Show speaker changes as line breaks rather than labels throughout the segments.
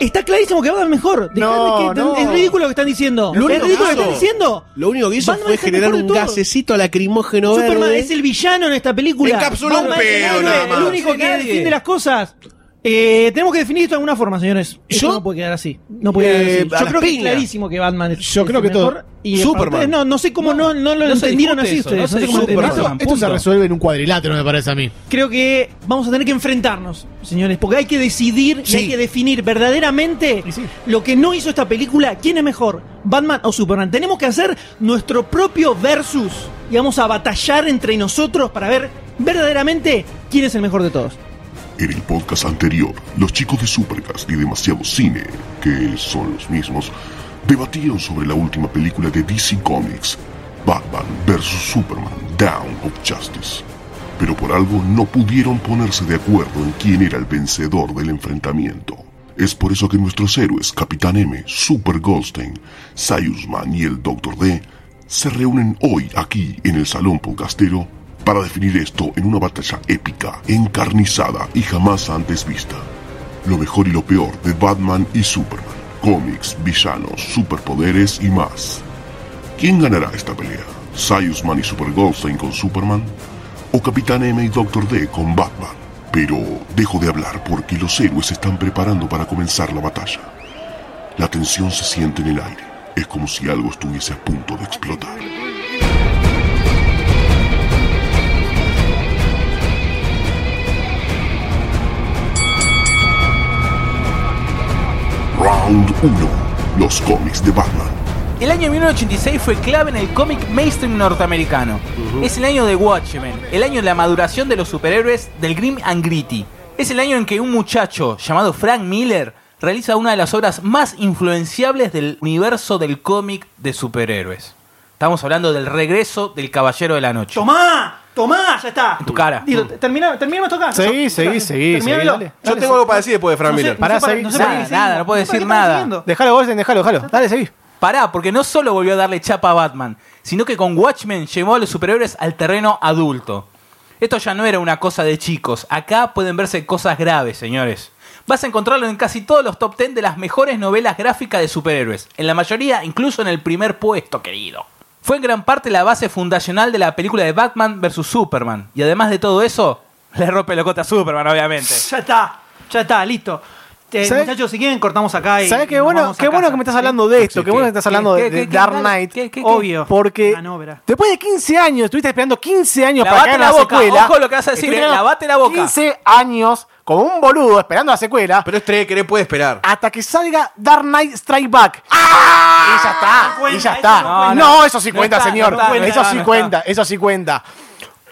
Está clarísimo que va a dar mejor. Dejadme que-
no.
Es ridículo lo que están diciendo.
Lo
es
único que
ridículo lo que
hizo-
están diciendo.
Lo único que hizo
Batman
fue
es el
generar
mejor de
un
todos.
gasecito lacrimógeno
Superman
verde.
es el villano en esta película.
Encapsuló un
Batman es el
pedo,
héroe,
nada más.
El único que
Nadie.
defiende las cosas. Eh, tenemos que definir esto de alguna forma, señores. Esto
Yo-
no puede quedar así. No puede quedar
Eh,
así.
a
Yo
las
creo que es
piñas.
clarísimo que Batman es
Yo
es
creo
el
que todo.
mejor. Y
Superman.
para ustedes No, no sé cómo no, no lo
no se
entendieron
discute
así
eso,
ustedes.
no
No sé
se
cómo
discute
entendieron.
Batman.
Esto se
punto.
resuelve en un cuadrilátero, me parece a mí.
creo que vamos a tener que enfrentarnos, señores, porque hay que decidir y
Sí.
hay que definir verdaderamente
Y sí.
lo que no hizo esta película, quién es mejor, Batman o Superman. Tenemos que hacer nuestro propio versus y vamos a batallar entre nosotros para ver verdaderamente quién es el mejor de todos.
En el podcast anterior, los chicos de Supercast y Demasiado Cine, que son los mismos, debatieron sobre la última película de DC Comics, Batman vs. Superman, Down of Justice. Pero por algo no pudieron ponerse de acuerdo en quién era el vencedor del enfrentamiento. Es por eso que nuestros héroes, Capitán M, Super Goldstein, Sayusman y el Dr. D, se reúnen hoy aquí en el Salón Podcastero para definir esto en una batalla épica, encarnizada y jamás antes vista. Lo mejor y lo peor de Batman y Superman, cómics, villanos, superpoderes y más. ¿Quién ganará esta pelea? ¿Sayusman y Super Goldstein con Superman? ¿O Capitán M y Doctor D con Batman? Pero dejo de hablar porque los héroes se están preparando para comenzar la batalla. La tensión se siente en el aire. Es como si algo estuviese a punto de explotar. Round 1. Los cómics de Batman.
El año 1986 fue clave en el cómic mainstream norteamericano. Es el año de Watchmen, el año de la maduración de los superhéroes del Grim and Gritty. Es el año en que un muchacho llamado Frank Miller realiza una de las obras más influenciables del universo del cómic de superhéroes. Estamos hablando del regreso del Caballero de la Noche.
Tomá, tomá, ya está. En
tu cara. Mm.
Dilo, termina, termina tocar.
Seguí, seguí, seguí,
Terminámelo.
seguí, dale.
Yo tengo algo para decir después de Frank
No sé-
Miller.
no
Pará,
sé para-
seguí.
no sé para
Nada,
qué seguimos.
nada, no puedo
sé para
decir
qué están
nada.
siguiendo.
Dejalo, Golden, dejalo, dejalo. Dale, seguí.
Pará, porque no solo volvió a darle chapa a Batman, sino que con Watchmen llevó a los superhéroes al terreno adulto. Esto ya no era una cosa de chicos, acá pueden verse cosas graves, señores. Vas a encontrarlo en casi todos los top 10 de las mejores novelas gráficas de superhéroes, en la mayoría incluso en el primer puesto, querido. Fue en gran parte la base fundacional de la película de Batman vs. Superman, y además de todo eso, le rompe locota a Superman, obviamente.
Ya está, ya está, listo. Eh,
¿Sabes?
muchachos, si quieren cortamos acá y
¿Sabes qué
y nos
bueno,
vamos a
qué bueno
casa.
que me estás hablando de esto? Qué bueno que estás hablando
¿Qué,
de,
qué,
de
qué,
Dark
dale?
Knight. Oh,
¿Qué, qué, qué?
Obvio.
Porque
Manobra.
después de 15 años, estuviste esperando 15 años para
Lavate
que hagan
la
la,
boca,
secuela.
ojo lo que vas a decir,
Estuviste
eh, lavate la boca.
15 años como un boludo esperando la secuela
Pero es tres, querés, puede esperar.
hasta que salga Dark Knight Strike Back. Y ya está,
cuenta,
y ya
eso
está.
no
No,
¡Ah! cuenta.
eso sí
No
cuenta,
está,
señor.
no cuenta,
eso
no
sí
está.
cuenta, eso sí cuenta.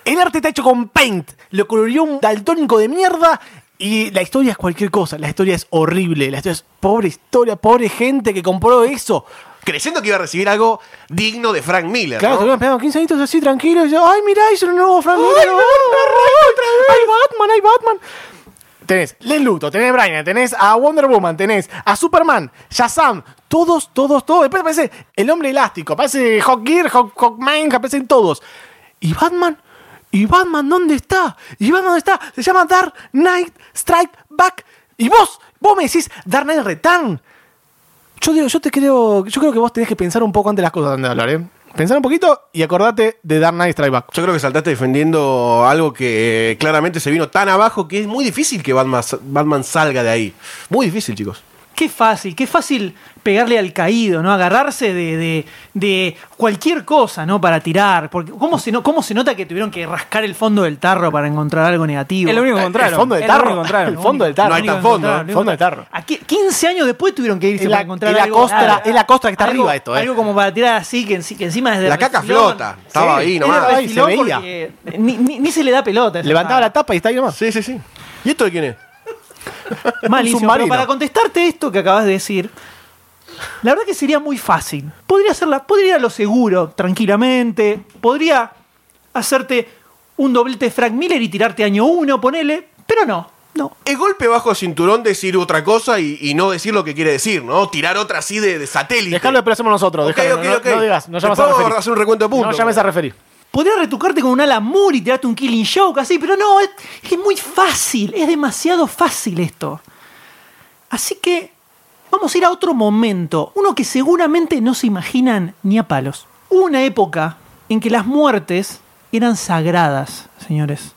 El arte está hecho con paint, lo colorió un daltónico de mierda y la historia es cualquier cosa. La historia es horrible, la historia es pobre historia, pobre gente que compró eso.
Creyendo que iba a recibir algo digno de Frank Miller.
Claro,
¿no?
estuvieron esperando 15 añitos así, tranquilos. y yo, ay, mirá, hizo un nuevo Frank Miller. ¡Ah, ¡Ay, Batman, ay, Batman! Tenés Len Luto, tenés Brian, tenés a Wonder Woman, tenés a Superman, Shazam, todos, todos, todos. Después aparece el hombre elástico, aparece Hawkgear, Hawk, Hawkman, aparecen todos. ¿Y Batman? ¿Y Batman dónde está? ¿Y Batman dónde está? Se llama Dark Knight Strike Back. Y vos, vos me decís Dark Knight Return. Yo digo, yo te creo, yo creo que vos tenés que pensar un poco antes las cosas antes de hablar, ¿eh? Pensar un poquito y acordate de Dark Knight Strike Back.
Yo creo que saltaste defendiendo algo que eh, claramente se vino tan abajo que es muy difícil que Batman, Batman salga de ahí. Muy difícil, chicos.
Qué fácil, qué fácil pegarle al caído, ¿no? Agarrarse de, de- de cualquier cosa, ¿no? Para tirar. Porque ¿cómo se, no, ¿Cómo se nota que tuvieron que rascar el fondo del tarro para encontrar algo negativo?
Es lo único que encontraron.
El fondo del
es lo único
tarro.
que encontraron.
El fondo del tarro.
No hay
Único
tan
que
fondo,
encontraron,
¿eh?
El fondo del tarro.
Aquí, 15 años después tuvieron que irse
Es la-
para encontrar
es la
algo.
costra-
Ah,
es la costra que está
algo-
arriba de esto, ¿eh?
Algo como para tirar así, que, enci- que encima es de
La caca
refilón.
flota. Estaba ahí
Era de
nomás.
Ay, se
refilón
veía.
porque Ni, ni- ni se le da pelota. esa
Levantaba
cara.
la tapa y está ahí nomás.
Sí, sí, sí. ¿Y esto de quién es?
Malísimo.
submarino.
Pero para contestarte esto que acabas de decir, la verdad que sería muy fácil. Podría hacerla, podría ir a lo seguro, tranquilamente. Podría hacerte un doblete Frank Miller y tirarte año uno, ponele. Pero no, no.
Es golpe bajo cinturón decir otra cosa y, y no decir lo que quiere decir, ¿no? Tirar otra así de, de satélite.
Dejalo, pero hacemos nosotros.
Ok,
dejalo,
ok,
no,
ok.
no digas, no
Te
llamas a
puedo
referir.
hacer un recuento de puntos.
No llames a referir.
Podría retucarte con un Alan Moore y tirarte un Killing Joke así, pero no, es, es muy fácil, es demasiado fácil esto. Así que Vamos a ir a otro momento, uno que seguramente no se imaginan ni a palos. Hubo una época en que las muertes eran sagradas, señores.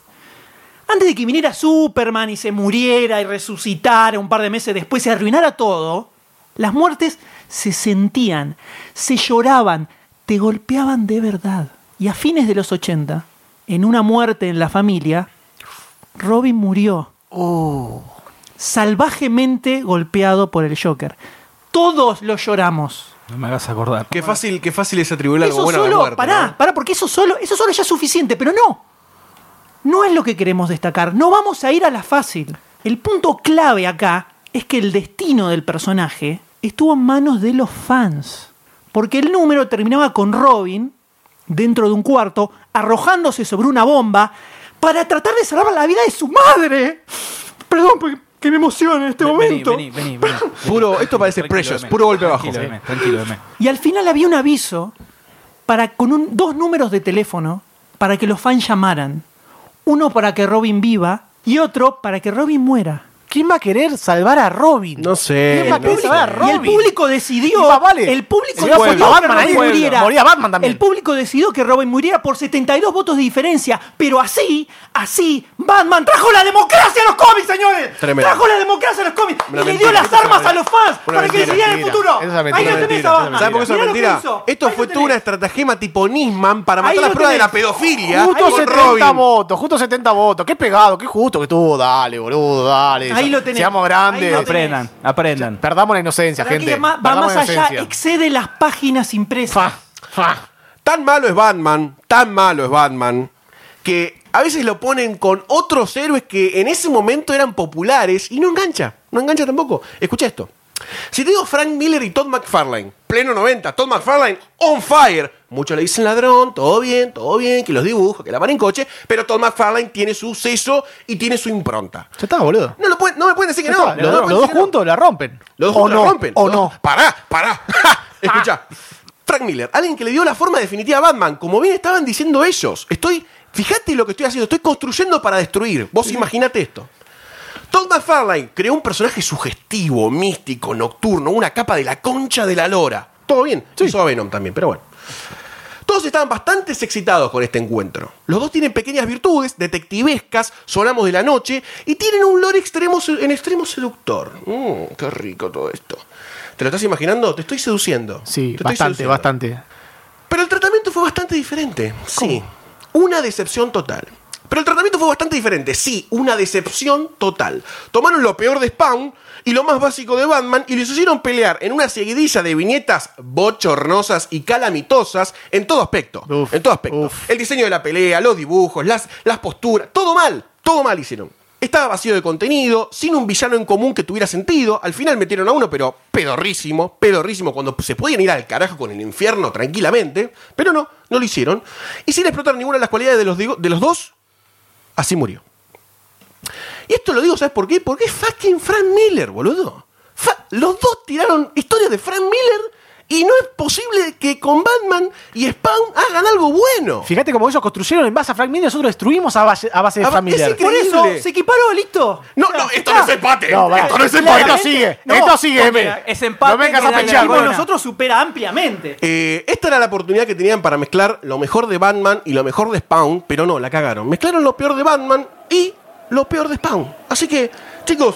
Antes de que viniera Superman y se muriera y resucitara un par de meses después y arruinara todo, las muertes se sentían, se lloraban, te golpeaban de verdad. Y a fines de los 80, en una muerte en la familia, Robin murió. Salvajemente golpeado por el Joker. Todos lo lloramos.
No me hagas acordar.
Qué fácil, qué fácil es atribuir algo
Eso
bueno a la
solo,
muerte.
pará,
¿no?
pará, porque eso solo, eso solo ya es suficiente, pero no. No es lo que queremos destacar. No vamos a ir a la fácil. El punto clave acá es que el destino del personaje estuvo en manos de los fans. Porque el número terminaba con Robin dentro de un cuarto, arrojándose sobre una bomba para tratar de salvar la vida de su madre. Perdón, porque- que me emociona en este
Ven-
momento.
Vení, vení, vení, vení.
Puro- esto parece
Tranquilo,
Precious,
Eme.
puro golpe bajo.
Tranquilo, Eme, tranquilo, Eme.
Y al final había un aviso para con un- dos números de teléfono para que los fans llamaran. Uno para que Robin viva y otro para que Robin muera.
¿Quién va a querer salvar a Robin?
No sé.
¿Quién va a
no
querer
sé.
salvar a
Y el
Eh, Robin?
público decidió.
Y más vale.
El
Si
público decidió
hubiera puesto a Batman
que
ahí,
Robin
pueblo.
muriera.
Moría Batman también.
El público decidió que Robin muriera por 72 votos de diferencia. Pero así, así, Batman trajo la democracia a los cómics, señores.
Tremendo.
Trajo la democracia a los cómics. y
Una
le
mentira.
dio las
Esa es
armas
una
a los fans
mentira.
para que decidieran el
Mentira.
futuro.
Esa es una
ahí
mentira.
lo
Esa es
tenés
una
a Batman.
mentira.
¿Sabes por qué eso es
Mirá lo
mentira?
que hizo.
Esto
Ahí
fue
lo
toda una
tenés.
estratagema tipo Nisman para
Ahí
matar la
lo
prueba de
tenés.
la pedofilia.
Justo
con
70 votos, justo 70 votos. Qué pegado, qué justo que estuvo. Dale, boludo, dale.
Ahí lo tenés.
Seamos
Ahí lo
grandes.
tenés.
Aprendan, aprendan.
Perdamos la inocencia,
Pero aquí
gente.
va más- va
Perdamos
más
la
allá,
inocencia.
excede las páginas impresas.
Fa, fa.
Tan malo es Batman, tan malo es Batman, que a veces lo ponen con otros héroes que en ese momento eran populares y no engancha, no engancha tampoco. Escucha esto. Si te digo Frank Miller y Todd McFarlane, pleno 90, Todd McFarlane on fire. Muchos le dicen ladrón, todo bien, todo bien, que los dibujo, que la van en coche, pero Todd McFarlane tiene su seso y tiene su impronta.
Ya está, boludo.
No, lo pueden- no me pueden decir que
Ya
no.
está,
no
los,
me
dos- los
pueden
dos
decir que no.
juntos la rompen.
Los dos
o
juntos
no,
la rompen.
O
Los dos-
no.
Pará, pará. Escucha. Frank Miller, alguien que le dio la forma definitiva a Batman, como bien estaban diciendo ellos. Estoy. Fíjate lo que estoy haciendo, estoy construyendo para destruir. Vos imaginate esto. Todd McFarlane creó un personaje sugestivo, místico, nocturno, una capa de la concha de la lora. Todo bien. Hizo a Venom también, pero bueno. Todos estaban bastante excitados con este encuentro. Los dos tienen pequeñas virtudes, detectivescas, sonamos de la noche y tienen un lore extremo, se- en extremo seductor. Mm, qué rico todo esto. ¿Te lo estás imaginando? Te estoy seduciendo. Te
Sí,
estoy
bastante,
seduciendo.
bastante.
Pero el tratamiento fue bastante diferente. Sí. Una decepción total. Pero el tratamiento fue bastante diferente. Sí, una decepción total. Tomaron lo peor de Spawn y lo más básico de Batman y les hicieron pelear en una seguidilla de viñetas bochornosas y calamitosas en todo aspecto.
Uf,
en todo aspecto.
uf.
El diseño de la pelea, los dibujos, las, las posturas, todo mal. Todo mal hicieron. Estaba vacío de contenido, sin un villano en común que tuviera sentido. Al final metieron a uno, pero pedorrísimo, pedorrísimo, cuando se podían ir al carajo con el infierno tranquilamente. Pero no, no lo hicieron. Y sin explotar ninguna de las cualidades de los, digo- de los dos, así murió. Y esto lo digo, ¿sabes por qué? Porque es fucking Frank Miller, boludo. Fa- los dos tiraron historias de Frank Miller y no es posible que con Batman y Spawn hagan algo bueno.
Fíjate cómo ellos construyeron en base a Frank Miller, nosotros destruimos a base, a base de
Ah,
Frank
es
Miller.
increíble.
Por eso, se equiparó, listo.
No,
O sea,
no, esto
ya.
no es empate.
No, pará.
esto no es empate.
Esto sigue,
No,
esto sigue,
porque
M.
es empate
No vengas
con
a
la
El
pechar.
equipo de
Bueno.
nosotros supera ampliamente.
Eh, esta era la oportunidad que tenían para mezclar lo mejor de Batman y lo mejor de Spawn, pero no, la cagaron. Mezclaron lo peor de Batman y lo peor de Spawn. Así que, chicos,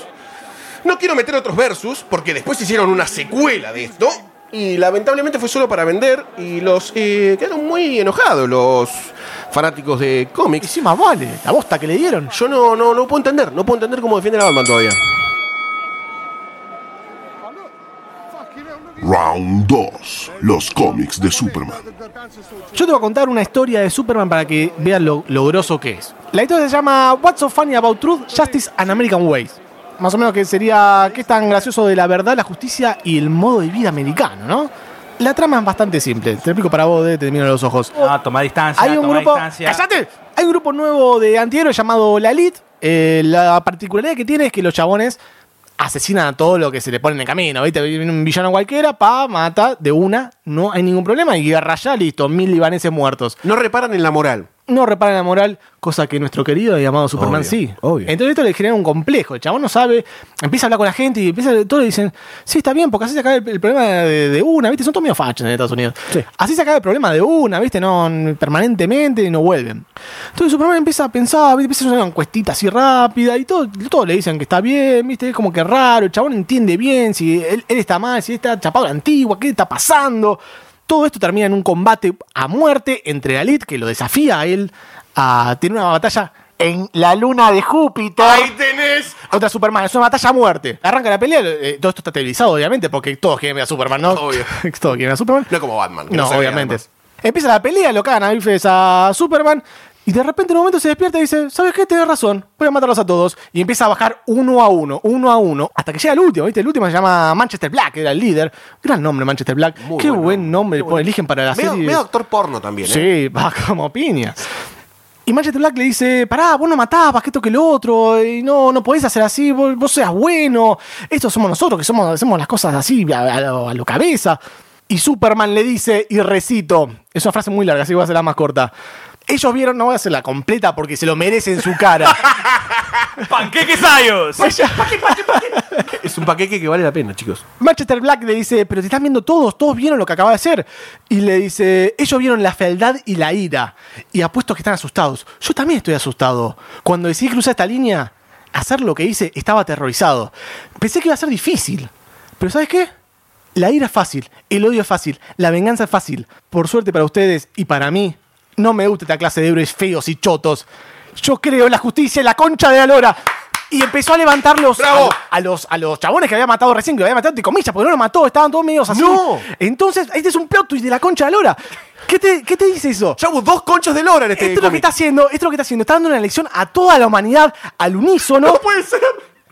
no quiero meter otros versus, porque después hicieron una secuela de esto. Y lamentablemente fue solo para vender y los eh, quedaron muy enojados los fanáticos de
Y
cómics.
sí, más vale, la bosta que le dieron.
Yo no, no, no puedo entender, no puedo entender cómo defienden a Batman todavía.
Round 2. Los cómics de Superman.
Yo te voy a contar una historia de Superman para que vean lo, lo groso que es. La historia se llama What's so funny about truth, justice and American ways. Más o menos que sería qué es tan gracioso de la verdad, la justicia y el modo de vida americano, ¿no? La trama es bastante simple. Te lo explico para vos, de te miro a los ojos.
No, toma distancia,
Hay un
toma
grupo.
distancia.
¡Cállate! Hay un grupo nuevo de antihéroes llamado La Elite. Eh, la particularidad que tiene es que los chabones asesinan a todo lo que se le pone en el camino. ¿Viste? Viene un villano cualquiera, pa, mata de una, no hay ningún problema. Y garra ya, listo, mil libaneses muertos.
No reparan en la moral.
no repara en la moral, cosa que nuestro querido y amado Superman
Obvio,
sí.
obvio.
Entonces esto le genera un complejo. El chabón no sabe, empieza a hablar con la gente y empieza, todos le dicen, sí, está bien, porque así se acaba el, el problema de, de una, ¿viste? Son todos medio fachos en Estados Unidos.
Sí.
Así se acaba el problema de una, ¿viste? No, n- permanentemente y no vuelven. Entonces Superman empieza a pensar, ¿viste? empieza a hacer una encuestita así rápida y todo, todos le dicen que está bien, ¿viste? Es como que raro, el chabón entiende bien si él, él está mal, si está chapado a la antigua, qué está pasando. Todo esto termina en un combate a muerte entre la elite, que lo desafía a él a tener una batalla en la luna de Júpiter.
Ahí tenés.
Contra Superman, es una batalla a muerte. Arranca la pelea, eh, todo esto está televisado, obviamente, porque todos quieren ver a Superman, ¿no?
Obvio.
todos quieren ver a Superman.
No como Batman. que
No,
se ve
obviamente.
Batman.
Empieza la pelea, lo cagan a bifes a Superman. Y de repente en un momento se despierta y dice, ¿sabes qué? Tienes razón, voy a matarlos a todos. Y empieza a bajar uno a uno, uno a uno, hasta que llega el último, ¿viste? El último se llama Manchester Black, era el líder. Gran nombre Manchester Black.
Muy
qué
buen
buen nombre, pues, eligen para la
Medio,
serie.
medio actor porno también, ¿eh?
Sí, va como piña. Y Manchester Black le dice, pará, vos no matabas, que esto que lo otro, y no, no podés hacer así, vos, vos seas bueno, estos somos nosotros que somos, hacemos las cosas así, a, a lo, a lo cabeza. Y Superman le dice, y recito, es una frase muy larga, así que voy a hacerla más corta. Ellos vieron, no voy a hacerla completa porque se lo merece en su cara.
¡Panqueques Ayos!
Es un paquete que vale la pena, chicos.
Manchester Black le dice, pero te están viendo todos, todos vieron lo que acaba de hacer. Y le dice, ellos vieron la fealdad y la ira. Y apuesto que están asustados. Yo también estoy asustado. Cuando decidí cruzar esta línea, hacer lo que hice, estaba aterrorizado. Pensé que iba a ser difícil. Pero ¿sabes qué? La ira es fácil, el odio es fácil, la venganza es fácil. Por suerte para ustedes y para mí, no me gusta esta clase de héroes feos y chotos. Yo creo en la justicia y la concha de la lora. Y empezó a levantar los, a
¡Bravo!
lo- a los, a los chabones que había matado recién, que lo había matado entre comillas, porque no lo mató, estaban todos medios así.
¡No!
Entonces, este es un plot twist de la concha de la lora. ¿Qué te, qué te dice eso?
Ya hubo dos conchas de lora en este
esto es lo que
cómic.
está haciendo, esto es lo que está haciendo, está dando una lección a toda la humanidad, al unísono.
¡No puede ser!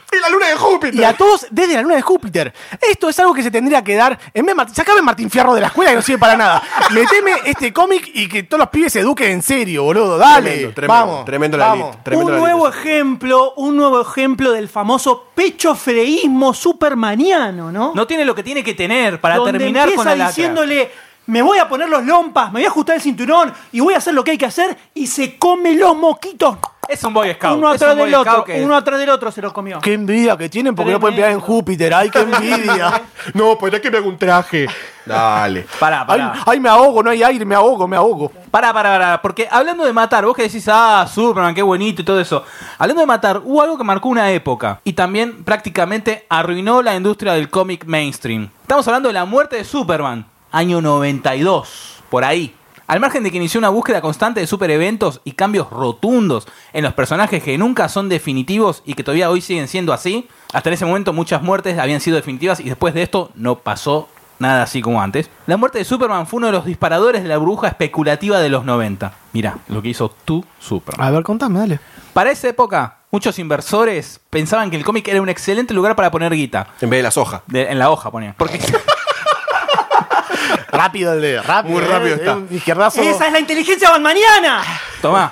¡Es la luna de Júpiter!
Y a todos desde la luna de Júpiter. Esto es algo que se tendría que dar. En vez de Mart- sacame Martín Fierro de la escuela que no sirve para nada. Meteme este cómic y que todos los pibes se eduquen en serio, boludo. Dale.
Tremendo, tremendo,
vamos,
tremendo la
vamos.
elite. Tremendo
un
la
nuevo
lista.
ejemplo, un nuevo ejemplo del famoso pechofreísmo supermaniano, ¿no?
No tiene lo que tiene que tener para
Donde
terminar con
empieza
la lacra.
diciéndole, me voy a poner los lompas, me voy a ajustar el cinturón y voy a hacer lo que hay que hacer y se come los moquitos.
Es un Boy Scout.
Uno
es
atrás
un Boy
del otro,
Scout que-
uno atrás del otro se lo comió.
Qué envidia que tienen porque no pueden pelear en
Tremendo.
Júpiter. Ay, qué envidia.
No, pues ya que me hago un traje. Dale.
Pará,
ay,
pará.
ay, me ahogo, no hay aire, me ahogo, me ahogo.
Pará, pará, pará. Porque hablando de matar, vos que decís, ah, Superman, qué bonito y todo eso. Hablando de matar, hubo algo que marcó una época y también prácticamente arruinó la industria del cómic mainstream. Estamos hablando de la muerte de Superman, año 92, por ahí. Al margen de que inició una búsqueda constante de super eventos y cambios rotundos en los personajes que nunca son definitivos y que todavía hoy siguen siendo así, hasta en ese momento muchas muertes habían sido definitivas y después de esto no pasó nada así como antes. La muerte de Superman fue uno de los disparadores de la burbuja especulativa de los 90. Mirá, lo que hizo tu Superman.
ver, contame, dale.
Para esa época, muchos inversores pensaban que el cómic era un excelente lugar para poner guita.
En vez de la soja.
De- en la hoja ponía.
Porque
Rápido el de, rápido.
Muy rápido
eh,
está.
un izquierdazo.
Esa es la inteligencia batmaniana.
Tomá.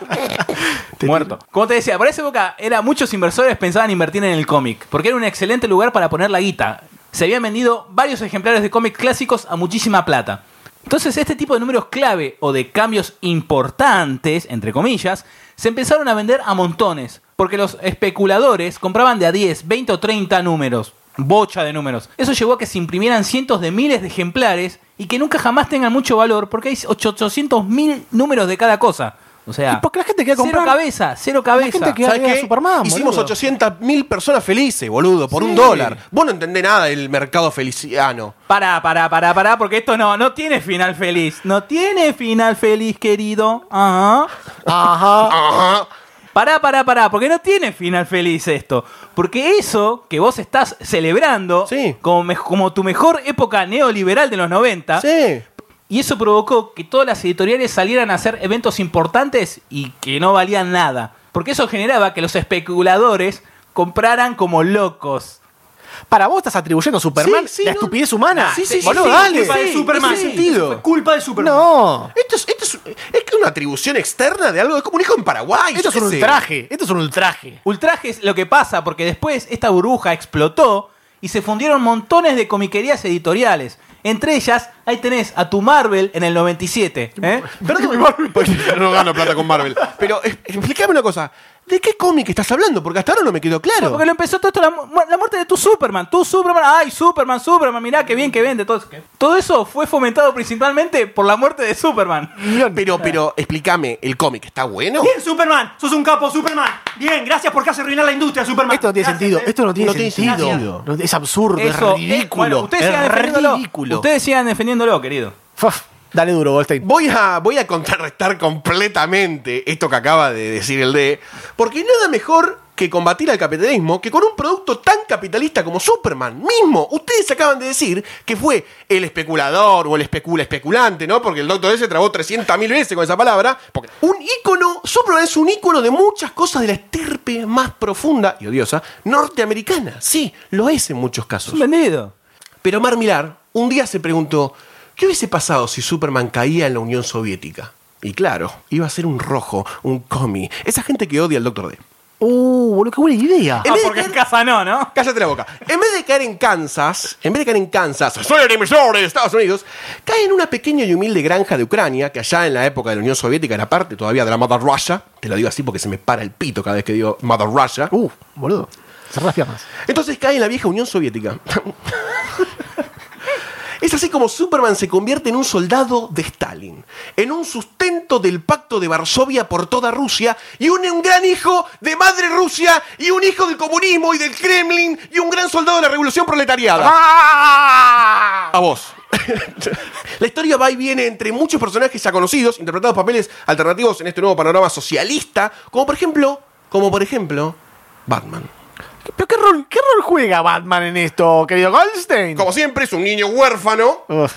Muerto. Como te decía, para esa época era muchos inversores pensaban invertir en el cómic, porque era un excelente lugar para poner la guita. Se habían vendido varios ejemplares de cómics clásicos a muchísima plata. Entonces, este tipo de números clave o de cambios importantes, entre comillas, se empezaron a vender a montones, porque los especuladores compraban de a 10, 20 o 30 números. Bocha de números. Eso llevó a que se imprimieran cientos de miles de ejemplares y que nunca jamás tengan mucho valor porque hay 800 mil números de cada cosa. O sea,
Y porque la gente quiere comprar-
Cero cabeza, cero cabeza.
gente que-
¿Sabes
era
qué?
Superman,
Hicimos
boludo.
800.000 personas felices, boludo, por un dólar. Vos no entendés nada del mercado ah, feliciano.
Pará, pará, pará, pará, porque esto no, no tiene final feliz. No tiene final feliz, querido. Ajá.
Ajá.
Ajá.
Pará, pará, pará, porque no tiene final feliz esto. Porque eso que vos estás celebrando
Sí.
como, me- como tu mejor época neoliberal de los 90,
Sí.
y eso provocó que todas las editoriales salieran a hacer eventos importantes y que no valían nada. Porque eso generaba que los especuladores compraran como locos.
Para vos estás atribuyendo a Superman
Sí, sí,
la
no.
estupidez humana.
Sí, sí, sí,
Boludo,
sí,
dale.
culpa de
Sí,
Superman.
no tiene sentido.
Fue culpa de Superman.
No.
Esto es, esto es, es que es una atribución externa de algo. Es como un hijo en Paraguay.
Esto
yo
es un
qué sé.
ultraje. Esto es un ultraje.
Ultraje es lo que pasa porque después esta burbuja explotó y se fundieron montones de comiquerías editoriales. Entre ellas, ahí tenés a tu Marvel en el 97. ¿eh?
Pues, no gano plata con Marvel. Pero eh, explícame una cosa. ¿De qué cómic estás hablando? Porque hasta ahora no me quedó claro.
Porque lo empezó todo esto, la, mu- la muerte de tu Superman. Tu Superman, ay, Superman, Superman, mirá qué bien que vende. Todo, eso. todo eso fue fomentado principalmente por la muerte de Superman.
Pero, pero, explícame, ¿el cómic está bueno?
Bien, Superman, sos un capo, Superman. Bien, gracias porque has arruinado la industria, Superman.
Esto no tiene
Gracias,
sentido.
eh.
Esto no tiene
No tiene
sentido.
sentido.
No- es absurdo, es
Eso, eh,
ridículo.
bueno, ustedes
es
sigan defendiéndolo.
ridículo.
Ustedes sigan defendiéndolo, querido.
Fuf, Dale duro, Goldstein.
Voy a, voy a contrarrestar completamente esto que acaba de decir el D, porque nada mejor que combatir al capitalismo que con un producto tan capitalista como Superman mismo. Ustedes acaban de decir que fue el especulador o el especula especulante, ¿no? Porque el doctor D se trabó 300.000 veces con esa palabra. Porque un ícono, Superman es un ícono de muchas cosas de la estirpe más profunda y odiosa norteamericana. Sí, lo es en muchos casos.
Es un vendido.
Pero Mar Millar un día se preguntó, ¿qué hubiese pasado si Superman caía en la Unión Soviética? Y claro, iba a ser un rojo, un comi, esa gente que odia al Doctor D.
Uh, boludo, qué buena idea.
En
Ah,
vez de
porque en
caer-
casa no, ¿no?
Cállate la boca. En vez de caer en Kansas, en vez de caer en Kansas, soy el emisor de Estados Unidos, cae en una pequeña y humilde granja de Ucrania, que allá en la época de la Unión Soviética era parte todavía de la Mother Russia. Te lo digo así porque se me para el pito cada vez que digo Mother Russia.
Uh, boludo. Cerrá las piernas.
Entonces cae en la vieja Unión Soviética. Es así como Superman se convierte en un soldado de Stalin, en un sustento del pacto de Varsovia por toda Rusia y un, un gran hijo de madre Rusia y un hijo del comunismo y del Kremlin y un gran soldado de la revolución proletariada.
Ah.
A vos. la historia va y viene entre muchos personajes ya conocidos, interpretando papeles alternativos en este nuevo panorama socialista, como por ejemplo, como por ejemplo, Batman.
¿Pero qué rol, qué rol juega Batman en esto, querido Goldstein?
Como siempre, es un niño huérfano.
Uf.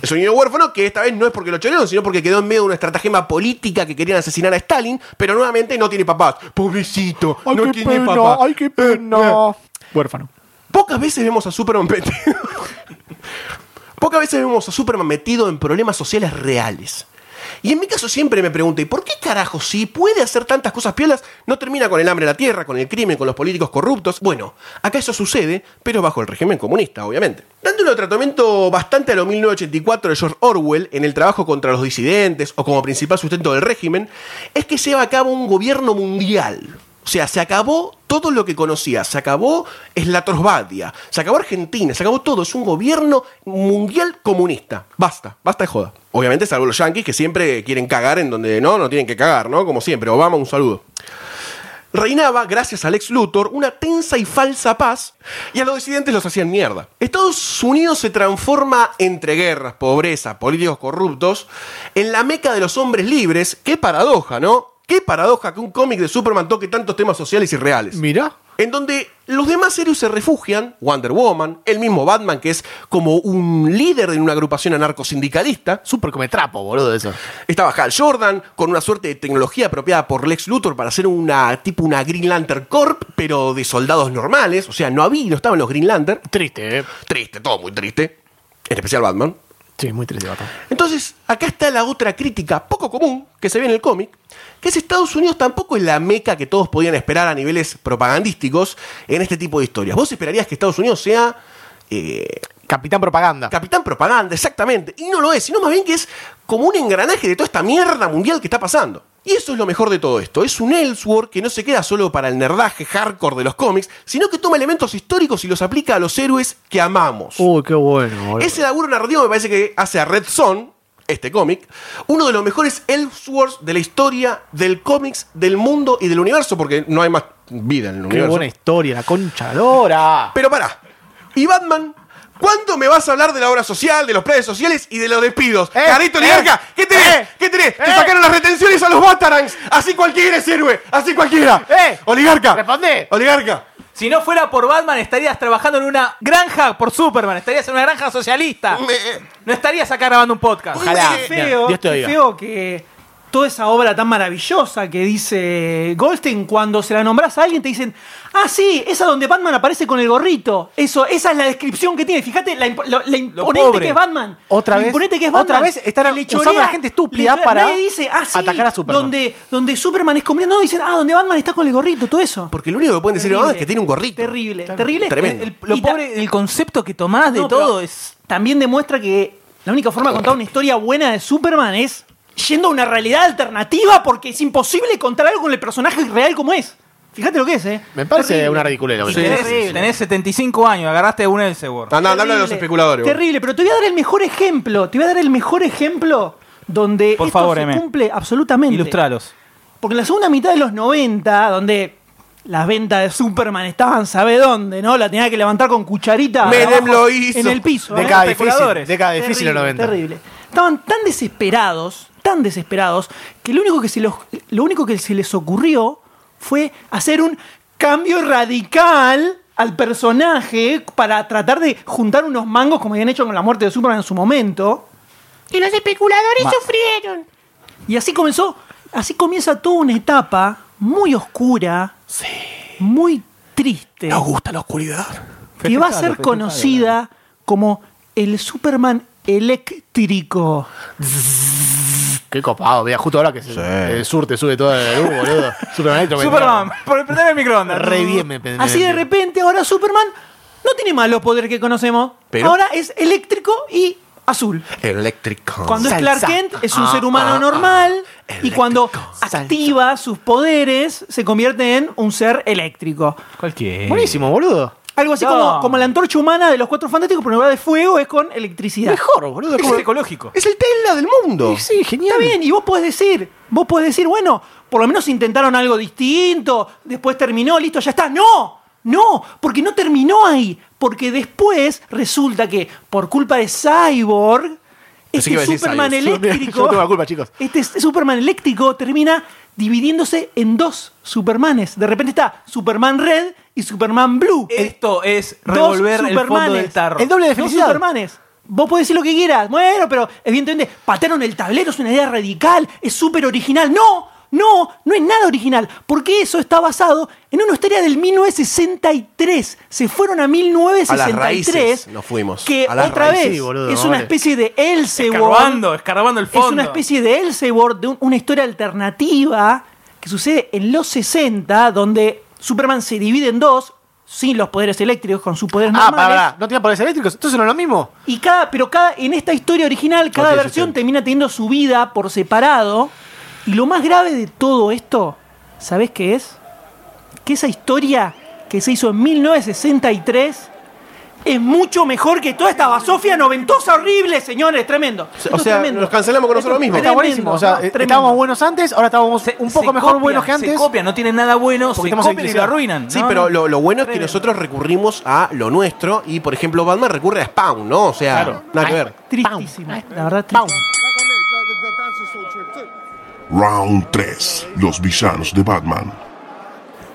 Es un niño huérfano que esta vez no es porque lo chorearon, sino porque quedó en medio de una estratagema política que querían asesinar a Stalin, pero nuevamente no tiene papás. Pobrecito,
Ay,
no
qué
tiene
pena,
papá.
ay, qué pena. Huérfano.
Pocas veces vemos a Superman metido. Pocas veces vemos a Superman metido en problemas sociales reales. Y en mi caso siempre me pregunto, ¿y por qué carajo si puede hacer tantas cosas piolas, no termina con el hambre en la tierra, con el crimen, con los políticos corruptos? Bueno, acá eso sucede, pero bajo el régimen comunista, obviamente. Dándole un tratamiento bastante a lo 1984 de George Orwell en el trabajo contra los disidentes o como principal sustento del régimen, es que lleva a cabo un gobierno mundial. O sea, se acabó todo lo que conocía, se acabó Eslatosvadia, se acabó Argentina, se acabó todo. Es un gobierno mundial comunista. Basta, basta de joda. Obviamente, salvo los yanquis que siempre quieren cagar en donde no, no tienen que cagar, ¿no? Como siempre. Obama, un saludo. Reinaba, gracias a Lex Luthor, una tensa y falsa paz, y a los disidentes los hacían mierda. Estados Unidos se transforma entre guerras, pobreza, políticos corruptos, en la meca de los hombres libres. Qué paradoja, ¿no? Qué paradoja que un cómic de Superman toque tantos temas sociales y reales.
eh. Mirá.
En donde los demás héroes se refugian, Wonder Woman, el mismo Batman, que es como un líder de una agrupación anarcosindicalista,
Súper come trapo, boludo, eso.
estaba Hal Jordan con una suerte de tecnología apropiada por Lex Luthor para hacer una tipo una Green Lantern Corp, pero de soldados normales. O sea, no había, no estaban los Green Lantern.
Triste, ¿eh?
Triste, todo muy triste. En especial Batman.
Sí, muy triste, Batman.
Entonces, acá está la otra crítica poco común que se ve en el cómic, que es Estados Unidos tampoco es la meca que todos podían esperar a niveles propagandísticos en este tipo de historias. Vos esperarías que Estados Unidos sea eh,
Capitán Propaganda.
Ah. Capitán Propaganda, exactamente. Y no lo es, sino más bien que es como un engranaje de toda esta mierda mundial que está pasando. Y eso es lo mejor de todo esto. Es un Elseworld que no se queda solo para el nerdaje hardcore de los cómics, sino que toma elementos históricos y los aplica a los héroes que amamos.
Uy, qué bueno, boludo.
Ese laburo narrativo me parece que hace a Red Son, este cómic, uno de los mejores Elseworlds de la historia del cómics, del mundo y del universo, porque no hay más vida en el
Qué
universo.
buena historia, la conchadora.
Pero pará. ¿Y Batman? ¿Cuándo me vas a hablar de la obra social, de los planes sociales y de los despidos?
Eh,
Carito
eh,
Liarca, ¿qué tenés?
eh,
¿Qué tenés? Te
eh.
sacaron las retenciones a los Batarangs. Así cualquiera es héroe. Así cualquiera.
Eh.
Oligarca.
Responde.
Oligarca.
Si no fuera por Batman, estarías trabajando en una granja por Superman. Estarías en una granja socialista.
Me-
No estarías acá grabando un podcast.
Ojalá.
Qué feo,
Dios te
qué
oiga.
feo que toda esa obra tan maravillosa que dice Goldstein, cuando se la nombras a alguien te dicen, ah, sí, esa donde Batman aparece con el gorrito. Eso, esa es la descripción que tiene. Fíjate la, impo- lo- la imponente
pobre.
que es Batman.
Otra
Lo
vez-
imponente que es
otra
Batman.
vez están
Que le
usando
chorea,
a la gente estúpida
le chorea.
para
Nadie dice, ah, sí,
atacar a Superman.
Donde, donde Superman es como... No, dicen, ah, donde Batman está con el gorrito, todo eso.
Porque lo único que pueden decir de Batman es que tiene un gorrito.
Terrible, terrible.
Tremendo.
El- el-
Lo
y ta-
pobre, el concepto que tomás de
no,
todo
pero
es.
También demuestra que la única forma de contar una historia buena de Superman es yendo a una realidad alternativa porque es imposible contar algo con el personaje real como es. Fíjate lo que es, ¿eh?
Me parece
Terrible.
una ridiculez lo que
Sí,
tenés.
tenés,
terrible.
tenés 75 años, agarraste un Elseworld.
Anda, anda, habla de los
Terrible,
especuladores. vos.
Terrible, pero te voy a dar el mejor ejemplo. Te voy a dar el mejor ejemplo donde
Por
esto
favor,
se
M.
cumple absolutamente.
Ilustralos.
Porque en la segunda mitad de los 90, donde las ventas de Superman estaban, ¿sabe dónde? ¿No? La tenía que levantar con cucharita.
Menem
abajo
lo hizo.
En el piso. ¿eh?
Década difícil,
especuladores.
década difícil los
Terrible,
90.
Terrible. Estaban tan desesperados, tan desesperados, que lo único que se, los- lo único que se les ocurrió fue hacer un cambio radical al personaje para tratar de juntar unos mangos como habían hecho con la muerte de Superman en su momento.
Y los especuladores
Ma-
sufrieron.
Y así comenzó, así comienza toda una etapa muy oscura, muy triste,
gusta la oscuridad.
que va a
Festejalo,
ser
festejalo,
conocida como el Superman eléctrico.
Qué copado, mira, justo ahora que se- el sur te sube todo el humo, boludo. Superman Electro, me
Superman,
encanta.
por prender el microondas.
Re bien me me-
Así de
me-
repente ahora Superman no tiene más los poderes que conocemos,
Pero-
ahora es eléctrico y azul.
Eléctrico.
Cuando es Clark
Salsa.
Kent es un
Ah,
ser humano
ah,
normal y
Eléctrico.
cuando
Salsa.
activa sus poderes se convierte en un ser eléctrico.
Eh.
Cualquier.
Buenísimo, boludo.
Algo así
No.
como, como la antorcha humana de los cuatro fantásticos, pero en lugar de fuego es con electricidad.
Mejor, boludo.
Es
como-
ecológico.
Es el Tesla del mundo.
Sí, genial.
Está bien, y vos podés decir, vos podés decir, bueno, por lo menos intentaron algo distinto, después terminó, listo, ya está. ¡No! No, porque no terminó ahí. Porque después resulta que por culpa de Cyborg,
Pensé que iba a
este
decir
Superman
Cyborg.
eléctrico.
Yo no tengo la culpa, chicos.
Este s- Superman eléctrico termina dividiéndose en dos Supermanes. De repente está Superman Red y Superman Blue.
Esto es
Eh, Dos
revolver el fondo
Supermanes.
del tarro.
El doble de
Dos
felicidad.
Supermanes. Vos podés decir lo que quieras. Bueno, pero evidentemente patearon el tablero, es una idea radical, es súper original. No, no, no es nada original. Porque eso está basado en una historia del 1963. Se fueron a 1963.
A las raíces nos fuimos.
Que
A las
otra
raíces,
vez
boludo,
es
no
una
vale.
especie de Elseworld.
escarbando, escarbando el fondo.
Es una especie de Elseworld, de un- una historia alternativa que sucede en los 60, donde Superman se divide en dos, sin los poderes eléctricos, con sus poderes
Ah,
normales.
para, para, no tiene poderes eléctricos, entonces no es lo mismo.
Y cada, pero cada, en esta historia original, cada
Ok, sí,
versión
sí.
termina teniendo su vida por separado. Y lo más grave de todo esto, ¿sabés qué es? Que esa historia que se hizo en 1963 es mucho mejor que toda esta basofia noventosa horrible, señores. Tremendo. Esto es
sea,
tremendo.
nos cancelamos con nosotros
Esto es
mismos.
Está
tremendo,
buenísimo. O sea,
¿no?
eh,
Tremendo.
estábamos buenos antes, ahora estábamos un poco mejor buenos que
Se
antes.
copia, no tiene nada bueno,
Porque
se
estamos
copian y lo
civilizados.
arruinan.
Sí,
No,
pero
no.
Lo, lo bueno es que
Tremendo.
nosotros recurrimos a lo nuestro y, por ejemplo, Batman recurre a Spawn, ¿no? O sea, nada que ver.
Tristísimo. La verdad, tristísimo.
Round 3. Los villanos de Batman.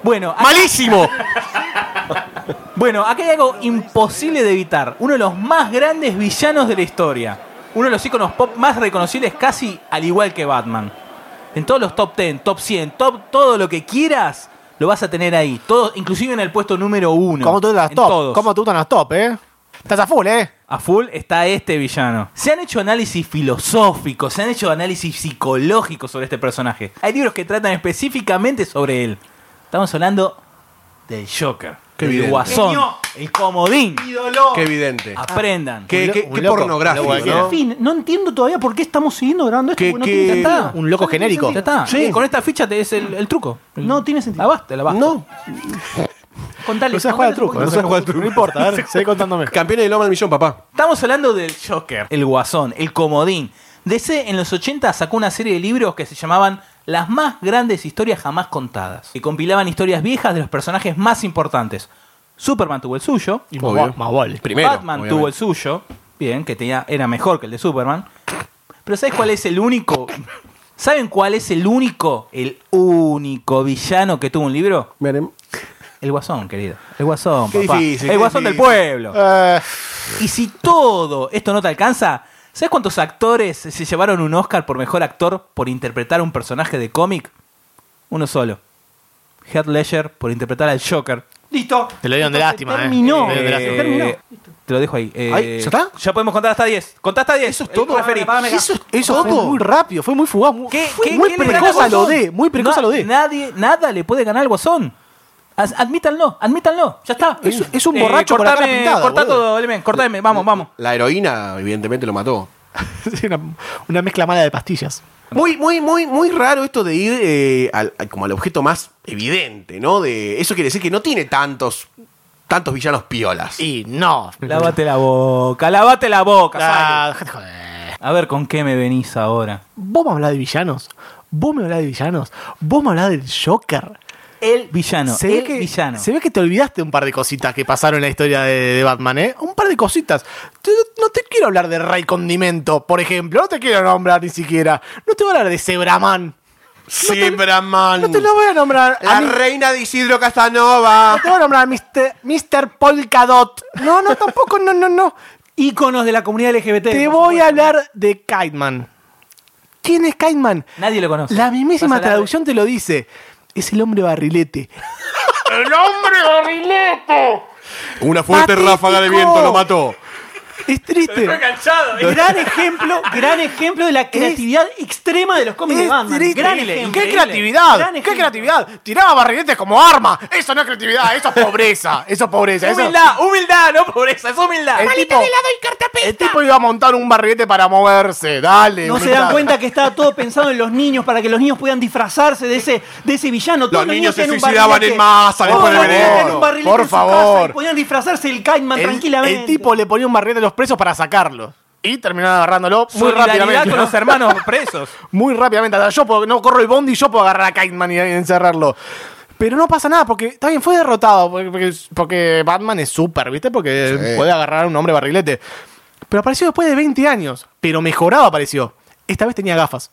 Bueno, acá-
¡Malísimo!
bueno, acá hay algo imposible de evitar. Uno de los más grandes villanos de la historia. Uno de los íconos pop más reconocibles, casi al igual que Batman. En todos los top 10, top 100, top todo lo que quieras, lo vas a tener ahí. Todo, inclusive en el puesto número uno.
Como tú las
En
top.
todos.
Como tú las top, eh. Estás a full, eh.
A full está este villano. Se han hecho análisis filosóficos, se han hecho análisis psicológicos sobre este personaje. Hay libros que tratan específicamente sobre él. Estamos hablando del Joker,
Qué
del
evidente.
guasón,
Genio.
el comodín.
¡Qué evidente!
Aprendan.
¡Qué,
Un lo-
qué, qué
un loco.
pornográfico,
Loco de
En
¿no?
fin, no entiendo todavía por qué estamos siguiendo grabando esto.
Que-
porque no
que-
tiene
Ya
sentido.
está.
Un loco
No tiene
genérico.
Ya
sentido.
está.
Sí.
Eh, Con esta ficha te es el, el truco.
No tiene sentido.
La basta, la basta.
No.
Contale.
No sabes jugar
contale
al
un
truco.
poquito.
No sabes jugar al truco. No importa, a ver, seguí contándome.
Campeones del Loma del Millón, papá.
Estamos hablando del Joker, el guasón, el comodín. DC en los 80 sacó una serie de libros que se llamaban Las más grandes historias jamás contadas, que compilaban historias viejas de los personajes más importantes. Superman tuvo el suyo,
Y
Obvio.
más- más vale.
Primero.
Batman
obviamente.
tuvo el suyo, bien, que tenía, era mejor que el de Superman. Pero ¿sabes cuál es el único? ¿Saben cuál es el único, el único villano que tuvo un libro?
Miren.
El guasón, querido. El guasón,
Qué
papá.
difícil, Eh.
el
qué
guasón del
difícil.
pueblo.
Eh,
Y si todo esto no te alcanza, ¿Sabes cuántos actores se llevaron un Oscar por mejor actor por interpretar a un personaje de cómic? Uno solo. Heath Ledger por interpretar al Joker.
Listo.
Te lo dieron de
Entonces,
lástima, eh.
Terminó.
Te lo dieron de
Se
lástima.
terminó.
Ah, Eh, te lo dejo ahí. Eh,
Ahí, ¿ya está?
Ya podemos contar hasta 10. Contá hasta 10. Eso es
todo.
Apagame acá.
Eso, eso fue
Todo.
muy rápido, fue muy fugaz. Muy,
¿Qué-
fue
qué-
muy
qué le gana
precoz a
al
lo
Guasón?
de. Muy precoz a lo de.
Nadie, nada le puede ganar al guasón. As- admítanlo, admítanlo. Ya está.
Es- es un borracho con la
Eh, cortame,
cara pintada,
Cortá
boludo.
todo, Elemen. Cortame. Vamos, vamos.
La heroína, evidentemente, lo mató.
Sí, una, una mezcla mala de pastillas.
Muy, muy, muy, muy raro esto de ir eh, al, al- como al objeto más evidente, ¿no? De, eso quiere decir que no tiene tantos, tantos villanos piolas.
Y no.
Lávate la boca, lávate la boca.
Ah, dejate joder.
Sale. A ver con qué me venís ahora.
Vos me hablás de villanos. Vos me hablás de villanos. Vos me hablás del Joker.
El villano,
se, ve
el
que,
villano.
se ve que te olvidaste un par de cositas que pasaron en la historia de, de Batman, ¿eh? Un par de cositas. Te- no te quiero hablar de Rey Condimento, por ejemplo. No te quiero nombrar ni siquiera. No te voy a hablar de Zebraman.
Sí, Brahman.
No te lo voy a nombrar. a
La
mí-
reina de Isidro
Ah.
Casanova.
No te voy a nombrar Mr. Mr. Polkadot. No, no, tampoco, no, no, no.
Íconos de la comunidad LGBT.
Te
por
voy
supuesto.
a hablar de Kiteman. ¿Quién es Kiteman?
Nadie lo conoce.
La
Vas a
mismísima
hablar de-
traducción te lo dice. Es el hombre barrilete.
Una
fuerte Patético. ráfaga de viento lo mató. Es triste.
Gran ejemplo, gran ejemplo de la creatividad extrema de los cómics de
Es
Batman.
triste.
Gran
Increíble,
ejemplo.
¡Qué creatividad!
Gran
¡Qué
ejemplo.
creatividad! Tiraba barriletes como arma. Eso no es creatividad, eso es pobreza. Eso es pobreza. Eso...
Humildad, humildad, no pobreza, es humildad.
El tipo, el tipo iba a montar un barrilete para moverse. Dale.
No se
humildad.
dan cuenta que estaba todo pensado en los niños para que los niños puedan disfrazarse de ese, de ese villano. Todos
niños se
tenían un
suicidaban
barrilete.
en masa
Todos
después del
los niños tenían
veneno.
un barrilete
Por
en su casa
favor.
y podían disfrazarse el Caimán
El-
tranquilamente.
El tipo le ponía un barrilete a los presos para sacarlo. Y terminaba agarrándolo muy
Solidaridad
rápidamente.
con
¿no?
los hermanos presos.
Muy rápidamente. Hasta yo puedo- no corro el bondi, yo puedo agarrar a Kiteman y y encerrarlo. Pero no pasa nada, porque está bien, fue derrotado. Porque, porque- porque Batman es súper, ¿viste? Porque
Sí.
puede agarrar a un hombre barrilete. Pero apareció después de 20 años. Pero mejorado apareció. Esta vez tenía gafas.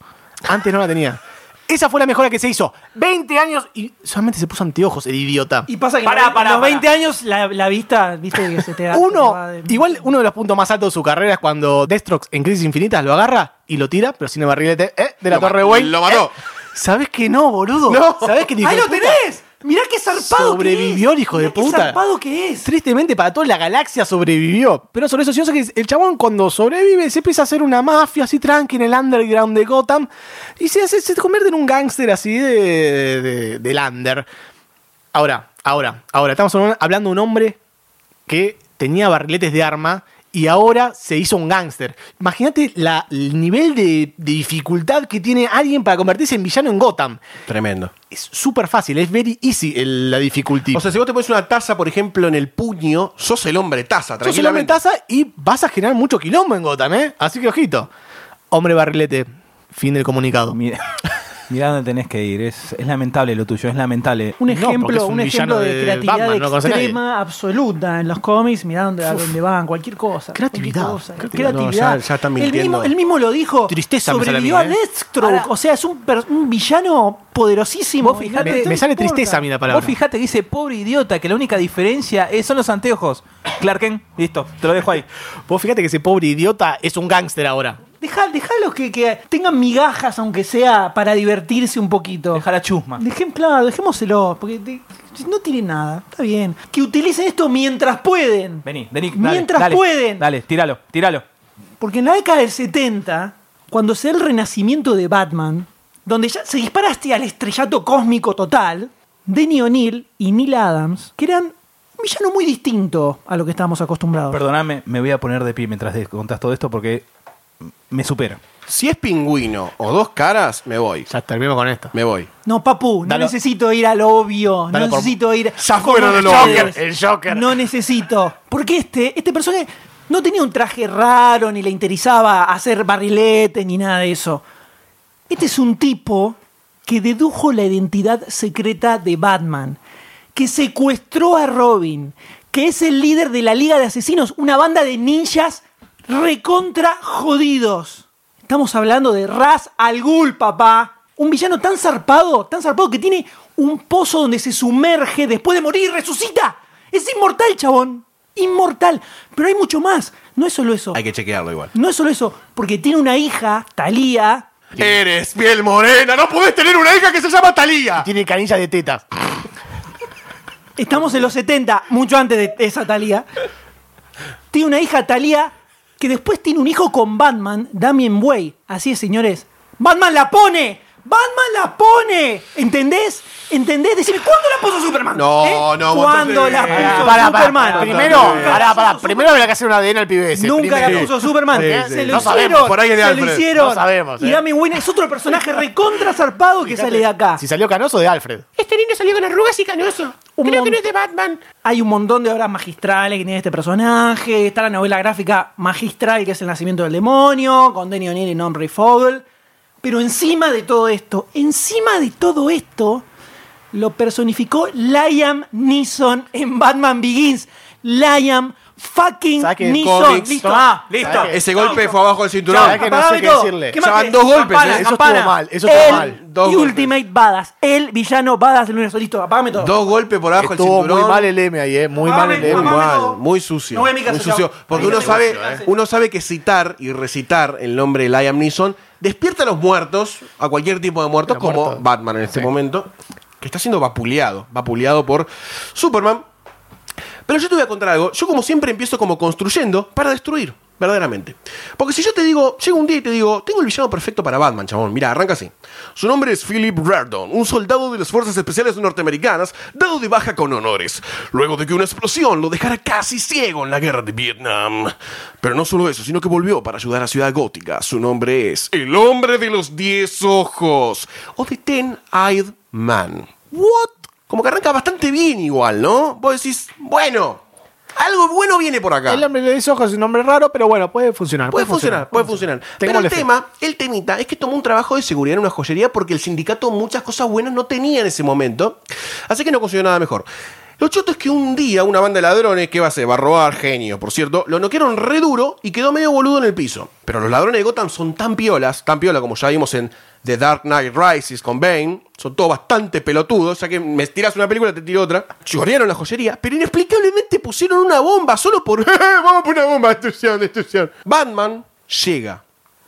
Antes no la tenía. Esa fue la mejora que se hizo. 20 años y solamente se puso anteojos, el idiota.
y pasa que
Pará,
a los
pará,
20 años la, la vista, viste, que se te da. se te
Uno,
va de-
igual uno de los puntos más altos de su carrera es cuando Deathstroke en Crisis Infinitas lo agarra y lo tira, pero sin el barrilete eh, de la
Lo
torre
ma-
Wayne.
lo mató.
eh. ¿Sabés que no, boludo?
No.
¿Sabés que dijo,
¡Ahí lo
puta,
tenés! ¡Mirá qué zarpado
Sobrevivió el
que es!
hijo de
Mirá qué
puta.
zarpado que es!
Tristemente para toda la galaxia sobrevivió. Pero sobre eso, yo sé que el chabón cuando sobrevive se empieza a hacer una mafia así tranqui en el underground de Gotham y se, hace- se convierte en un gángster así de, de- del under. Ahora, ahora, ahora, estamos hablando de un hombre que tenía barriletes de arma y ahora se hizo un gángster. Imagínate la- el nivel de, de dificultad que tiene alguien para convertirse en villano en Gotham.
Tremendo.
Es súper fácil, es very easy el- la dificultad.
O sea, si vos te pones una taza, por ejemplo, en el puño, sos el hombre taza,
Sos el hombre
tranquilamente.
taza y vas a generar mucho quilombo en Gotham, ¿eh? Así que ojito. Hombre barrilete, fin del comunicado.
Mira, mira dónde tenés que ir, es, es lamentable lo tuyo, es lamentable.
Un
No,
ejemplo,
porque es un
un ejemplo
villano
de,
de
creatividad
Batman, no conoce a nadie.
extrema, absoluta en los cómics. Mirá dónde, a dónde van, cualquier cosa.
Creatividad,
cualquier cosa.
creatividad.
Creatividad.
No, ya- ya están
él,
mintiendo.
mismo, él mismo lo dijo.
Tristeza me sale a mí,
Sobrevivió a,
¿eh?
Deathstroke.
Ahora-
o sea, es un, per- un villano poderosísimo.
Vos fijate-
No te
Me sale
importa.
tristeza a mí la palabra.
Vos fijate que dice pobre idiota, que la única diferencia es- son los anteojos. Clark Kent, listo, te lo dejo ahí.
Vos fíjate que ese pobre idiota es un gángster ahora.
Dejá, dejalos que, que tengan migajas, aunque sea para divertirse un poquito.
Deja la chusma.
Dejem, claro, dejémoselo, porque de- no tiene nada, está bien. Que utilicen esto mientras pueden.
Vení, vení. dale,
Mientras
dale,
pueden.
Dale, tíralo, tíralo.
Porque en la década del 70, cuando se da el renacimiento de Batman, donde ya se dispara hasta al estrellato cósmico total, Denny O'Neill y Neil Adams, que eran un villano muy distinto a lo que estábamos acostumbrados.
Perdóname, me voy a poner de pie mientras des- contás todo esto porque me supera.
Si es pingüino o dos caras, me voy.
Ya terminemos con esto.
Me voy.
No, papu, no
Dalo-
necesito ir al obvio. No
Dalo por-
necesito ir.
Ya fueron
como
el
ustedes.
Joker, el Joker.
No necesito. Porque este, este personaje no tenía un traje raro, ni le interesaba hacer barrilete, ni nada de eso. Este es un tipo que dedujo la identidad secreta de Batman, que secuestró a Robin, que es el líder de la Liga de Asesinos, una banda de ninjas recontra jodidos. Estamos hablando de Raz Al Ghul, papá. Un villano tan zarpado, tan zarpado que tiene un pozo donde se sumerge después de morir y resucita. Es inmortal, chabón. inmortal. Pero hay mucho más. No es solo eso.
Hay que chequearlo igual.
No es solo eso. Porque tiene una hija, Talía.
Eres piel morena, no podés tener una hija que se llama Talía.
Tiene canillas de tetas.
Estamos en los 70, mucho antes de esa Talía. Tiene una hija, Talía, que después tiene un hijo con Batman, Damien Way. Así es, señores. ¡Batman la pone! ¡Batman la pone! ¿Entendés? ¿Entendés? Decime, ¿cuándo la puso Superman?
No,
¿Eh?
no, vos
¿Cuándo
estás-
la
Eh,
puso
Pará, pará,
Superman?
pará, Primero,
Nunca la
pará,
puso
pará.
Superman.
Primero habrá que hacer un ADN al pibe ese.
Nunca
primero.
la puso Superman.
Sí, sí.
Se lo
No
hicieron.
sabemos,
por ahí es
se
de
lo
Alfred.
hicieron.
No sabemos,
Y
eh.
Damien Wayne es otro personaje recontra zarpado que sale de acá.
Si salió canoso de Alfred.
Este niño salió con arrugas y canoso.
Un
Creo
mon-
que no es de Batman.
Hay un montón de obras magistrales que tiene este personaje. Está la novela gráfica magistral que es El Nacimiento del Demonio, con Denny O'Neill y Nombre Fogel. Pero encima de todo esto, encima de todo esto, lo personificó Liam Neeson en Batman Begins. Liam fucking
Saque el
Neeson.
cómics.
Listo.
Tomá,
Listo.
¿Sabés Ah, qué?
Ese golpe fue abajo del cinturón.
¿Sabés qué? no
Pará,
sé qué
Beto.
decirle.
¿Qué
Ya
más
van
querés?
dos golpes.
Campana,
¿eh?
Eso
campana.
estuvo mal, eso
el
estuvo mal.
Dos golpes.
Ultimate Badass, el villano Badass del universo. Listo, apágame todo.
Dos golpes por abajo del
Estuvo
cinturón.
muy mal el M ahí, eh. Muy mal el
Muy
Muy
M.
Mamá, no.
mal, muy sucio.
No voy a mi casa,
muy sucio.
chao.
Porque
Ahí
uno
no
sabe,
tengo mucho, ¿eh?
uno sabe que citar y recitar el nombre de Liam Neeson despierta a los muertos, a cualquier tipo de muertos,
Los
como
muertos.
Batman en este momento, que está siendo vapuleado, vapuleado por Superman. Pero yo te voy a contar algo. Yo, como siempre, empiezo como construyendo para destruir, verdaderamente. Porque si yo te digo, llega un día y te digo, tengo el villano perfecto para Batman, chabón. Mira, arranca así. Su nombre es Philip Rardon, un soldado de las fuerzas especiales norteamericanas, dado de baja con honores, luego de que una explosión lo dejara casi ciego en la guerra de Vietnam. Pero no solo eso, sino que volvió para ayudar a Ciudad Gótica. Su nombre es El Hombre de los Diez Ojos, o The Ten-Eyed Man. ¿What? Como que arranca bastante bien igual, ¿no? Vos decís, bueno, algo bueno viene por acá.
El hombre de los ojos es un nombre raro, pero bueno, puede funcionar.
Puede funcionar, puede funcionar. Pero
Tengo
el
fe.
tema, el temita, es que tomó un trabajo de seguridad en una joyería porque el sindicato muchas cosas buenas no tenía en ese momento. Así que no consiguió nada mejor. Lo choto es que un día una banda de ladrones, que va a hacer? Va a robar, genio, por cierto, lo noquearon re duro y quedó medio boludo en el piso. Pero los ladrones de Gotham son tan piolas, tan piola como ya vimos en The Dark Knight Rises con Bane, son todos bastante pelotudos, ya que me tiras una película, te tiro otra. Chorearon la joyería, pero inexplicablemente pusieron una bomba solo por... "Eh, Vamos por una bomba, destrucción, destrucción. Batman llega.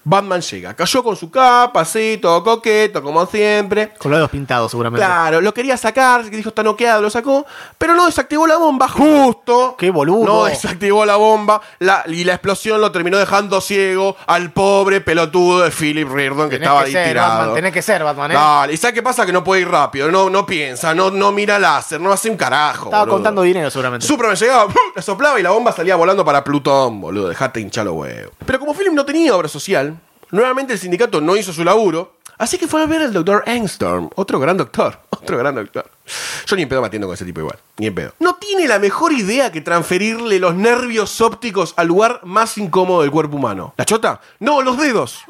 Batman llega. Cayó con su capa, así, todo coqueto, como siempre.
Con los dedos pintados, seguramente.
Claro, lo quería sacar, que dijo está noqueado, lo sacó, pero no desactivó la bomba justo.
¡Qué boludo!
No desactivó la bomba la- y la explosión lo terminó dejando ciego al pobre pelotudo de Philip Reardon que
Tenés
estaba
que
ahí
ser,
tirado.
Batman, tenés que ser, Batman, ¿eh?
Dale, ¿y sabes qué pasa? Que no puede ir rápido, no, no piensa, no, no mira láser, no hace un carajo.
Estaba
boludo.
contando dinero, seguramente.
Superman llegaba, la soplaba y la bomba salía volando para Plutón, boludo. Dejate hinchar los huevos. Pero como Philip no tenía obra social, nuevamente el sindicato no hizo su laburo, así que fue a ver al doctor Engstorm, otro gran doctor, otro gran doctor. Yo ni en pedo me atiendo con ese tipo igual, ni en pedo. No tiene la mejor idea que transferirle los nervios ópticos al lugar más incómodo del cuerpo humano. ¿La chota? No, los dedos.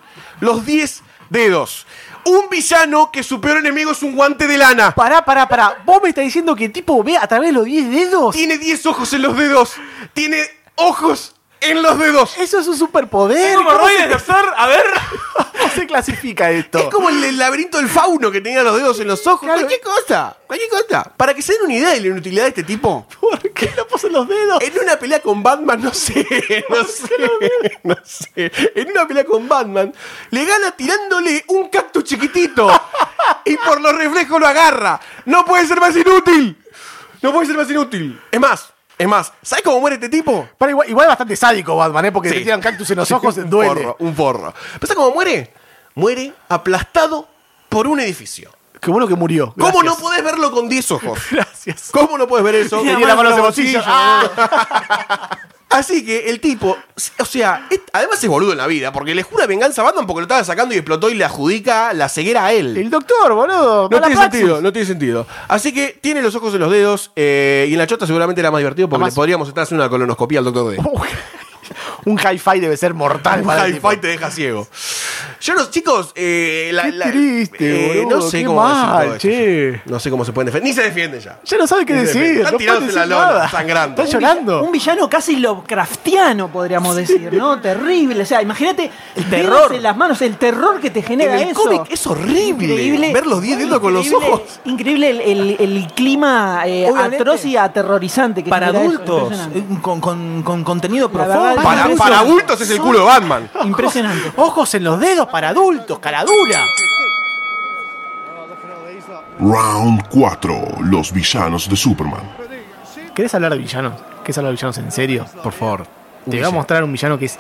Los 10 dedos. Un villano que su peor enemigo es un guante de lana.
Pará, pará, pará. ¿Vos me estás diciendo que el tipo ve a través de los 10 dedos?
Tiene 10 ojos en los dedos. Tiene ojos en los dedos.
Eso es un superpoder.
¿Cómo
¿Cómo,
Roy de doctor? A ver.
cómo se clasifica esto?
Es como el, el laberinto del fauno que tenía los dedos en los ojos.
Claro.
Cualquier cosa. Cualquier cosa. Para que se den una idea de la inutilidad de este tipo.
¿Por qué lo puso en los dedos?
En una pelea con Batman, no sé, no sé, no sé. En una pelea con Batman, le gana tirándole un cactus chiquitito. Y por los reflejos lo agarra. No puede ser más inútil. No puede ser más inútil. Es más, es más. ¿Sabes cómo muere este tipo?
Pará, igual, igual es bastante sádico Batman, ¿eh? Porque
Sí.
te tiran cactus en los ojos,
un
duele.
Forro, un forro. ¿Pensás cómo muere? Muere aplastado por un edificio.
Qué bueno que murió.
¿Cómo no
Gracias.
podés verlo con 10 ojos?
Gracias.
¿Cómo no podés ver eso?
Tenía la mano en el bolsillo. Ah.
Así que el tipo, o sea, es- además es boludo en la vida, porque le jura venganza a Batman porque lo estaba sacando y explotó y le adjudica la ceguera a él.
El doctor, boludo.
No
mala
tiene
praxis.
sentido, no tiene sentido. Así que tiene los ojos en los dedos eh, y en la chota seguramente era más divertido porque
Además-
le podríamos estar haciendo una colonoscopía al doctor D.
un hi-fi debe ser mortal.
Un
para el
hi-fi
tipo.
te deja ciego. Yo no, chicos, eh, la,
Qué
la-
triste,
eh,
boludo,
no sé
qué
cómo decir todo
mal,
esto,
che.
yo. No sé cómo se pueden defender. Ni se defienden ya.
Ya no sabe qué
Ni se defienden.
decir.
Están
no
tirados
puede
en la
decir
lona,
nada.
sangrando.
Está llorando.
Un villano casi Lovecraftiano, podríamos decir, ¿no? Terrible. O sea, imagínate el
terror.
en las manos, el terror que te genera
En el
eso.
cómic es horrible ver los 10 dedos con los
increíble-
ojos.
Increíble el, el- el clima eh,
Obviamente.
atroz y aterrorizante que
Para
genera eso.
adultos,
Impresionante.
eh, con, con- con contenido profundo.
verdad,
Para,
Impresionante.
para adultos es el culo de Batman.
Impresionante.
Ojos en los dedos para adultos, caradura.
Round 4. Los villanos de Superman.
¿Querés hablar de villanos? ¿Querés hablar de villanos en serio?
Por favor.
Te voy a mostrar un villano que es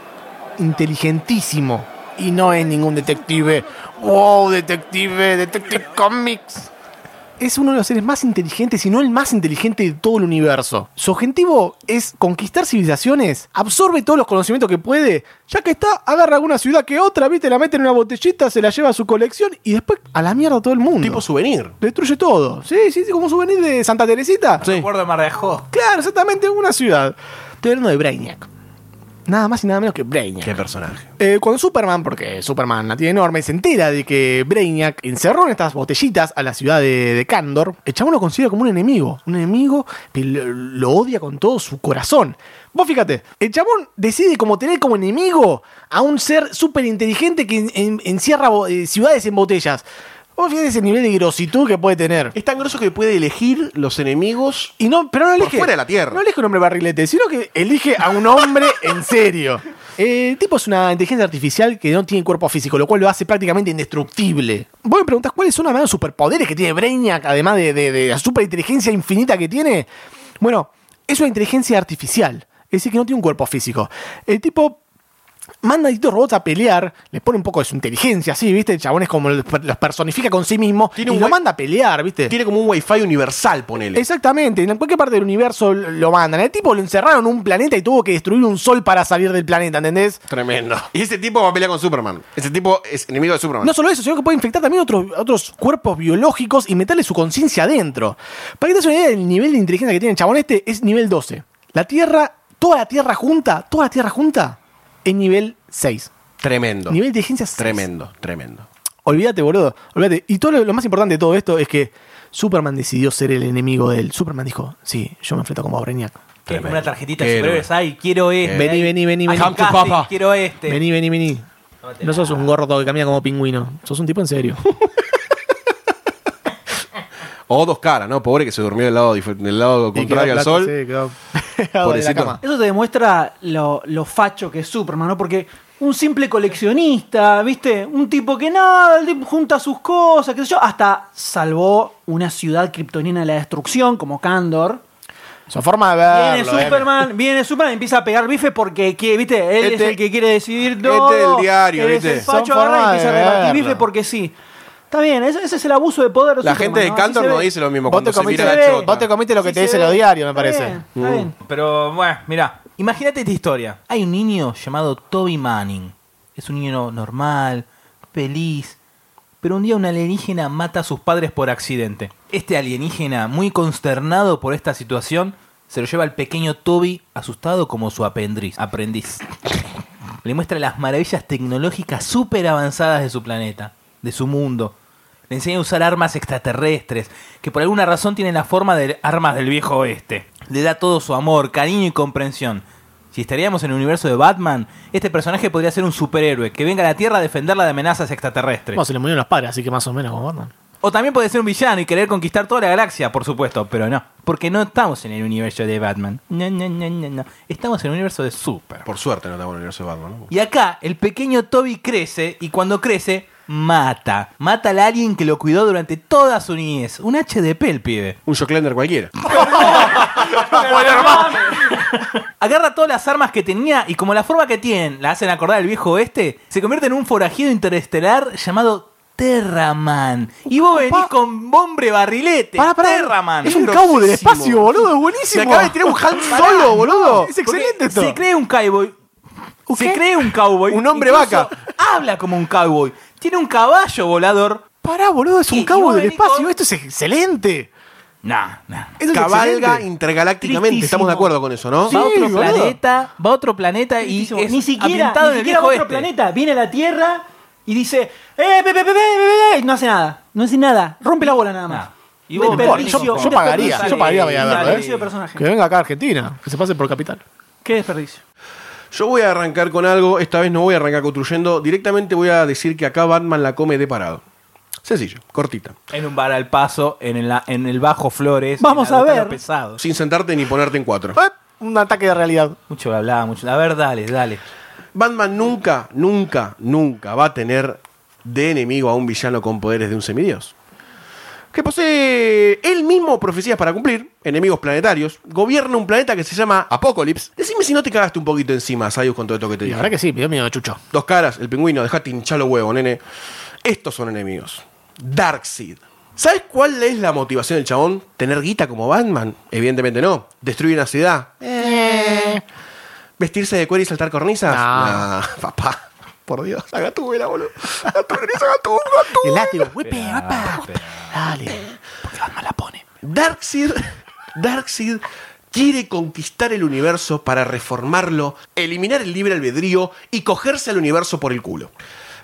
inteligentísimo y no es ningún detective. ¡Wow, detective! ¡Detective Comics! Es uno de los seres más inteligentes, y no el más inteligente de todo el universo. Su objetivo es conquistar civilizaciones, absorbe todos los conocimientos que puede, ya que está, agarra alguna ciudad que otra, viste, la mete en una botellita, se la lleva a su colección y después a la mierda todo el mundo.
Tipo souvenir.
Destruye todo. Sí, sí, sí, como souvenir de Santa Teresita.
Me acuerdo de Marrejó.
Claro, exactamente, una ciudad. Estoy hablando de Brainiac. Nada más y nada menos que Brainiac.
Qué personaje.
Eh, cuando Superman, porque Superman la tiene enorme, se entera de que Brainiac encerró en estas botellitas a la ciudad de, de Kandor, el chabón lo considera como un enemigo. Un enemigo que lo, lo odia con todo su corazón. Vos fíjate, el chabón decide como tener como enemigo a un ser súper inteligente que en- en- encierra bo- eh, ciudades en botellas. Vos fíjate ese nivel de grositud que puede tener.
Es tan grosso que puede elegir los enemigos.
Y no, pero no
Por
elige.
fuera de la Tierra.
No elige un hombre barrilete, sino que elige a un hombre en serio. Eh, El tipo es una inteligencia artificial que no tiene cuerpo físico, lo cual lo hace prácticamente indestructible. Vos me preguntás cuáles son además los superpoderes que tiene Brainiac, además de, de- de la superinteligencia infinita que tiene. Bueno, es una inteligencia artificial. Es decir, que no tiene un cuerpo físico. El tipo manda a estos robots a pelear, le pone un poco de su inteligencia, así, ¿viste? El chabón es como los los personifica con sí mismo
Tiene
y
un
lo
buen-
manda a pelear, ¿viste?
Tiene como un wifi universal, ponele.
Exactamente, en cualquier parte del universo lo lo mandan. El tipo lo encerraron en un planeta y tuvo que destruir un sol para salir del planeta, ¿entendés?
Tremendo. Y ese tipo va a pelear con Superman. Ese tipo es enemigo de Superman.
No solo eso, sino que puede infectar también otros, otros cuerpos biológicos y meterle su conciencia adentro. Para que te hagas una idea del nivel de inteligencia que tiene el chabón este, es nivel 12. La Tierra, toda la Tierra junta, toda la Tierra junta, es nivel 6.
Tremendo.
Nivel de inteligencia 6.
Tremendo, tremendo.
Olvídate, boludo. Olvídate. Y todo lo, lo más importante de todo esto es que Superman decidió ser el enemigo de él. Superman dijo, sí, yo me enfrento como Brainiac.
Que
Tremendo.
Una tarjetita
Qué
de superhéroes. Ay, quiero este.
Vení, vení, vení,
Ay,
vení.
un casting, Quiero este.
Vení, vení, vení. No sos un gordo que camina como pingüino. Sos un tipo en serio.
O dos caras, ¿no? Pobre que se durmió del lado, difer- del lado contrario al sol. Pobrecito.
Eso te demuestra lo, lo facho que es Superman, ¿no? Porque un simple coleccionista, ¿viste? Un tipo que nada, el tipo junta sus cosas, qué sé yo, hasta salvó una ciudad kriptoniana de la destrucción, como Kandor.
Su forma de verlo.
Viene
eh.
Superman, viene Superman y empieza a pegar bife porque, quiere, ¿viste? Él
Este-
es el que quiere decidir
este
todo.
del diario,
él es
¿viste?
el facho,
Son
agarra y
formas
empieza a
de
repartir
verlo.
bife porque sí. Está bien, ese, ese es el abuso de poder.
La gente de Cantor no dice lo mismo
Vos
cuando
te
se
comiste
mira la
la-
chota.
vos te comiste lo que te dice los diarios, me parece.
está bien.
Pero bueno, mira, imagínate esta historia. Hay un niño llamado Toby Manning. Es un niño normal, feliz. Pero un día un alienígena mata a sus padres por accidente. Este alienígena, muy consternado por esta situación, se lo lleva al pequeño Toby asustado como su aprendiz. aprendiz. Le muestra las maravillas tecnológicas súper avanzadas de su planeta, de su mundo. Le enseña a usar armas extraterrestres, que por alguna razón tienen la forma de armas del viejo oeste. Le da todo su amor, cariño y comprensión. Si estaríamos en el universo de Batman, este personaje podría ser un superhéroe que venga a la Tierra a defenderla de amenazas extraterrestres.
Bueno, se le murieron los padres, así que más o menos como Batman.
O también puede ser un villano y querer conquistar toda la galaxia, por supuesto, pero no. Porque no estamos en el universo de Batman. No, no, no, no, no. Estamos en el universo de Super.
Por suerte no estamos en el universo de Batman, ¿no?
Y acá el pequeño Toby crece y cuando crece mata. Mata al alien que lo cuidó durante toda su niñez. Un HDP el pibe.
Un Joclander cualquiera.
Agarra todas las armas que tenía y como la forma que tienen la hacen acordar al viejo oeste, se convierte en un forajido interestelar llamado Terraman. Y vos venís con bombre barrilete.
Pará, pará.
Terraman.
Es un cowboy del espacio, boludo. Es buenísimo.
Se acaba de tirar un Han Solo, boludo.
Es excelente esto.
Se cree un cowboy. Se
qué?
cree un cowboy.
Un hombre
Incluso
vaca.
Habla como un cowboy. Tiene un caballo volador.
Pará, boludo, es
Y-
un
y vos
cowboy del
venís
espacio.
con-
Esto es excelente.
Nah, nah.
Esto es
Cabalga
excelente.
intergalácticamente. Estamos de acuerdo con eso, ¿no?
Sí,
va a otro
boludo.
planeta, va a otro planeta y
Buenísimo.
es
ni siquiera,
ambientado
ni
en el
siquiera
viejo
otro
oeste.
planeta. Viene a la Tierra y dice, ¡eh, pe, pe, pe, pe, pe, pe", y no hace nada. No hace nada. Rompe la bola nada más.
Nada. Y vos,
Desperdicio,
yo- yo
desperdicio
pagaría,
de-
yo pagaría para ir a verlo,
desperdicio
¿eh?
de personaje.
Que venga acá a Argentina, que se pase por capital.
Qué desperdicio.
Yo voy a arrancar con algo, esta vez no voy a arrancar construyendo, directamente voy a decir que acá Batman la come de parado. Sencillo, cortita.
En un bar al paso, en, la- en el bajo Flores.
Vamos
en la
a
ruta
ver.
Lo Pesado.
Sin sentarte ni ponerte en cuatro.
Eh, Un ataque de realidad.
Mucho hablaba, mucho. A ver, dale, dale.
Batman nunca, nunca, nunca va a tener de enemigo a un villano con poderes de un semidios. Que posee él mismo profecías para cumplir, enemigos planetarios, gobierna un planeta que se llama Apocalypse. Decime si no te cagaste un poquito encima, Sayus, con todo esto que te
Y la
dije.
verdad que sí, me dio miedo, Chucho.
Dos caras, el pingüino, dejate hinchar los huevos, nene. Estos son enemigos. Darkseid. ¿Sabes cuál es la motivación del chabón? ¿Tener guita como Batman? Evidentemente no. ¿Destruir una ciudad? ¿Vestirse de cuero y saltar cornisas?
No.
Nah, papá. Por Dios, agatúbela, boludo. Agatúbela, agatúbela,
El
agatúbela.
látigo. Whippy,
Ah, pero-
dale.
Darkseid, Darkseid quiere conquistar el universo para reformarlo, eliminar el libre albedrío y cogerse al universo por el culo.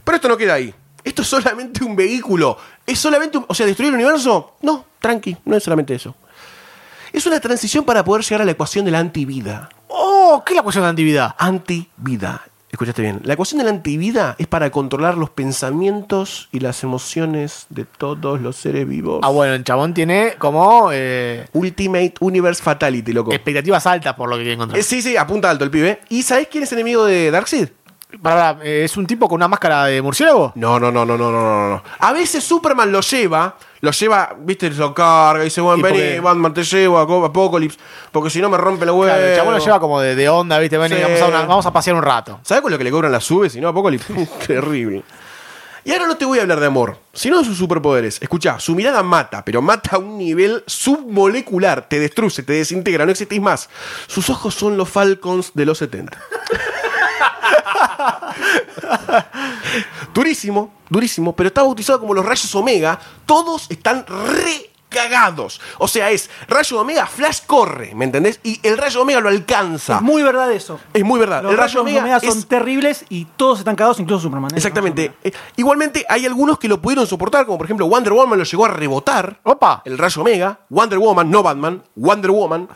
Pero esto no queda ahí. Esto es solamente un vehículo. Es solamente un- O sea, destruir el universo. No, tranqui, no es solamente eso. Es una transición para poder llegar a la ecuación de la antivida.
Oh, ¿qué es la cuestión de antividad?
Antivida. Escuchaste bien. La ecuación de la antivida es para controlar los pensamientos y las emociones de todos los seres vivos.
Ah, bueno, el chabón tiene como eh,
Ultimate Universe Fatality, loco.
expectativas altas por lo que quiere encontrar.
Eh, sí, sí, apunta alto el pibe. ¿Y sabés quién es enemigo de Darkseid?
Pará, pará, eh, ¿Es un tipo con una máscara de murciélago?
No, no, no, no, no, no, no, no. A veces Superman lo lleva, lo lleva, viste, lo carga y dice, bueno,
¿Y por qué?
vení, Batman te llevo a Co- Apocalypse, porque si no me rompe la hueá.
Claro, el chabón lo lleva como de, de onda, ¿viste? Ven,
Sí.
vamos, a una- vamos a pasear un rato.
¿Sabés con lo que le cobran las subes si no Apocalypse? Terrible. Y ahora no te voy a hablar de amor, sino de sus superpoderes. Escuchá, su mirada mata, pero mata a un nivel submolecular. Te destruye, te desintegra, no existís más. Sus ojos son los Falcons de los 70. durísimo, durísimo, pero está bautizado como los rayos Omega. Todos están re cagados. O sea, es rayo Omega, Flash corre, ¿me entendés? Y el rayo Omega lo alcanza.
Es muy verdad eso.
Es muy verdad.
Los
El
rayos
rayo
Omega,
Omega
son
es-
terribles y todos están cagados, incluso Superman. ¿eh?
Exactamente. Eh, igualmente, hay algunos que lo pudieron soportar, como por ejemplo Wonder Woman lo llegó a
Oh,
rebotar.
Opa.
El rayo Omega. Wonder Woman, no Batman. Wonder Woman.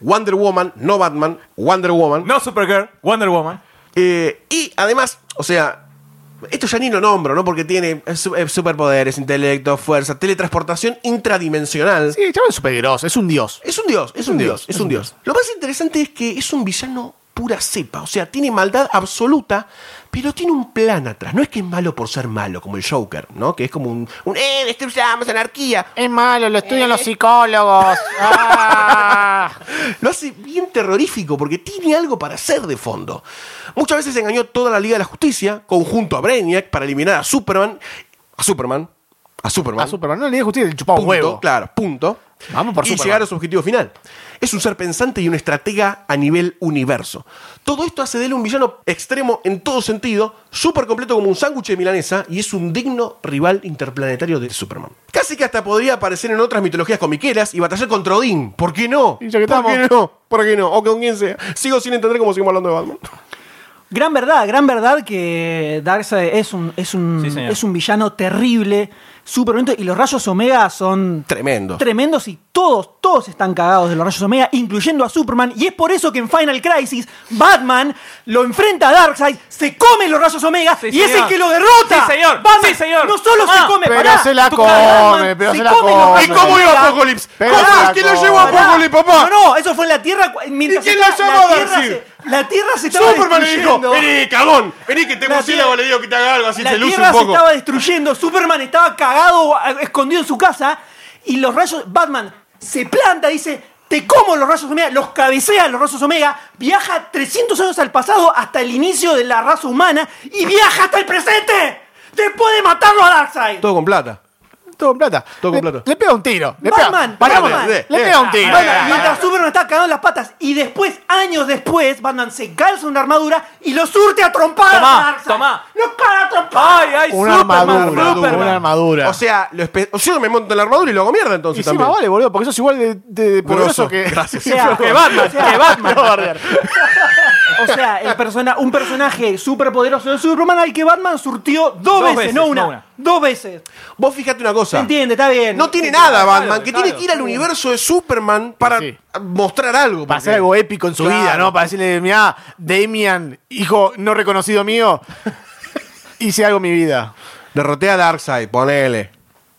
Wonder Woman, no Batman. Wonder Woman.
No Supergirl, Wonder Woman.
Eh, y además, o sea, esto ya ni lo nombro, ¿no? Porque tiene eh, su- eh, superpoderes, intelecto, fuerza, teletransportación intradimensional.
Sí, el chabón es súper grosso, es un dios.
Es un dios, es, un, dios, es un dios. Lo más interesante es que es un villano pura cepa, o sea, tiene maldad absoluta, pero tiene un plan atrás. No es que es malo por ser malo, como el Joker, ¿no? Que es como un, un eh, destruyamos anarquía.
Es malo, lo estudian los psicólogos. Ah.
Lo hace bien terrorífico porque tiene algo para hacer de fondo. Muchas veces engañó toda la Liga de la Justicia, conjunto a Brainiac, para eliminar a Superman, a Superman, a Superman.
A Superman no le dio justicia, le
Oh,
chupaba un
punto,
huevo.
Claro, punto.
Vamos por
y
Superman.
llegar a su objetivo final. Es un ser pensante y un estratega a nivel universo. Todo esto hace de él un villano extremo en todo sentido, súper completo como un sándwich de milanesa y es un digno rival interplanetario de Superman. Casi que hasta podría aparecer en otras mitologías comiqueras y batallar contra Odín. ¿Por qué no?
Y ya que
¿Por
estamos.
qué no? ¿Por qué no? O con quien sea. Sigo sin entender cómo seguimos hablando de Batman.
Gran verdad, gran verdad que Darkseid es un, es un,
Sí, señor.
es un villano terrible, súper violento, y los rayos Omega son
Tremendo.
tremendos y todos, todos están cagados de los rayos Omega, incluyendo a Superman, y es por eso que en Final Crisis Batman lo enfrenta a Darkseid, se come los rayos Omega
Sí,
y es
señor.
el que lo derrota.
Sí, señor.
Batman
Sí, señor.
no solo se
Ah,
come,
pero
pará,
se la
tu cara,
come,
Batman,
pero
se
se la
come los
come.
rayos
¿Y cómo
Omega.
iba Apocalypse?
Pero
¿Cómo?
la
¿Quién lo
come.
llevó a
Pará.
Apocalypse, papá?
No, no, eso fue en la Tierra. cu- mientras
¿Y quién
estaba-
lo llamó
la Tierra
Darkseid?
se- La Tierra se estaba
Superman le dijo,
destruyendo.
vení, cagón, vení que te
La
murciélago
tierra-
le digo que te haga algo, así
la
se luce
Tierra
un
se
poco.
estaba destruyendo, Superman estaba cagado, a- escondido en su casa, y los rayos, Batman se planta, dice, te como los rayos Omega, los cabecea los rayos Omega, viaja 300 años al pasado hasta el inicio de la raza humana y viaja hasta el presente. Después de matarlo a Darkseid.
Todo con plata.
Todo con plata.
Todo con
Le-
plata.
Le pega un tiro. Le pega,
Batman,
pará,
Batman.
pará, le pega un tiro.
Batman, mientras Superman está cagado en las patas y después, años después, Batman se calza una armadura y lo surte a trompadas
Tomá,
a Darkseid.
tomá.
¡Lo caga a trompadas!
¡Ay, ay,
Una
Superman!
armadura,
Superman.
una armadura.
O sea, lo espe- o sea, yo me monto en la armadura y lo hago mierda
Y
entonces
encima
también.
vale, boludo, porque sos igual de, de poderoso que.
Gracias.
O sea,
que Batman, que Batman.
O sea, el persona, un personaje superpoderoso de Superman al que Batman surtió dos, veces,
veces,
no una,
no una.
Dos veces.
Vos fíjate una
¿Se
cosa.
entiende? Está bien.
No tiene nada Batman, que
claro,
tiene que ir al universo de Superman para
Sí.
mostrar algo.
Para hacer
porque-
algo épico en su
Claro.
vida, ¿no? Para decirle, mira, Damian, hijo no reconocido mío, hice algo en mi vida.
Derroté a Darkseid, ponele.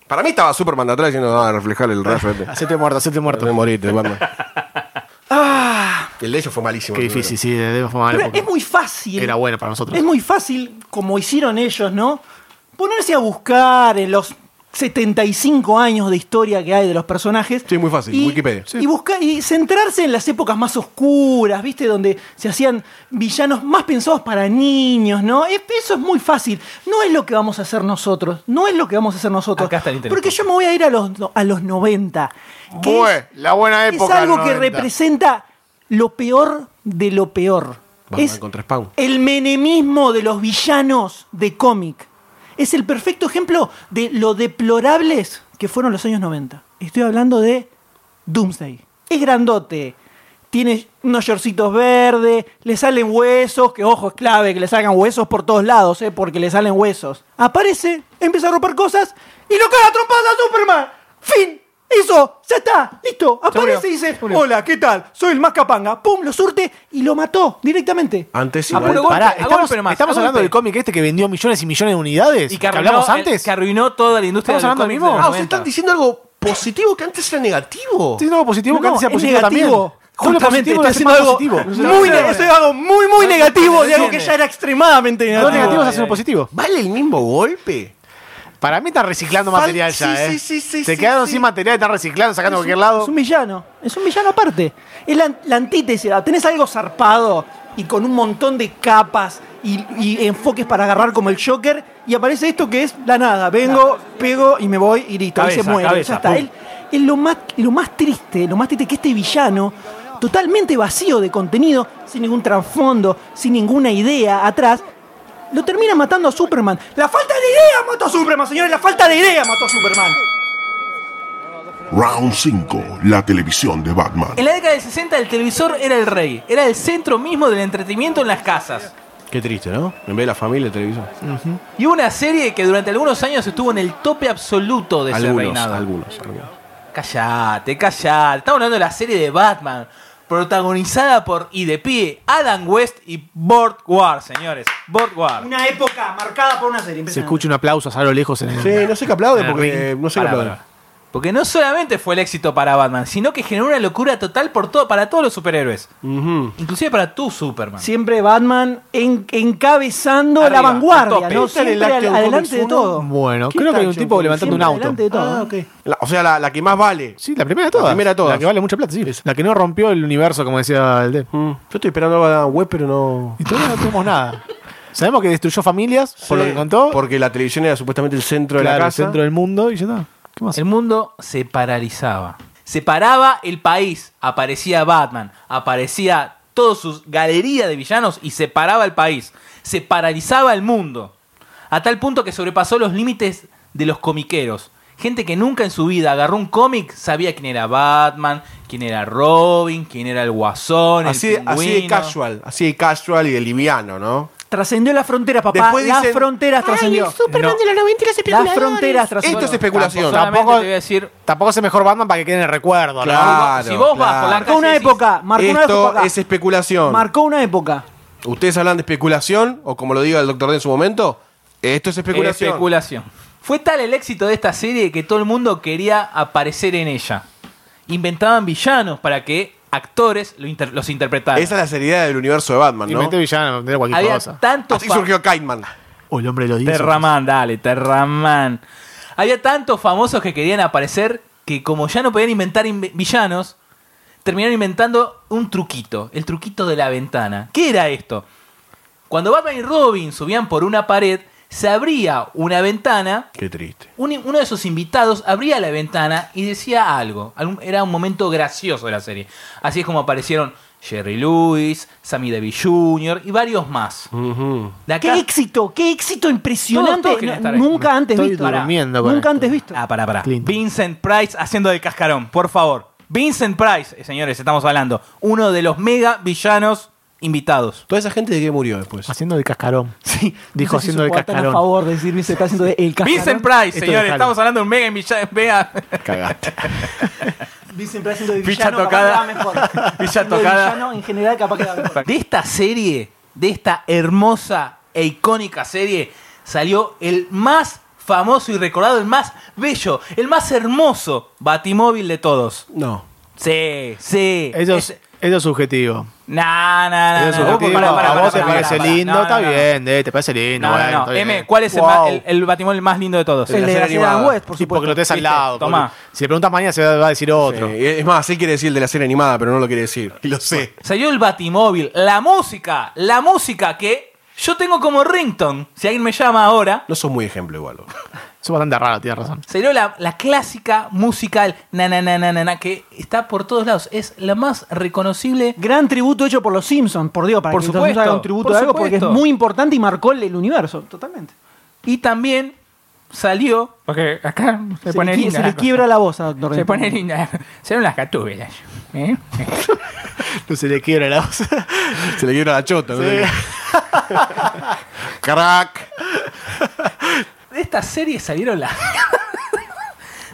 Para mí estaba Superman de atrás diciendo, no, reflejar el rayo. este.
Hacete muerto, hacete
Me
muerto.
moriste, Batman.
Ah.
El de ellos fue malísimo.
Qué
el
difícil, sí, debo fumar.
Pero es muy fácil.
Era bueno para nosotros.
Es muy fácil, como hicieron ellos, ¿no? Ponerse a buscar en los 75 años de historia que hay de los personajes.
Sí, muy fácil, Wikipedia. Sí.
Y, busca- y centrarse en las épocas más oscuras, ¿viste? Donde se hacían villanos más pensados para niños, ¿no? Es- Eso es muy fácil. No es lo que vamos a hacer nosotros. No es lo que vamos a hacer nosotros.
Acá está el intelecto.
Porque yo me voy a ir a los, a los 90. que
Bue, la buena
es
época,
algo
los
que
90.
representa lo peor de lo peor.
Batman
es
contra Spawn.
el menemismo de los villanos de cómic. Es el perfecto ejemplo de lo deplorables que fueron los años 90. Estoy hablando de Doomsday. Es grandote. Tiene unos shortcitos verdes, le salen huesos, que ojo, es clave que le salgan huesos por todos lados, ¿eh? porque le salen huesos. Aparece, empieza a romper cosas y lo caga a trompadas a Superman. ¡Fin! Eso, ya está, listo. Aparece y dice, hola, ¿qué tal? Soy el más capanga. ¡Pum! Lo surte y lo mató directamente.
Antes
Ah,
igual.
puro golpe,
Pará,
a
estamos,
golpe nomás,
estamos
a
hablando
golpe.
del cómic este que vendió millones y millones de unidades.
Y
que, hablamos
arruinó-
antes.
Que arruinó toda la industria
¿Estamos hablando del mismo?
Ah, o sea, están diciendo algo positivo que antes era negativo.
Estoy diciendo algo positivo que
No,
antes sea
es
positivo también.
negativo.
Todo lo
Justamente,
positivo
está
lo
haciendo
hacemos
algo
positivo.
muy,
No,
ne-
no,
eso es algo muy, muy negativo de algo que
entiende.
ya era extremadamente
Todo
negativo.
negativo es
ay,
hacerlo
ay.
positivo.
¿Vale el mismo golpe?
Para mí están reciclando
Fal-
material
sí,
ya, ¿eh?
sí, sí, sí,
Se
sí,
quedaron
sí.
sin material, están reciclando, sacando de cualquier
Es
lado.
un villano. Es un villano aparte. Es la, la antítesis. Ah, Tenés algo zarpado y con un montón de capas y, y enfoques para agarrar como el Joker. Y aparece esto que es la nada. Vengo, pego y me voy y listo. y
Cabeza,
se muere.
cabeza,
ya está.
pum.
Él, es lo más, lo más triste, lo más triste que este villano, totalmente vacío de contenido, sin ningún trasfondo, sin ninguna idea atrás, lo termina matando a Superman. La falta de idea mató a Superman, señores. La falta de idea mató a Superman.
Round 5, la televisión de Batman.
En la década del 60 el televisor era el rey, era el centro mismo del entretenimiento en las casas.
Qué triste, ¿no? En vez de la familia, el televisor.
Y una serie que durante algunos años estuvo en el tope absoluto de ese
Algunos,
reinado.
algunos, algunos.
Callate, callate. Estamos hablando de la serie de Batman, protagonizada por y de pie Adam West y Burt Ward, señores. Burt Ward.
Una época marcada por una serie.
Se
impresionante.
escucha un aplauso a lo lejos en el...
Sí, no sé qué aplaude porque
Arruin.
Eh, no sé qué
Pará,
aplaude.
pará. Porque no solamente fue el éxito para Batman, sino que generó una locura total por todo, para todos los superhéroes. Inclusive para tu Superman.
Siempre Batman en- encabezando
Arriba,
la vanguardia,
al tope.
¿no?
¿Está en el
Siempre
Action
al-
Comics
adelante de
1?
todo.
Bueno,
¿Qué
creo que hay un
Action
tipo
Comics?
levantando un
Siempre
auto.
adelante de todo.
Ah, ok. La- o sea, la, la que más vale.
Sí, la primera de todas.
La primera de todas.
La que vale mucha plata, sí. La que no rompió el universo, como decía el D.
Mm, Yo estoy esperando algo de Adam West, pero no.
Y todavía no tenemos nada. Sabemos que destruyó familias, por lo que contó.
Porque la televisión era supuestamente el centro de
claro,
la
el
casa.
centro del mundo y ya está. ¿Qué más?
El mundo se paralizaba. Se paraba el país. Aparecía Batman. Aparecía toda su galería de villanos y se paraba el país. Se paralizaba el mundo. A tal punto que sobrepasó los límites de los comiqueros. Gente que nunca en su vida agarró un cómic sabía quién era Batman, quién era Robin, quién era el Guasón, el
Así, de- así de
Pingüino.
casual, así de casual y de liviano, ¿no?
Trascendió las fronteras, papá.
Después
las
dicen-
fronteras
Ay,
trascendió.
el Superman
No.
de los 90 y los
Las
especuladores.
fronteras trascendió.
Esto es especulación.
Solamente
Tampoco-
te voy a decir,
Tampoco es el mejor Batman para que quede en el recuerdo, ¿no?
Claro,
si vos vas
claro.
por la
Marcó una
calle y decís,
época. Marcó una
Esto
época.
es especulación.
Marcó una época.
Ustedes hablan de especulación, o como lo diga el doctor D en su momento, esto es especulación.
Especulación. Fue tal el éxito de esta serie que todo el mundo quería aparecer en ella. Inventaban villanos para que actores lo inter- los interpretaran.
Esa es la seriedad del universo de Batman, ¿no?
Inventó villano, de cualquier
Había
cosa.
tantos
Así
fa-
surgió Kaitman.
O Oh, el hombre de los dientes.
Terramán, dale, Terramán. Había tantos famosos que querían aparecer que como ya no podían inventar inve- villanos, terminaron inventando un truquito, el truquito de la ventana. ¿Qué era esto? Cuando Batman y Robin subían por una pared, se abría una ventana
Qué triste.
Un- uno de sus invitados abría la ventana y decía algo. Algún- Era un momento gracioso de la serie. Así es como aparecieron Jerry Lewis, Sammy Davis Jr. y varios más. De acá-
¡Qué éxito! ¡Qué éxito impresionante!
Todos, todos querían
No-
estar ahí.
nunca antes
Estoy
visto.
durmiendo con
Nunca
esto.
antes visto.
Ah, pará, pará.
Clinton.
Vincent Price haciendo del cascarón, por favor. Vincent Price, eh, señores, estamos hablando. Uno de los mega villanos invitados.
Toda esa gente de qué murió después.
Haciendo de cascarón.
Sí,
Dijo
no sé si
haciendo de
yo puedo tan
cascarón.
a favor de decir Vincent Price haciendo de el cascarón.
Vincent Price,
Esto
señores,
déjalo.
estamos hablando de un mega milla- mega-
Cagaste.
Vincent Price haciendo de
Ficha
villano,
tocada.
capaz quedaba mejor.
Ficha
Haciendo de
tocada.
villano, en general capaz quedaba mejor.
De esta serie, de esta hermosa e icónica serie, salió el más famoso y recordado, el más bello, el más hermoso Batimóvil de todos.
No.
Sí, sí.
Eso es, eso es subjetivo.
Nah, nah, nah,
Eso es
nah.
subjetivo.
Pará, pará,
a vos
pará,
te
pará,
parece
pará.
lindo,
No,
está
no, no.
bien, eh, te parece lindo.
No, no,
bueno,
no.
está bien.
M, ¿cuál es el,
Wow.
ma- el, el Batimóvil más lindo de todos?
El de
serie
la
animada.
Ciudad West, por
Sí, porque
supuesto.
lo tenés al
Viste,
lado. porque
tomá.
Si le preguntas mañana se va a decir otro.
Eh, es más, él quiere decir el de la serie animada, pero no lo quiere decir. Y lo sé.
Salió el Batimóvil, la música, la música que yo tengo como ringtone. Si alguien me llama ahora,
No sos muy ejemplo igual. vos.
Eso es bastante raro, tienes razón.
salió la, la clásica musical na na na na na na, que está por todos lados. Es la más reconocible.
Gran tributo hecho por los Simpsons, por Dios, para
Por
que
supuesto,
entonces haga un tributo
por
de algo,
supuesto.
porque es muy importante y marcó el, el universo, totalmente.
Y también salió.
Porque acá se,
Se,
pone
le, qui-
linda.
se le
la cosa.
quiebra la voz a Doctor
Se
Dente.
pone linda. Son las gatúbelas. ¿eh?
No se le quiebra la voz.
Se le quiebra la chota. ¿no?
Crack.
De esta serie salieron las.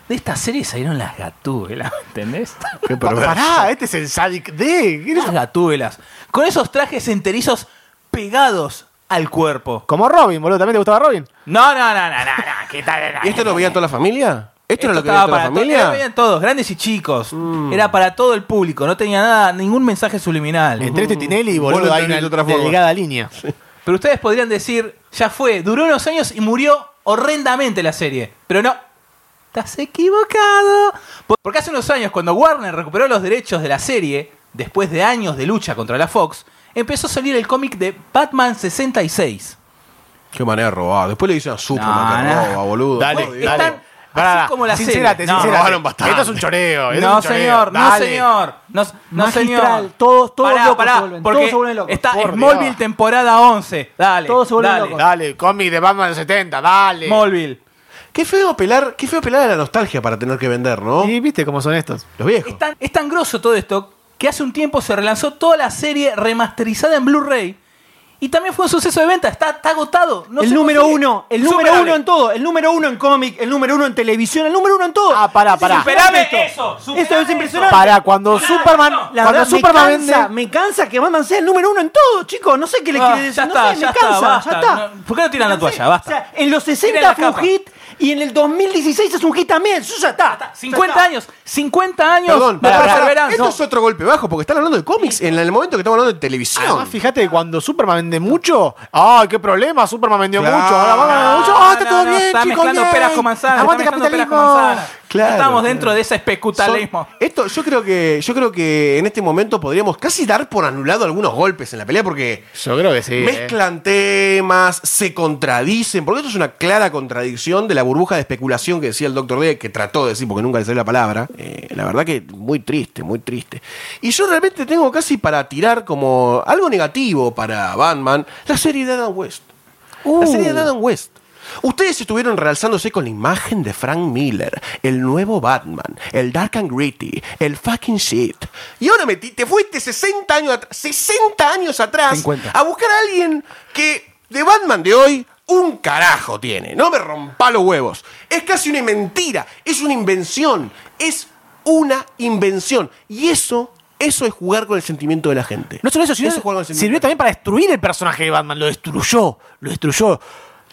De esta serie salieron las gatúbelas, ¿entendés?
Qué
Pa-
perverso.
Pará, este es el Sadik D. ¿Qué es
Las
eso?
gatúbelas. Con esos trajes enterizos pegados al cuerpo.
Como Robin, boludo. ¿También te gustaba Robin?
No, no, no, no, no, no, ¿qué tal?
¿Y esto lo veía toda la familia? ¿Esto,
Esto
era lo que veía toda
estaba
la
para to- lo
familia? Mm.
veían todos, grandes y chicos. Era para todo el público, no tenía nada, ningún mensaje subliminal.
Entre esto y Tinelli,
Mm. Vos
boludo,
lo
hay
entendés
una
de otra forma.
delgada línea.
Pero ustedes podrían decir, ya fue, duró unos años y murió horrendamente la serie. Pero no, estás equivocado. Por- Porque hace unos años, cuando Warner recuperó los derechos de la serie, después de años de lucha contra la Fox, empezó a salir el cómic de Batman 66.
Qué manera de robar. Después le dicen a Superman
No,
que
no.
roba, boludo.
Dale,
Por
dale.
Dios.
Están
Pará,
así como la serie.
sincerate,
No,
sincerate.
robaron bastante.
Esto es un choreo. esto es
No,
un choreo.
señor, no,
Dale.
señor. No, no,
Magistral,
señor.
todos- todos
Pará,
locos
pará,
se vuelven,
porque
todos se vuelven locos.
Está
Por
Smallville
Dios.
temporada 11. Dale.
Todos se vuelven
dale.
locos.
Dale, cómic de Batman de 70, dale.
Smallville.
Qué feo apelar, qué feo apelar a la nostalgia para tener que vender, ¿no?
Y viste cómo Ah, son estos.
Los viejos.
Es tan, es tan grosso todo esto que hace un tiempo se relanzó toda la serie remasterizada en Blu-ray. Y también fue un suceso de venta. Está, está agotado. No
el
se
número
consigue.
uno, el número
Superable.
uno en todo, el número uno en cómic, el número uno en televisión, el número uno en todo.
Ah, pará,
Es
pará.
impresionante esto.
Superame eso, superame
Esto es
eso.
impresionante.
Para cuando Superman,
La
cuando
verdad,
Superman
me cansa,
vende,
me cansa que Batman sea el número uno en todo, chicos. No sé qué le
Ah,
quiere decir.
ya
no
está,
sé,
ya
me
está,
cansa,
basta.
ya está.
No, ¿por qué no tiran la
sé,
toalla? Basta.
O sea, en los 60
Tiren
fue
la
un
capa.
hit y en el 2016 es un hit también. Eso ya está. Ya
50
está.
años. 50 años
Perdón,
de
pará, pará.
perseverancia.
esto es otro golpe bajo porque están hablando de cómics en el momento que estamos hablando de televisión.
Además, fíjate, cuando Superman vende mucho, ¡ay, qué problema! Superman vendió
Claro.
mucho, ahora Batman vendió mucho, ¡ah, está
No,
todo
no,
bien,
Está
chicos!
mezclando
bien.
peras con manzanas.
¡Aguante
está mezclando peras con
capitalismo!
manzanas.
Claro.
Estamos dentro de ese
Son-
especutalismo.
esto, yo creo que, yo creo que en este momento podríamos casi dar por anulado algunos golpes en la pelea porque
Yo creo que sí. eh.
mezclan temas, se contradicen, porque esto es una clara contradicción de la burbuja de especulación que decía el doctor D, que trató de decir porque nunca le salió la palabra. Eh, la verdad que muy triste, muy triste. Y yo realmente tengo casi para tirar como algo negativo para Batman la serie de Adam West.
Uh.
La serie de Adam West. Ustedes estuvieron realzándose con la imagen de Frank Miller, el nuevo Batman, el dark and gritty, el fucking shit. Y ahora metí, te fuiste 60 años atrás, 60 años atrás
50.
a buscar a alguien que de Batman de hoy un carajo tiene. No me rompa los huevos. Es casi una mentira, es una invención, es una invención. Y eso, eso es jugar con el sentimiento de la gente.
No solo eso, sino
Eso es jugar con el sentimiento.
sirvió también para destruir el personaje de Batman. Lo destruyó, lo destruyó.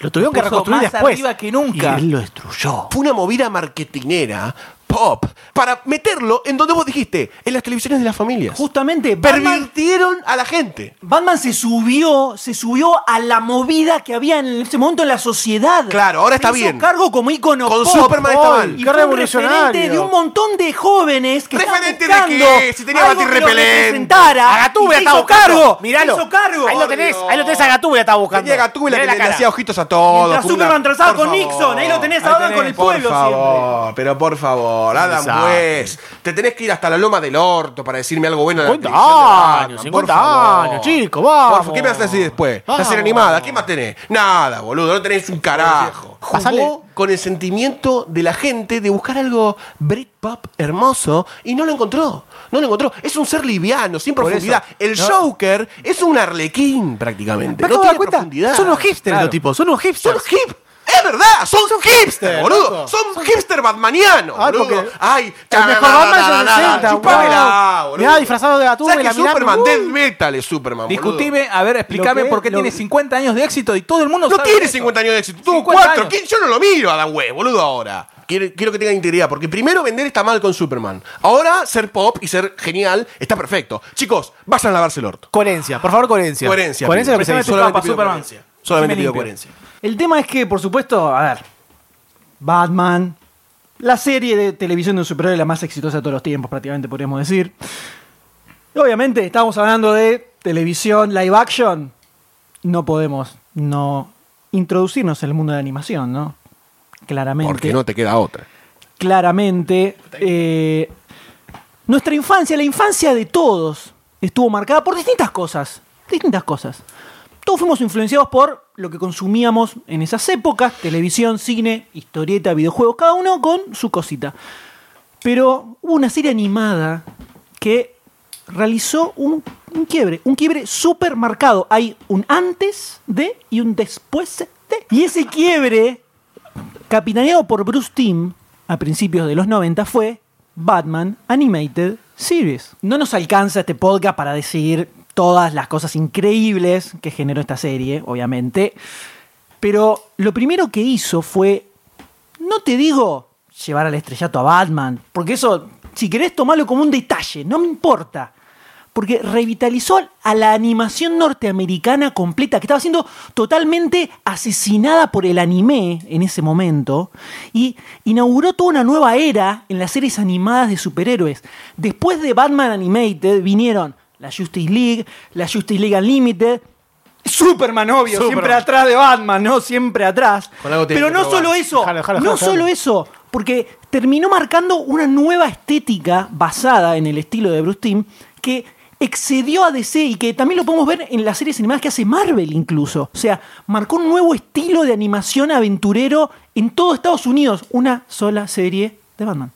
Lo tuvieron que
puso
reconstruir
más
después.
arriba que nunca.
Y él lo destruyó.
fue una movida marketinera pop para meterlo en donde vos dijiste, en las televisiones de las familias.
Justamente, Batman,
Pervirtieron a la gente.
Batman se subió, se subió a la movida que había en ese momento en la sociedad.
Claro, ahora está
Se hizo
bien.
cargo como ícono
Con
pop.
Superman está mal.
Y
Qué
fue un
revolucionario.
referente de un montón de jóvenes que
¿Referente de
estaban buscando
qué? Si tenía
algo que los
batirrepelente.
representara.
Agatube
y se
está
hizo
buscando.
cargo.
Miralo.
Se hizo cargo.
Ahí lo tenés, ahí lo tenés a Gatúbela está buscando.
Tenía Gatúbela
Mirá
que
la
le, le
cara.
hacía ojitos a todos.
Mientras
como
Superman trazaba
Por
con Nixon, ahí lo tenés
Ahí
ahora con el pueblo
Por favor, pero por favor. favor, Adam
Exacto.
West. Te tenés que ir hasta la loma del orto para decirme algo bueno de la
50
televisión de Batman,
años,
por
50
favor.
años, chico, vamos.
Por favor, ¿Qué me vas a decir después? La
Vamos.
serie animada, ¿qué más tenés? Nada, boludo, no tenés un carajo. Jugó
Pasale.
con el sentimiento de la gente de buscar algo Britpop hermoso y no lo encontró. No lo encontró. Es un ser liviano, sin profundidad. El Joker es un arlequín prácticamente.
¿Te acabo
No
de
tiene
dar cuenta?
profundidad.
Son los hipsters
Claro.
los tipos, son los
Son
hipsters.
hip. Es verdad, son, hipster,
hipster,
boludo.
loco.
Son, hipster batmanianos,
Ah,
boludo.
porque
Ay,
el mejor Batman es el 60,
chupamela,
wow.
boludo.
Mirá, disfrazado de Gatúbela,
¿Sabes que
mirá,
Superman,
uy.
Dead Metal es Superman, boludo.
Discutime, a ver, explícame
Lo que-
por qué
lo-
tiene 50 años de éxito y todo el mundo
No
sabe
tiene
eso.
50 años de éxito. Tuvo
50
4.
años.
Yo no lo miro a Dan West, boludo, ahora. Quiero, quiero que tenga integridad, porque primero vender está mal con Superman. Ahora ser pop y ser genial está perfecto. Chicos, vayan a lavarse el orto.
Coherencia, por favor, coherencia.
Coherencia.
Coherencia
pido.
es lo que se
tu
dice.
Solamente
capa,
pido
Superman.
coherencia. Solamente
Dime
pido
limpio.
coherencia.
El tema es que, por supuesto, a ver, Batman, la serie de televisión de un superhéroe la más exitosa de todos los tiempos, prácticamente podríamos decir. Y obviamente, estamos hablando de televisión live action. No podemos no introducirnos en el mundo de la animación, ¿no? Claramente.
Porque no te queda otra.
Claramente. eh, nuestra infancia, la infancia de todos, estuvo marcada por distintas cosas. Distintas cosas. Todos fuimos influenciados por lo que consumíamos en esas épocas, televisión, cine, historieta, videojuegos, cada uno con su cosita. Pero hubo una serie animada que realizó un, un quiebre, un quiebre súper marcado. Hay un antes de y un después de. Y ese quiebre, capitaneado por Bruce Timm a principios de los 90, fue Batman Animated Series. No nos alcanza este podcast para decir todas las cosas increíbles que generó esta serie, obviamente. Pero lo primero que hizo fue no te digo llevar al estrellato a Batman, porque eso, si querés tomarlo como un detalle, no me importa. Porque revitalizó a la animación norteamericana completa, que estaba siendo totalmente asesinada por el anime en ese momento, y inauguró toda una nueva era en las series animadas de superhéroes. Después de Batman Animated vinieron la Justice League, la Justice League Unlimited, Superman, obvio, siempre atrás de Batman, ¿no? Siempre atrás.
Con algo tiene
Pero
que
no
probar.
solo eso,
Dejalo, dejalo,
no
dejalo,
solo
dejalo.
eso, porque terminó marcando una nueva estética basada en el estilo de Bruce Timm que excedió a DC y que también lo podemos ver en las series animadas que hace Marvel incluso. O sea, marcó un nuevo estilo de animación aventurero en todo Estados Unidos, una sola serie de Batman.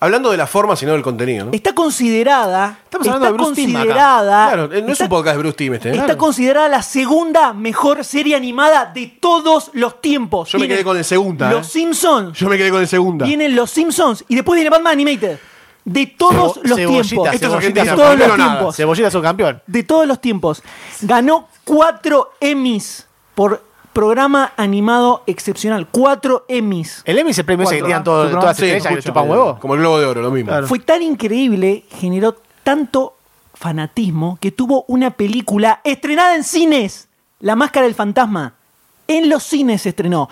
Hablando de la forma, sino del contenido, ¿no?
Está considerada,
Estamos hablando
está
de Bruce Timm acá.
considerada,
Claro, eh, no es
está-
un podcast de Bruce Timm este. ¿eh?
Está considerada la segunda mejor serie animada de todos los tiempos.
Yo me
Tiene
quedé con el segunda,
Los
eh.
Simpsons.
Yo me quedé con el segunda.
Vienen Los Simpsons y después viene Batman Animated. De todos
Cebo-
los
Cebollita,
tiempos.
Esto es
de
Argentina,
todos
primero
los
nada.
tiempos.
Cebollita es un campeón.
De todos los tiempos. Ganó cuatro Emmys por programa animado excepcional. Cuatro Emmys.
El Emmy es el premio ese que
Cuatro,
tiran
¿no?
todo-
Superman.
todas las
Sí,
estrellas que le
escucho.
chupan huevo.
Como el globo de oro, lo mismo.
Claro.
Fue tan increíble, generó tanto fanatismo que tuvo una película estrenada en cines, La Máscara del Fantasma. En los cines se estrenó.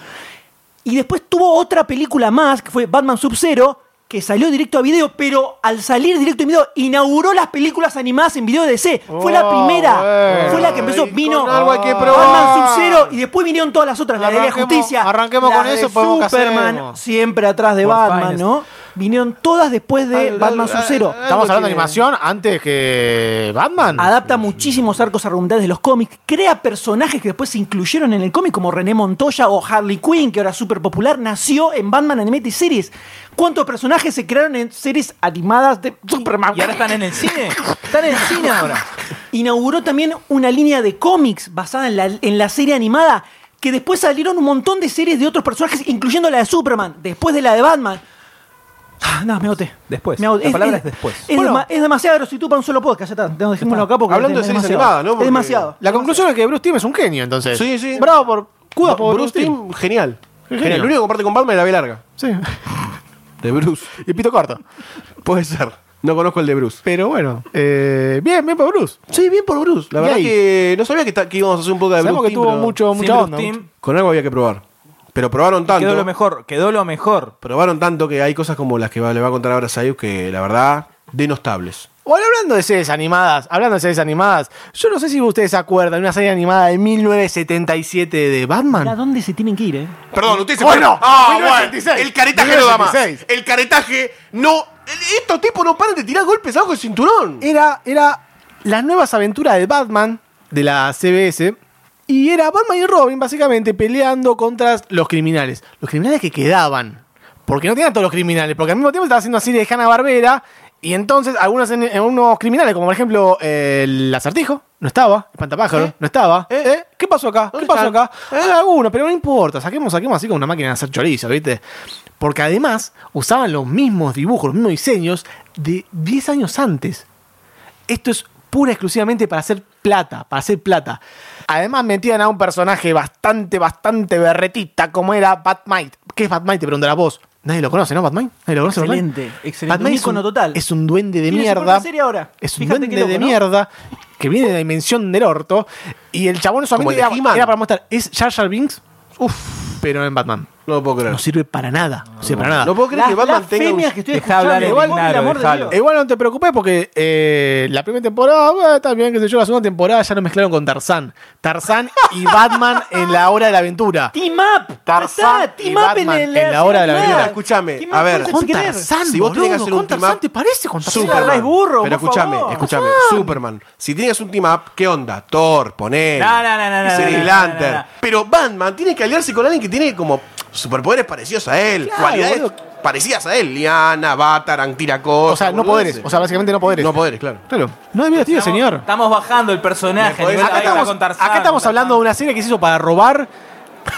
Y después tuvo otra película más, que fue Batman Sub-Zero, que salió directo a video, pero al salir directo a video inauguró las películas animadas en video de DC. Fue la
Oh,
primera,
bueno.
fue la que empezó.
Y
Vino
con algo hay que probar.
Batman Sub-Zero y después vinieron todas las otras, la de la
Ah. Arranquemos-
Justicia.
arranquemos
la
con
de
eso, podemos que
Superman,
hacemos.
siempre atrás de
Por
Batman,
fines.
¿no? Vinieron todas después de
Al-
Batman
al-
Sub-Zero.
al-
Estamos
Algo
hablando de
tiene.
animación antes que Batman.
Adapta muchísimos arcos argumentales de los cómics, crea personajes que después se incluyeron en el cómic, como René Montoya o Harley Quinn, que ahora es súper popular, nació en Batman Animated Series. ¿Cuántos personajes se crearon en series animadas de Superman?
Y ahora están en el cine. Están en el cine ahora.
Inauguró también una línea de cómics basada en la, en la serie animada, que después salieron un montón de series de otros personajes, incluyendo la de Superman, después de la de Batman. Ah, No, me agoté.
Después.
Me agoté.
La palabra es después.
Es,
Bueno.
dema- es demasiada grositud para un solo podcast. Ya está. Tenemos- Dejémoslo acá porque
Hablando
es
de series
demasiado.
animadas, ¿no? Porque-
Es demasiado.
La conclusión es que Bruce Timm es un genio, entonces.
Sí, sí.
Bravo por. Cuda
Bru-
por
Bruce Timm, genial.
Genio.
Genial. Lo único que comparte con Batman es la B larga.
Sí.
De Bruce.
Y pito corto.
Puede ser. No conozco el de Bruce.
Pero bueno. eh, bien, bien por Bruce.
Sí, bien por Bruce. La
Y
verdad
ahí.
que no sabía que, ta- que íbamos a hacer un poco de
Sabemos
Bruce.
que
Timm,
tuvo
pero
mucho,
Sin
mucha
Bruce
onda.
Timm,
Con algo había que probar. Pero probaron tanto.
quedó lo mejor. Quedó lo mejor.
Probaron tanto que hay cosas como las que va- le va a contar ahora Sayus que la verdad, denostables.
Bueno, hablando de series animadas, hablando de series animadas, yo no sé si ustedes se acuerdan de una serie animada de 1977 de
¿A
Batman.
dónde se tienen que ir, eh?
Perdón, usted se
Bueno,
fue- Ah,
1926.
bueno, El caretaje no da más.
1926.
El caretaje no. Estos tipos no paran de tirar golpes abajo del cinturón.
Era, era las nuevas aventuras de Batman de la CBS. Y era Batman y Robin básicamente peleando contra los criminales. Los criminales que quedaban. Porque no tenían todos los criminales. Porque al mismo tiempo estaba haciendo una serie de Hanna Barbera. Y entonces algunos, en- algunos criminales, como por ejemplo eh, el acertijo, no estaba. El pantapájaro, no estaba.
¿Eh?
¿Eh? ¿Qué pasó acá? ¿Qué
¿Dónde
pasó
están?
acá?
Ah.
Hay algunos, pero no importa. Saquemos, saquemos así como una máquina de hacer chorizo, ¿viste? Porque además usaban los mismos dibujos, los mismos diseños de 10 años antes. Esto es pura y exclusivamente para hacer plata, para hacer plata. Además metían a un personaje bastante, bastante berretita como era Batmite. ¿Qué es Batmite? Te preguntarás vos. Nadie lo conoce, ¿no? Batmite. Nadie lo conoce.
Excelente,
Batmite?
excelente. Un
es
ícono total.
Es un duende de
Tiene su
mierda.
propia serie ahora.
Es un
Fíjate
duende
qué loco,
de
¿no?
mierda que viene de la dimensión del orto. Y el chabón
Como
solamente
el de
era,
He-Man.
era para mostrar. Es Jar Jar Binks. Uf, pero en Batman.
No lo puedo creer.
No sirve para nada. No sirve para nada.
No puedo creer que
Las
Batman tenga.
blasfemias
un-
que estoy
Dejá hablar
escuchando,
el
igual, por el
Naro,
amor de
dejalo.
Dios.
E Igual no te preocupes porque eh, la primera temporada, bueno, está bien, qué sé yo, la segunda temporada ya no mezclaron con Tarzán. Tarzán y Batman en la hora de la aventura.
Team Up.
Tarzán
Está,
y
Team Up
Batman
en, el-
en la hora de la aventura.
Claro.
Escúchame,
¿Qué
a
más
ver,
puedes
Con
querer?
Tarzán,
Si vos tenés que
boludo,
hacer un
con
team
Tarzán
up-
te parece con Tarzán.
Superman. es burro,
Pero
por
escúchame,
favor.
escúchame. Superman. Si tiene que hacer un team up, ¿qué onda? Thor, poné.
No, no, no, no, no,
Green
no, no,
Lantern.
no, no, no.
Pero Batman tiene que aliarse con alguien que tiene como superpoderes parecidos a él.
Claro,
cualidades
boludo.
parecidas a él. Liana, Bataran, Tiracos.
O sea, no poderes. O sea, básicamente no poderes.
No poderes, claro.
Claro. No es divertido,
Estamos-
señor.
Estamos bajando el personaje.
Me podés-
nivel-
Acá
ahí está
estamos,
con Tarzán,
acá estamos
con
hablando de
Tarzán.
una serie que se hizo para robar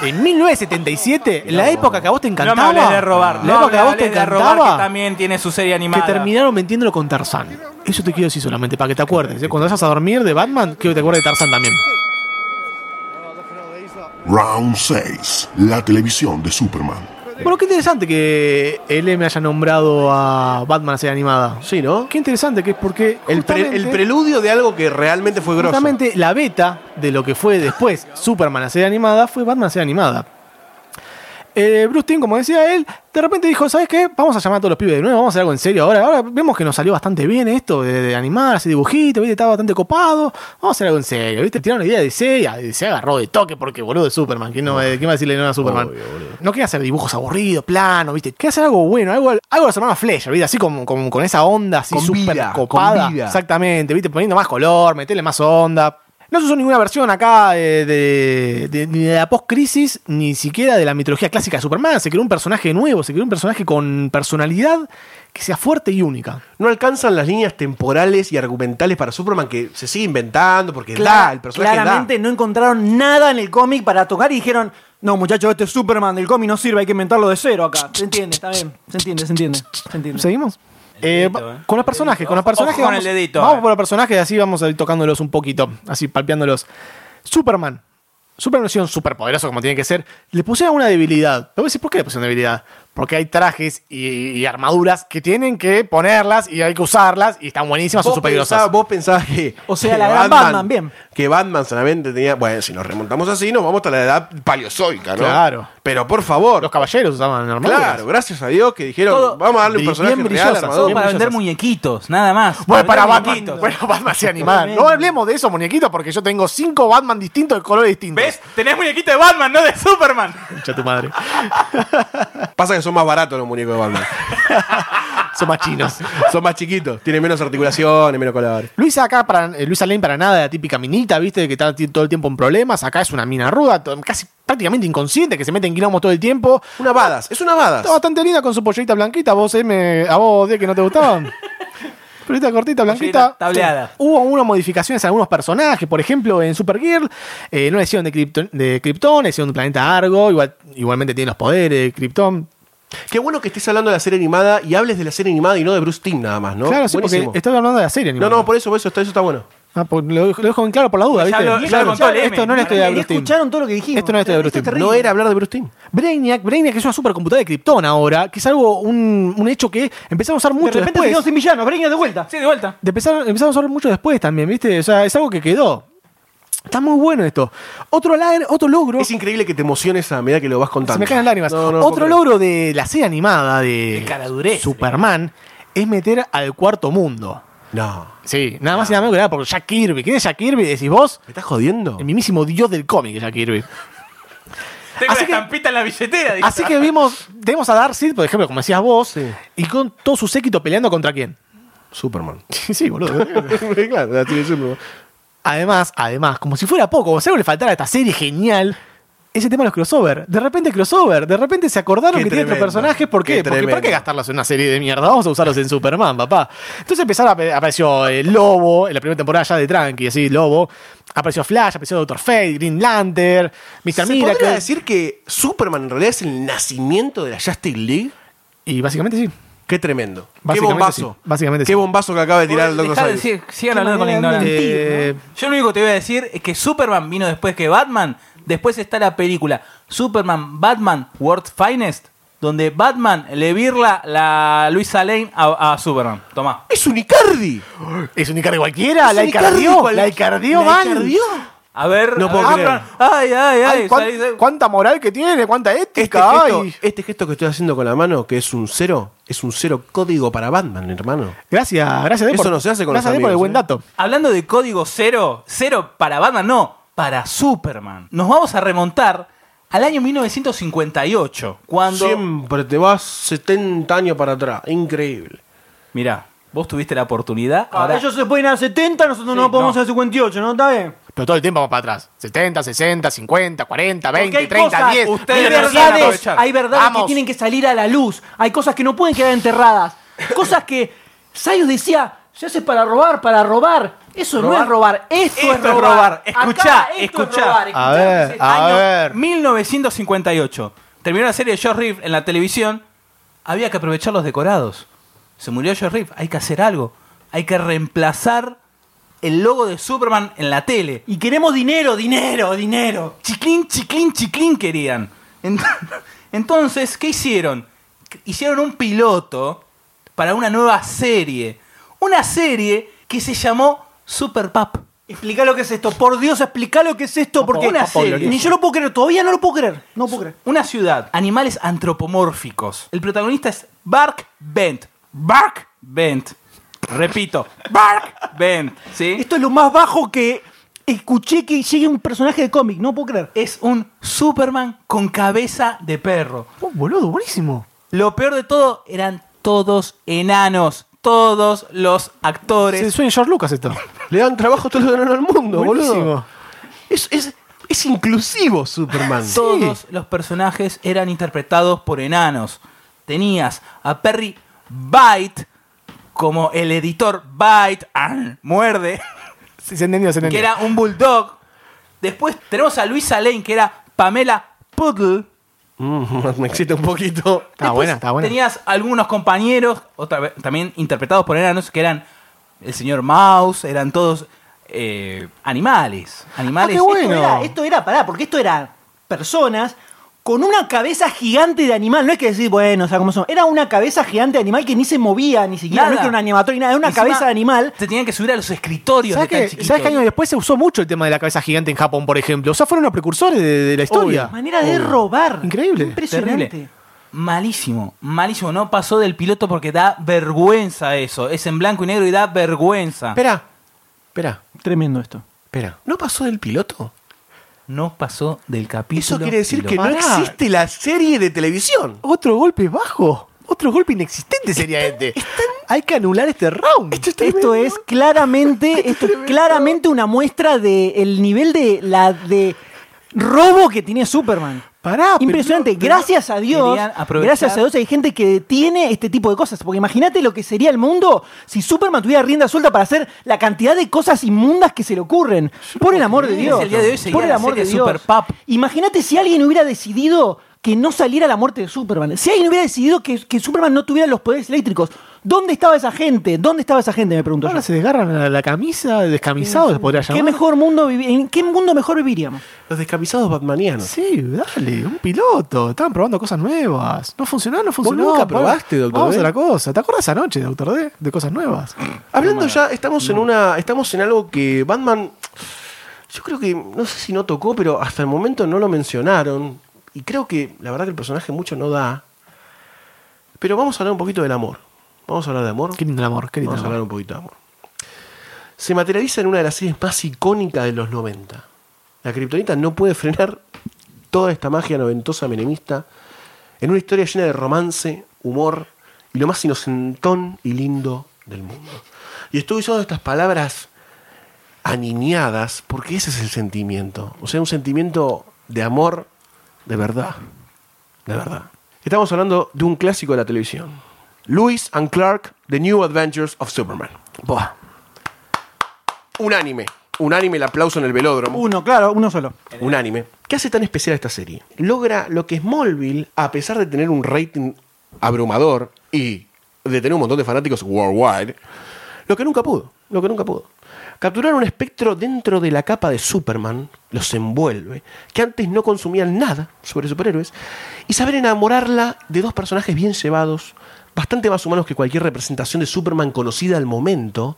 en 1977, en la época que a vos te
No
encantaba.
me hables de robar.
La
No
época que
me
a vos te
hables de robar,
encantaba.
que también tiene su serie
que
animada.
terminaron metiéndolo con Tarzán. Eso te quiero decir solamente, para que te acuerdes. ¿eh? Cuando vayas a dormir de Batman, quiero que te acuerdes de Tarzán también.
Round 6. La televisión de Superman.
Bueno, qué interesante que él me haya nombrado a Batman a serie animada.
Sí, ¿no?
Qué interesante que es porque
El, pre-
justamente-
el preludio de algo que realmente fue grosso.
Justamente la beta de lo que fue después Superman la serie animada fue Batman la serie animada. Eh, Bruce Timm, como decía él, de repente dijo, ¿sabes qué? Vamos a llamar a todos los pibes de nuevo, vamos a hacer algo en serio ahora. Ahora vemos que nos salió bastante bien esto de, de animar, hacer dibujitos, ¿viste? Estaba bastante copado. Vamos a hacer algo en serio, ¿viste? Tiraron la idea de Seiya, y se agarró de toque porque, boludo, es Superman. ¿Quién, no, eh, quién va a decirle no a Superman? no quería hacer dibujos aburridos, planos, ¿viste? Quería hacer algo bueno, algo, algo de los hermanos Fleischer, ¿viste? Así como, como con esa onda así
Con
súper
vida, con
copada.
vida.
Exactamente, ¿viste? Poniendo más color, meterle más onda. No se usó ninguna versión acá eh, de, de- ni de la post-crisis, ni siquiera de la mitología clásica de Superman. Se creó un personaje nuevo, se creó un personaje con personalidad que sea fuerte y única.
No alcanzan las líneas temporales y argumentales para Superman que se sigue inventando porque
Cla-
da, el personaje
claramente no encontraron nada en el cómic para tocar y dijeron, no muchachos, este es Superman del cómic no sirve, hay que inventarlo de cero acá. Se entiende, está bien, se entiende, se entiende. Se entiende.
¿Seguimos? Eh,
dedito,
va-
eh.
Con los personajes, con los
Ojo
personajes.
con
vamos,
el dedito,
vamos
eh.
por los personajes, así vamos a ir tocándolos un poquito, así palpeándolos. Superman. Superman es un superpoderoso como tiene que ser. Le pusieron una debilidad. Te voy a decir, ¿por qué le pusieron debilidad? Porque hay trajes y, y armaduras que tienen que ponerlas y hay que usarlas y están buenísimas, son
Vos
superpoderosas.
pensabas, vos pensabas que.
O sea,
que
la gran Batman, bien.
Que Batman solamente tenía. Bueno, si nos remontamos así, nos vamos a la edad paleozoica, ¿no?
Claro.
Pero por favor.
Los caballeros usaban armaduras.
Claro, gracias a Dios que dijeron,
Todo
vamos a darle un
bien
personaje real,
brillosas,
armadura.
Todo para vender muñequitos, nada más.
Bueno, para
vender
Batman.
muñequitos.
Bueno, Batman sí animada. No hablemos de eso, muñequitos, porque yo tengo cinco Batman distintos de colores distintos.
¿Ves? Tenés muñequito de Batman, no de Superman.
Concha tu madre.
Pasa que son más baratos los muñecos de Batman.
Son más chinos.
son más chiquitos, tienen menos articulaciones, menos colores.
Luisa acá, para, eh, Luisa Lane para nada, la típica minita, viste, que está t- todo el tiempo en problemas. Acá es una mina ruda, to- casi prácticamente inconsciente, que se mete en quilombo todo el tiempo.
Una badas, es una badas.
Está bastante linda con su pollerita blanquita, vos, M, a vos, de que no te gustaban. Pollerita cortita, blanquita.
Pollerita tableada.
Sí. Hubo unas modificaciones a algunos personajes, por ejemplo, en Supergirl, eh, no le hicieron de Krypton, de Krypton, le hicieron un planeta Argo, igual, igualmente tiene los poderes de Krypton.
Qué bueno que estés hablando de la serie animada y hables de la serie animada y no de Bruce Timm nada más, ¿no?
Claro, sí,
Buenísimo.
porque estoy hablando de la serie,
No,
animada.
no, por eso, por eso, está- eso está bueno.
Ah, pues lo, dejo- lo dejo bien claro por la duda,
Ya
¿viste?
lo- ya lo
Claro,
contó el
esto
M.
no es la historia de
Y
Bruce Timm.
escucharon todo lo que dijimos.
Esto no es de Bruce
Esto
Timm.
terrible.
No era hablar de Bruce Timm.
Brainiac, Brainiac es una supercomputadora de Krypton ahora, que es algo, un, un hecho que empezaron a usar
De
mucho
repente se
después.
quedó sin villanos, Breña de vuelta.
Sí, de vuelta.
De empezaron, empezaron a usar mucho después también, ¿viste? O sea, es algo que quedó. Está muy bueno esto. Otro, la- otro logro.
Es increíble que te emociones a medida que lo vas contando.
Se me caen las lágrimas.
No, no,
Otro
porque-
logro de la serie animada de,
cara durez.
Superman es meter al cuarto mundo.
No.
Sí, nada más y nada menos que nada por Jack Kirby. ¿Quién es Jack Kirby? Decís vos,
¿Me estás jodiendo?
el mismísimo dios del cómic, Jack Kirby.
Tengo
Así
la
que-
estampita en la billetera. dice.
Así que vimos, tenemos a Darkseid, por ejemplo, como decías vos, y con todo su séquito peleando contra quién.
Superman.
Sí, sí, boludo.
claro, así de Superman.
Además, además, como si fuera poco, como si algo le faltara a esta serie genial, ese tema de los crossover. De repente crossover, de repente se acordaron
Qué
que tiene
tremendo,
otros personajes. ¿Por qué?
qué
Porque ¿para
tremendo.
qué gastarlos en una serie de mierda? Vamos a usarlos en Superman, papá. Entonces empezaron, a- apareció eh, Lobo, en la primera temporada ya de Tranqui, así, Lobo. Apareció Flash, apareció Doctor Fate, Green Lantern, Mr.
¿Se
Miracle.
podría decir que Superman en realidad es el nacimiento de la Justice League?
Y básicamente sí.
Qué tremendo. Qué
Básicamente
bombazo.
sí, básicamente
Qué
sí.
bombazo que acaba de tirar el
Dejá
Dr.
de
Sable.
decir- sigan hablando con la
manera de
ignorancia.
Eh,
Yo lo único que te voy a decir es que Superman vino después que Batman. Después está la película Superman Batman World Finest, donde Batman le birla la Luisa Lane a, a Superman. Tomá.
¡Es un Icardi!
Es un Icardi cualquiera,
Es
Ah, la
un
Icardió,
cual-
la Icardió,
¿La
man.
Icardió?
A ver.
No
a
puedo
ver,
creer.
Batman. Ay, ay, ay.
Ay, cuán-
salí- salí-
cuánta moral que tiene, cuánta
Este
ética.
gesto,
ay.
este gesto que estoy haciendo con la mano, que es un cero, es un cero código para Batman, hermano.
Gracias, gracias Dave,
Eso no se hace con los
Gracias Dave, por el
amigos,
buen
¿eh?
dato.
Hablando de código cero, cero para Batman, no, para Superman. Nos vamos a remontar al año 1958, cuando...
Siempre te vas 70 años para atrás. Increíble.
Mirá, vos tuviste la oportunidad,
Ah,
ahora...
Ah, Ellos se pueden ir a 70, nosotros no podemos
no.
ir a 58, ¿no? ¿Está bien?
Pero todo el tiempo vamos para atrás. 70, 60, 50, 40, 20,
Porque
30, 10.
hay
no
recién
saben
verdades,
aprovechar.
hay verdades que
Vamos.
tienen que salir a la luz. Hay cosas que no pueden quedar enterradas. Cosas que Sayos decía, se hace para robar, para robar. Eso no es robar, esto,
Esto
es robar.
Escuchá,
Acá esto es
escuchá.
robar,
A
escuchá lo que
ver,
se-
a
Año-
ver.
1958. Terminó la serie de George Reeves en la televisión. Había que aprovechar los decorados. Se murió George Reeves. Hay que hacer algo. Hay que reemplazar el logo de Superman en la tele.
Y queremos dinero, dinero, dinero.
Chiclín, chiclín, chiclín querían. Ent- Entonces, ¿qué hicieron? Hicieron un piloto para una nueva serie. Una serie que se llamó Super Pup.
Explica lo que es esto. Por Dios, explica lo que es esto. Porque
una serie.
ni yo lo puedo creer. Todavía no lo puedo creer. No lo puedo creer.
Una ciudad, animales antropomórficos. El protagonista es Bark Bent. Bark Bent. Repito, Bark Bent. ¿Sí?
Esto es lo más bajo que escuché que llegue un personaje de cómic. No puedo creer.
Es un Superman con cabeza de perro.
Oh, boludo, buenísimo.
Lo peor de todo eran todos enanos. Todos los
Se
actores.
suena George Lucas esto.
Le dan trabajo a todo lo en el mundo, boludo.
Buenísimo.
Es, es, es inclusivo Superman.
Todos los personajes eran interpretados por enanos. Tenías a Perry Byte como el editor Byte. ah, Muerde.
Sí, se entendió, se
que
entendió.
era un bulldog. Después tenemos a Luisa Lane, que era Pamela Puddle.
Mm, me excita un poquito.
Está
Después
buena, está buena.
Tenías algunos compañeros, otra vez, también interpretados por enanos, que eran el señor Mouse, eran todos eh, animales. Animales.
Ah, qué bueno.
Ah, Esto era, esto era, pará, porque esto era personas con una cabeza gigante de animal. No es que decir, bueno, o sea, como son. Era una cabeza gigante de animal que ni se movía, ni siquiera. No
Nada.
es que era un animatronic, nada. Era una
Encima,
cabeza de animal.
Se tenían que subir a los escritorios
¿Sabes
de tan
que,
chiquitos.
¿Sabes que años después se usó mucho el tema de la cabeza gigante en Japón, por ejemplo? O sea, fueron los precursores de, de la historia.
Manera de robar.
Increíble.
Impresionante.
Terrible. Malísimo, malísimo. No pasó del piloto porque da vergüenza eso. Es en blanco y negro y da vergüenza.
Espera, espera,
Tremendo esto.
espera. ¿No pasó del piloto?
No pasó del capítulo.
Eso quiere decir que
piloto.
no
Pará.
existe la serie de televisión.
Otro golpe bajo. Otro golpe inexistente sería este. Hay que anular este round.
Esto es claramente, esto es claramente una muestra del nivel de la de robo que tiene Superman.
Pará, pero
Impresionante.
no, pero
gracias a Dios.
Querían aprovechar-
Gracias a Dios hay gente que detiene este tipo de cosas. Porque imagínate lo que sería el mundo si Superman tuviera rienda suelta para hacer la cantidad de cosas inmundas que se le ocurren. Por el amor de
creer.
Dios.
El día de hoy sería
Por el
la
amor de
serie
Dios.
Super Pup.
Imagínate si alguien hubiera decidido que no saliera la muerte de Superman. Si alguien hubiera decidido que, que Superman no tuviera los poderes eléctricos. ¿Dónde estaba esa gente? ¿Dónde estaba esa gente? Me pregunto. yo.
Ahora se desgarran la, la camisa, descamisados, les podría llamar.
¿Qué mejor mundo vivi- ¿En qué mundo mejor viviríamos?
Los descamisados batmanianos.
Sí, dale, un piloto. Estaban probando cosas nuevas. No funcionó, no funcionó.
nunca
Vamos-
probaste, Doctor
Vamos
D. Mm.
a la cosa. ¿Te acuerdas esa noche, Doctor D? De cosas nuevas.
Hablando ya, estamos en una. Estamos en algo que Batman. Yo creo que. No sé si no tocó, pero hasta el momento no lo mencionaron. Y creo que la verdad que el personaje mucho no da. Pero vamos a hablar un poquito del amor. Vamos a hablar de amor.
Qué lindo el amor, qué lindo
Vamos
el
a hablar
amor.
un poquito de amor. se materializa en una de las series más icónicas de los 90. La kriptonita no puede frenar toda esta magia noventosa menemista en una historia llena de romance, humor y lo más inocentón y lindo del mundo. Y estoy usando estas palabras aniñadas porque ese es el sentimiento. O sea, un sentimiento de amor de verdad. De verdad. Estamos hablando de un clásico de la televisión. Lewis and Clark, The New Adventures of Superman. Buah. Unánime. Unánime el aplauso en el velódromo.
Uno, claro, uno solo.
Unánime. ¿Qué hace tan especial a esta serie? Logra lo que Smallville, a pesar de tener un rating abrumador y de tener un montón de fanáticos worldwide, lo que nunca pudo, lo que nunca pudo. Capturar un espectro dentro de la capa de Superman los envuelve, que antes no consumían nada sobre superhéroes, y saber enamorarla de dos personajes bien llevados, bastante más humanos que cualquier representación de Superman conocida al momento,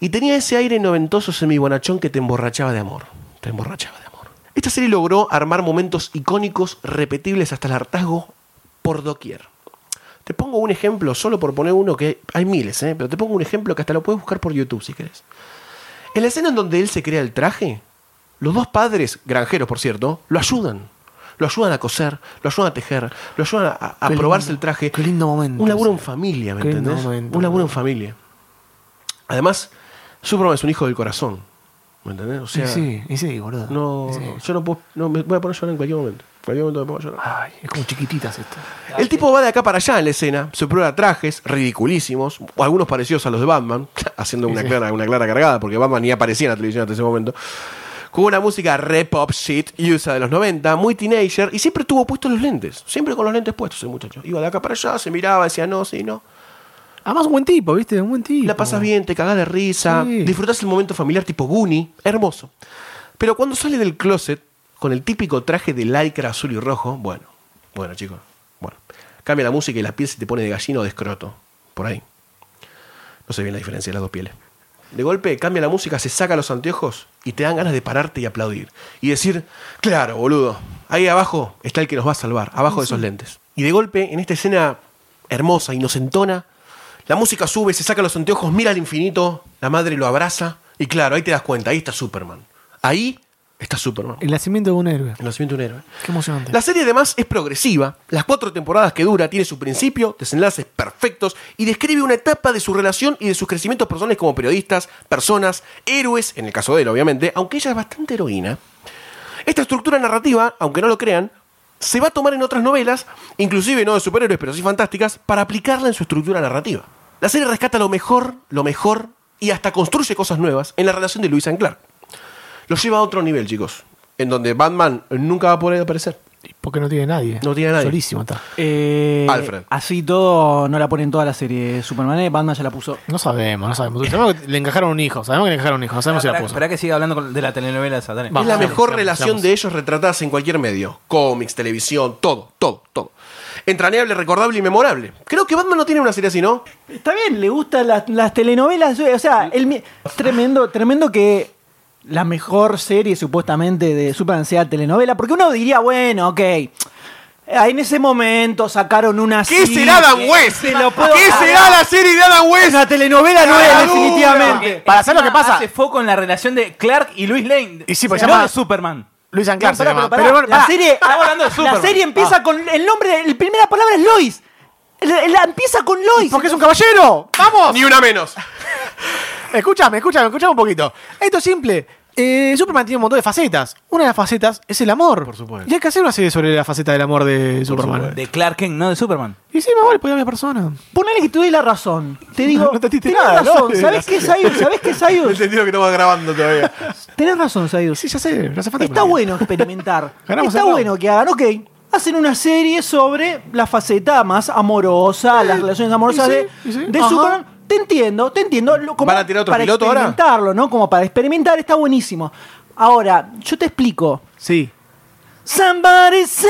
y tenía ese aire noventoso semibonachón que te emborrachaba de amor. Te emborrachaba de amor. Esta serie logró armar momentos icónicos, repetibles hasta el hartazgo, por doquier. Te pongo un ejemplo, solo por poner uno que hay miles, ¿eh? pero te pongo un ejemplo que hasta lo puedes buscar por YouTube si querés. En la escena en donde él se crea el traje, los dos padres, granjeros por cierto, lo ayudan. Lo ayudan a coser, lo ayudan a tejer, lo ayudan a- a, a
Qué
probarse
lindo,
el traje.
qué lindo momento
Un laburo en
ese.
familia, ¿me
Qué lindo
entendés?
momento.
un laburo en familia. Además, Superman es un hijo del corazón. ¿Me entendés? O sea,
Y sí, y sí, boludo.
no,
Y sí.
yo no puedo. No, me voy a poner a llorar en cualquier momento. En cualquier momento me pongo a llorar.
Ay, es como chiquititas esto.
El tipo va de acá para allá en la escena, se prueba trajes ridiculísimos, o algunos parecidos a los de Batman, haciendo una clara, una clara cargada, porque Batman ni aparecía en la televisión hasta ese momento. Con una música re pop shit y usa de los 90, muy teenager, y siempre tuvo puestos los lentes, siempre con los lentes puestos el muchacho. Iba de acá para allá, se miraba, decía no, sí, no.
Además, un buen tipo, ¿viste? Un buen tipo.
La pasas bien, te cagás de risa,
Sí.
disfrutas el momento familiar tipo Goonie, hermoso. Pero cuando sale del closet con el típico traje de lycra azul y rojo, bueno, bueno, chicos, bueno. Cambia la música y la piel se te pone de gallina o de escroto, por ahí. No sé bien la diferencia de las dos pieles. De golpe cambia la música, se saca los anteojos y te dan ganas de pararte y aplaudir. Y decir, claro, boludo, ahí abajo está el que nos va a salvar, abajo de esos lentes. Y de golpe, en esta escena hermosa, inocentona, la música sube, se saca los anteojos, mira al infinito, la madre lo abraza y claro, ahí te das cuenta, ahí está Superman. Ahí está Superman.
El nacimiento de un héroe.
El nacimiento de un héroe.
Qué emocionante.
La serie además es progresiva. Las cuatro temporadas que dura tiene su principio, desenlaces perfectos y describe una etapa de su relación y de sus crecimientos personales como periodistas, personas, héroes, en el caso de él obviamente, aunque ella es bastante heroína. Esta estructura narrativa, aunque no lo crean, se va a tomar en otras novelas, inclusive no de superhéroes, pero sí fantásticas, para aplicarla en su estructura narrativa. La serie rescata lo mejor, lo mejor y hasta construye cosas nuevas en la relación de Luis and Clark. Lo lleva a otro nivel, chicos, en donde Batman nunca va a poder aparecer.
Porque no tiene nadie.
No tiene nadie.
Solísimo está.
Eh,
Alfred.
Así todo, no la ponen toda la serie de Superman. eh, Batman ya la puso.
No sabemos, no sabemos. Sabemos que le encajaron un hijo. Sabemos que le encajaron un hijo. No sabemos si la
Esperá,
puso.
esperá que siga hablando con- de la telenovela esa, dale.
Vamos,
es la
vamos,
mejor
vamos,
relación
vamos.
de ellos retratadas en cualquier medio. Cómics, televisión, todo, todo, todo. Entrañable, recordable y memorable. Creo que Batman no tiene una serie así, ¿no?
Está bien, le gustan las, las telenovelas. eh, O sea, el mi- tremendo, tremendo que la mejor serie supuestamente de Superman sea telenovela. Porque uno diría, bueno, ok. eh, En ese momento sacaron una
¿Qué
serie,
será Adam West?
te lo puedo
¿Qué será la serie de Adam West?
Una telenovela no es,
¡Caradura!
definitivamente.
Para saber lo que pasa.
Hace foco en la relación de Clark y Lois Lane.
Y sí, pues
no
llama-
de Superman.
Luis and Clark se
Pará,
llama.
pará,
Pero
pará.
bueno,
la
pará.
serie,
estamos hablando de Superman.
la serie empieza con el nombre, la primera palabra es Lois. La, la empieza con Lois.
Porque es un caballero. ¡Vamos!
Ni una menos.
Escúchame, escúchame, escúchame un poquito. Esto es simple. Eh, Superman tiene un montón de facetas. Una de las facetas es el amor. Por
supuesto.
Y hay que hacer una serie sobre la faceta del amor de Superman.
supuesto.
De Clark Kent, no de Superman.
Y sí, me vale, podía haber persona.
Ponele que te doy la razón. Te digo,
No, no te diste
tenés
nada, ¿no?
razón.
De la
¿Sabés qué, Sayus? ¿Sabés qué,
El
Sayus?
sentido que estamos grabando todavía.
Tenés razón, Sayus.
Sí, ya sé, no hace falta. que me
Está
lo diga.
bueno experimentar.
Ganamos
Está
el round.
bueno que hagan, ok. Hacen una serie sobre la faceta más amorosa, las relaciones amorosas
y sí,
de,
y sí.
de
Ajá.
Superman. Te entiendo, te entiendo. Lo- como
¿Van a tirar otro
para
piloto ahora?
experimentarlo, ¿no? Como para experimentar, está buenísimo. Ahora, yo te explico.
Sí.
Somebody save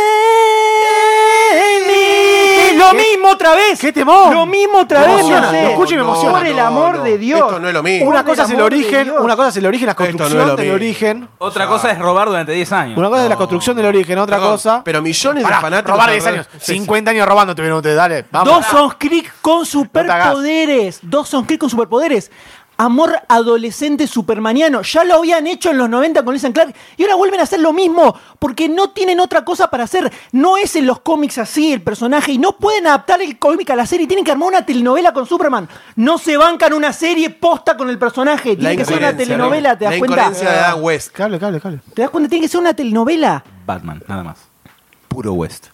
me. Lo mismo otra vez.
qué temón?
Lo mismo otra
Me
vez.
emociona,
no sé.
lo escucho y me emociona.
Por el
No,
amor
no,
de Dios.
esto no es lo mismo.
Una
Por
cosa es el
amor de
origen,
Dios.
una cosa es el origen, la
Esto no es lo
construcción del
mismo.
origen.
Otra cosa es robar durante 10 años.
Una cosa es la construcción del origen, otra
Perdón,
cosa.
Pero millones
Pará,
de fanáticos.
robar 10
alrededor-
años.
Sí, sí.
50 años robando
Ah,
tuvieron ustedes, dale. Vamos.
Dawson's Creek con superpoderes. Dawson's Creek con superpoderes. amor adolescente supermaniano. Ya lo habían hecho en los 90 con Ethan Clark y ahora vuelven a hacer lo mismo porque no tienen otra cosa para hacer. No es en los cómics así el personaje y no pueden adaptar el cómic a la serie. Tienen que armar una telenovela con Superman. No se bancan una serie posta con el personaje. Tiene que ser una
incoherencia,
telenovela,
¿no?
¿te das
La
cuenta? Ah.
incoherencia de Adam West.
Cable, cable, cable.
¿Te das cuenta? Tiene que ser una telenovela.
Batman, nada más. Puro West.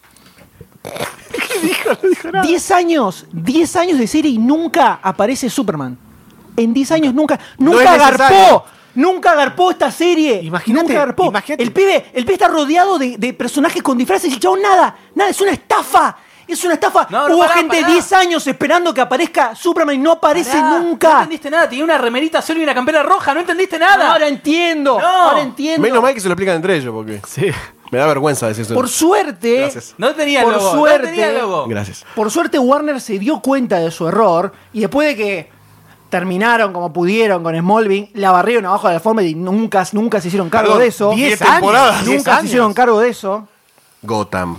10 años, 10 años de serie y nunca aparece Superman. En 10 años nunca, nunca
es necesario.
garpó. Nunca garpó esta serie.
Imagínate,
nunca garpó.
imagínate.
El pibe, el pibe está rodeado de, de personajes con disfraces y el chabón nada, nada, es una estafa. Es una estafa.
No, no,
Hubo
pará,
gente
pará.
10 años esperando que aparezca Superman y no aparece
Pará, No
nunca.
entendiste nada. Tenía una remerita azul y una campera roja. No entendiste nada.
ahora entiendo.
No.
Ahora entiendo.
Menos mal que se lo explican entre ellos, porque
Sí.
me da vergüenza decir eso.
Por suerte.
Gracias.
no tenía
por
logo.
suerte-
No tenía logo.
Gracias.
Por suerte Warner se dio cuenta de su error y después de que terminaron como pudieron con Smallville, la barrieron abajo de la forma y nunca, nunca se hicieron cargo
Perdón,
de eso.
10
Nunca
temporadas.
se
10 años.
hicieron cargo de eso.
Gotham.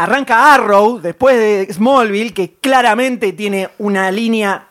Arranca Arrow después de Smallville, que claramente tiene una línea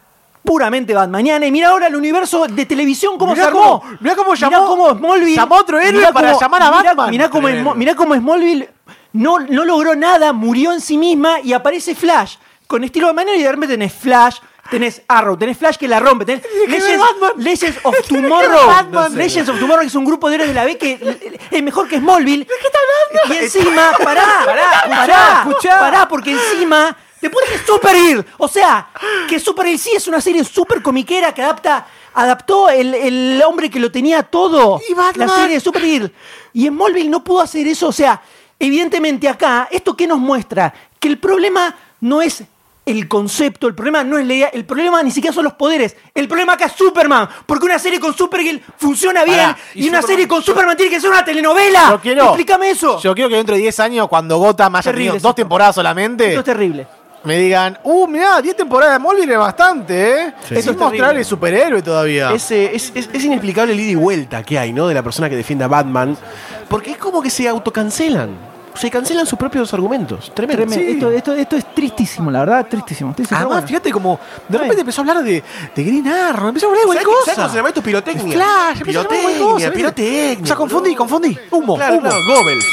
puramente batmaniana. Y mira ahora el universo de televisión cómo
Mirá
se armó.
cómo- mirá cómo
Mirá
llamó-
cómo Smallville.
llamó a otro héroe
mirá
para llamar a
mirá-
Batman.
Mirá cómo,
Tremendo.
Smo- mirá cómo Smallville no, no logró nada, murió en sí misma y aparece Flash. Con estilo batmaniano y de repente tenés Flash. Tenés Arrow, tenés Flash que la rompe, tenés Legends, Legends of Tomorrow.
Batman.
Legends of Tomorrow, que es un grupo de héroes de la B que es mejor que Smallville. ¿De qué está hablando? Y encima, pará,
Pará,
pará,
escuchá,
pará,
escuchá.
porque encima te pones Supergirl. O sea, que Supergirl sí es una serie súper comiquera que adapta, adaptó el, el hombre que lo tenía todo.
Y Batman.
La serie de Supergirl. Y Smallville no pudo hacer eso. O sea, evidentemente acá, ¿esto qué nos muestra? Que el problema no es el concepto, el problema no es la idea, el problema ni siquiera son los poderes. El problema acá es Superman. Porque una serie con Supergirl funciona bien
Pará,
y,
y
una
Superman-
serie con Superman tiene que ser una telenovela.
Yo quiero.
Explícame eso.
Yo quiero que dentro de 10 años, cuando Gotham haya
Terrible
tenido
es esto.
dos temporadas
Esto
solamente,
es terrible.
me digan, uh, mirá, 10 temporadas de Smallville es bastante, ¿eh?
Eso es
Sin
terrible.
mostrar el superhéroe todavía.
Es, eh, es- es- es inexplicable el ida y vuelta que hay, ¿no? De la persona que defiende a Batman. Porque es como que se autocancelan. Se cancelan sus propios argumentos. Tremendo.
Tremendo. Esto, esto- esto es tristísimo, la verdad, tristísimo. tristísimo,
Además,
pero bueno.
fíjate como de
Bueno.
repente empezó a hablar de, de Green Arrow, empezó a hablar de
¿Sabes
cualquier
qué? ¿Sabes
cosa.
cómo se llama esto? Pirotecnia.
Flash, empezó a hablar de cualquier cosa.
pirotecnia, pirotecnia.
O sea, confundí,
boludo.
confundí. Humo,
Claro,
humo.
claro, Goebbels.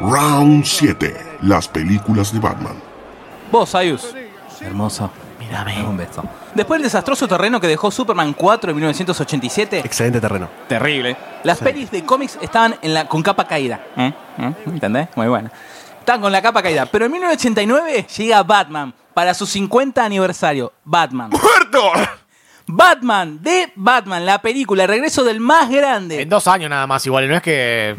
Round 7. Las películas de Batman.
Vos, Ayus. Hermoso. Mírame. Un beso. Después del desastroso terreno que dejó Superman 4 en 1987,
Excelente terreno.
terrible. Las pelis de cómics estaban en la, con capa caída. ¿Eh? ¿Eh? ¿Entendés? Muy buena. Estaban con la capa caída. Pero en 1989 llega Batman para su 50 aniversario. Batman.
¡Muerto!
Batman de Batman, la película, el regreso del más grande.
En dos años nada más, igual, no es que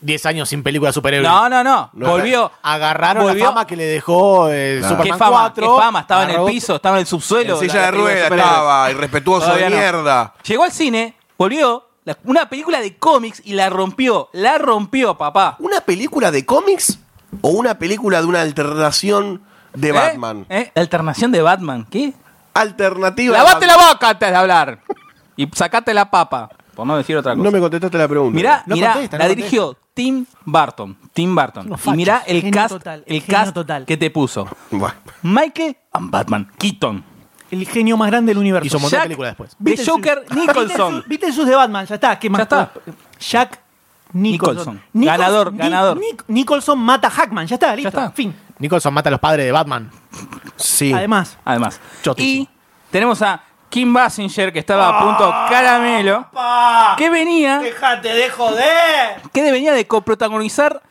10 años sin película de superhéroe.
No, no, no. Volvió.
Agarraron
Volvió.
la fama que le dejó eh,
¿Qué
Superman
fama?
4.
¿Qué fama? Estaba en el
agarró-
piso, estaba en el subsuelo.
En silla de
la película
rueda
superhéroes.
estaba, irrespetuoso
Todavía
de
no.
mierda.
Llegó al cine, volvió, la- una película de cómics y la rompió. La rompió, papá.
¿Una película de cómics o una película de una alternación de
¿Eh?
Batman?
¿Eh? La alternación de Batman. ¿Qué?
Alternativa.
Lavate la boca antes de hablar. Y sacate la papa. Por no decir otra cosa.
No me contestaste la pregunta.
Mirá,
No
mirá,
contesta, no
la
contesta.
dirigió Tim Burton. Tim Burton.
Unos
Y mirá
fachos.
el
Genio
cast,
total,
el
genio
cast
total.
que te puso.
Buah.
Michael and Batman Keaton.
El genio más grande del universo.
Hizo un montón de
Jack
películas después.
The
Beetlejuice.
Joker Nicholson.
Beetlejuice- Beetlejuice de Batman, ya está. ¿qué más?
Ya está.
Jack Nicholson.
Nicholson. Ganador, ganador.
Nic- Nicholson mata a Hackman, ya está, listo.
está.
Fin.
Nicholson mata a los padres de Batman.
Sí.
Además.
Además.
Chotísimo.
Y tenemos a Kim Basinger, que estaba a punto
Ah,
caramelo, que venía,
eh.
¡Déjate de joder!
que venía de coprotagonizar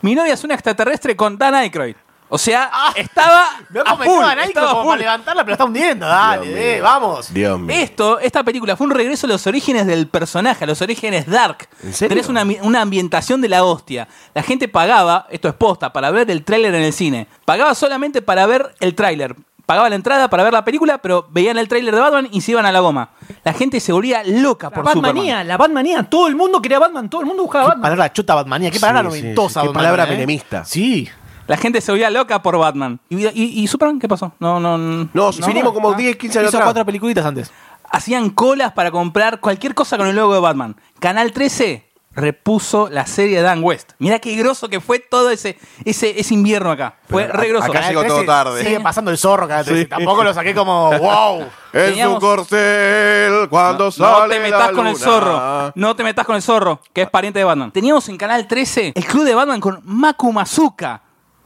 Mi novia es una extraterrestre con Dan Aykroyd. O sea,
Ah,
estaba a full, estaba a full.
levantarla, pero está hundiendo. Dale, eh, vamos.
Dios mío.
Esto, esta película fue un regreso a los orígenes del personaje, a los orígenes dark.
¿En serio?
Tenés una, ambi- una ambientación de la hostia. La gente pagaba, esto es posta, para ver el tráiler en el cine. Pagaba solamente para ver el tráiler. Pagaba la entrada para ver la película, pero veían el tráiler de Batman y se iban a la goma. La gente se volvía loca
La
por
Batmanía,
Superman.
la Batmanía. Todo el mundo quería Batman, todo el mundo buscaba Batman.
Palabra chota Batmanía, qué palabra
Sí, sí,
noventosa.
sí, qué
Batmanía,
palabra
eh.
menemista.
Sí.
La gente se volvía loca por Batman. ¿Y, y- y Superman qué pasó? No, no, no.
No, vinimos como
Ah.
10, 15 años
Hizo
atrás.
cuatro peliculitas antes.
Hacían colas para comprar cualquier cosa con el logo de Batman. Canal 13 repuso la serie de Dan West. Mirá qué groso que fue todo ese, ese, ese invierno acá. Fue
Pero
re
a-
groso.
acá llegó
Cada
todo
trece
tarde.
Sigue pasando el zorro cada trece. Tampoco lo saqué como wow.
Es
Teníamos-
un corcel cuando
No
sale
te
la
metas con el
luna.
zorro. No te metas con el zorro, que es pariente de Batman. Teníamos en Canal 13 el club de Batman con Maku Mazuka.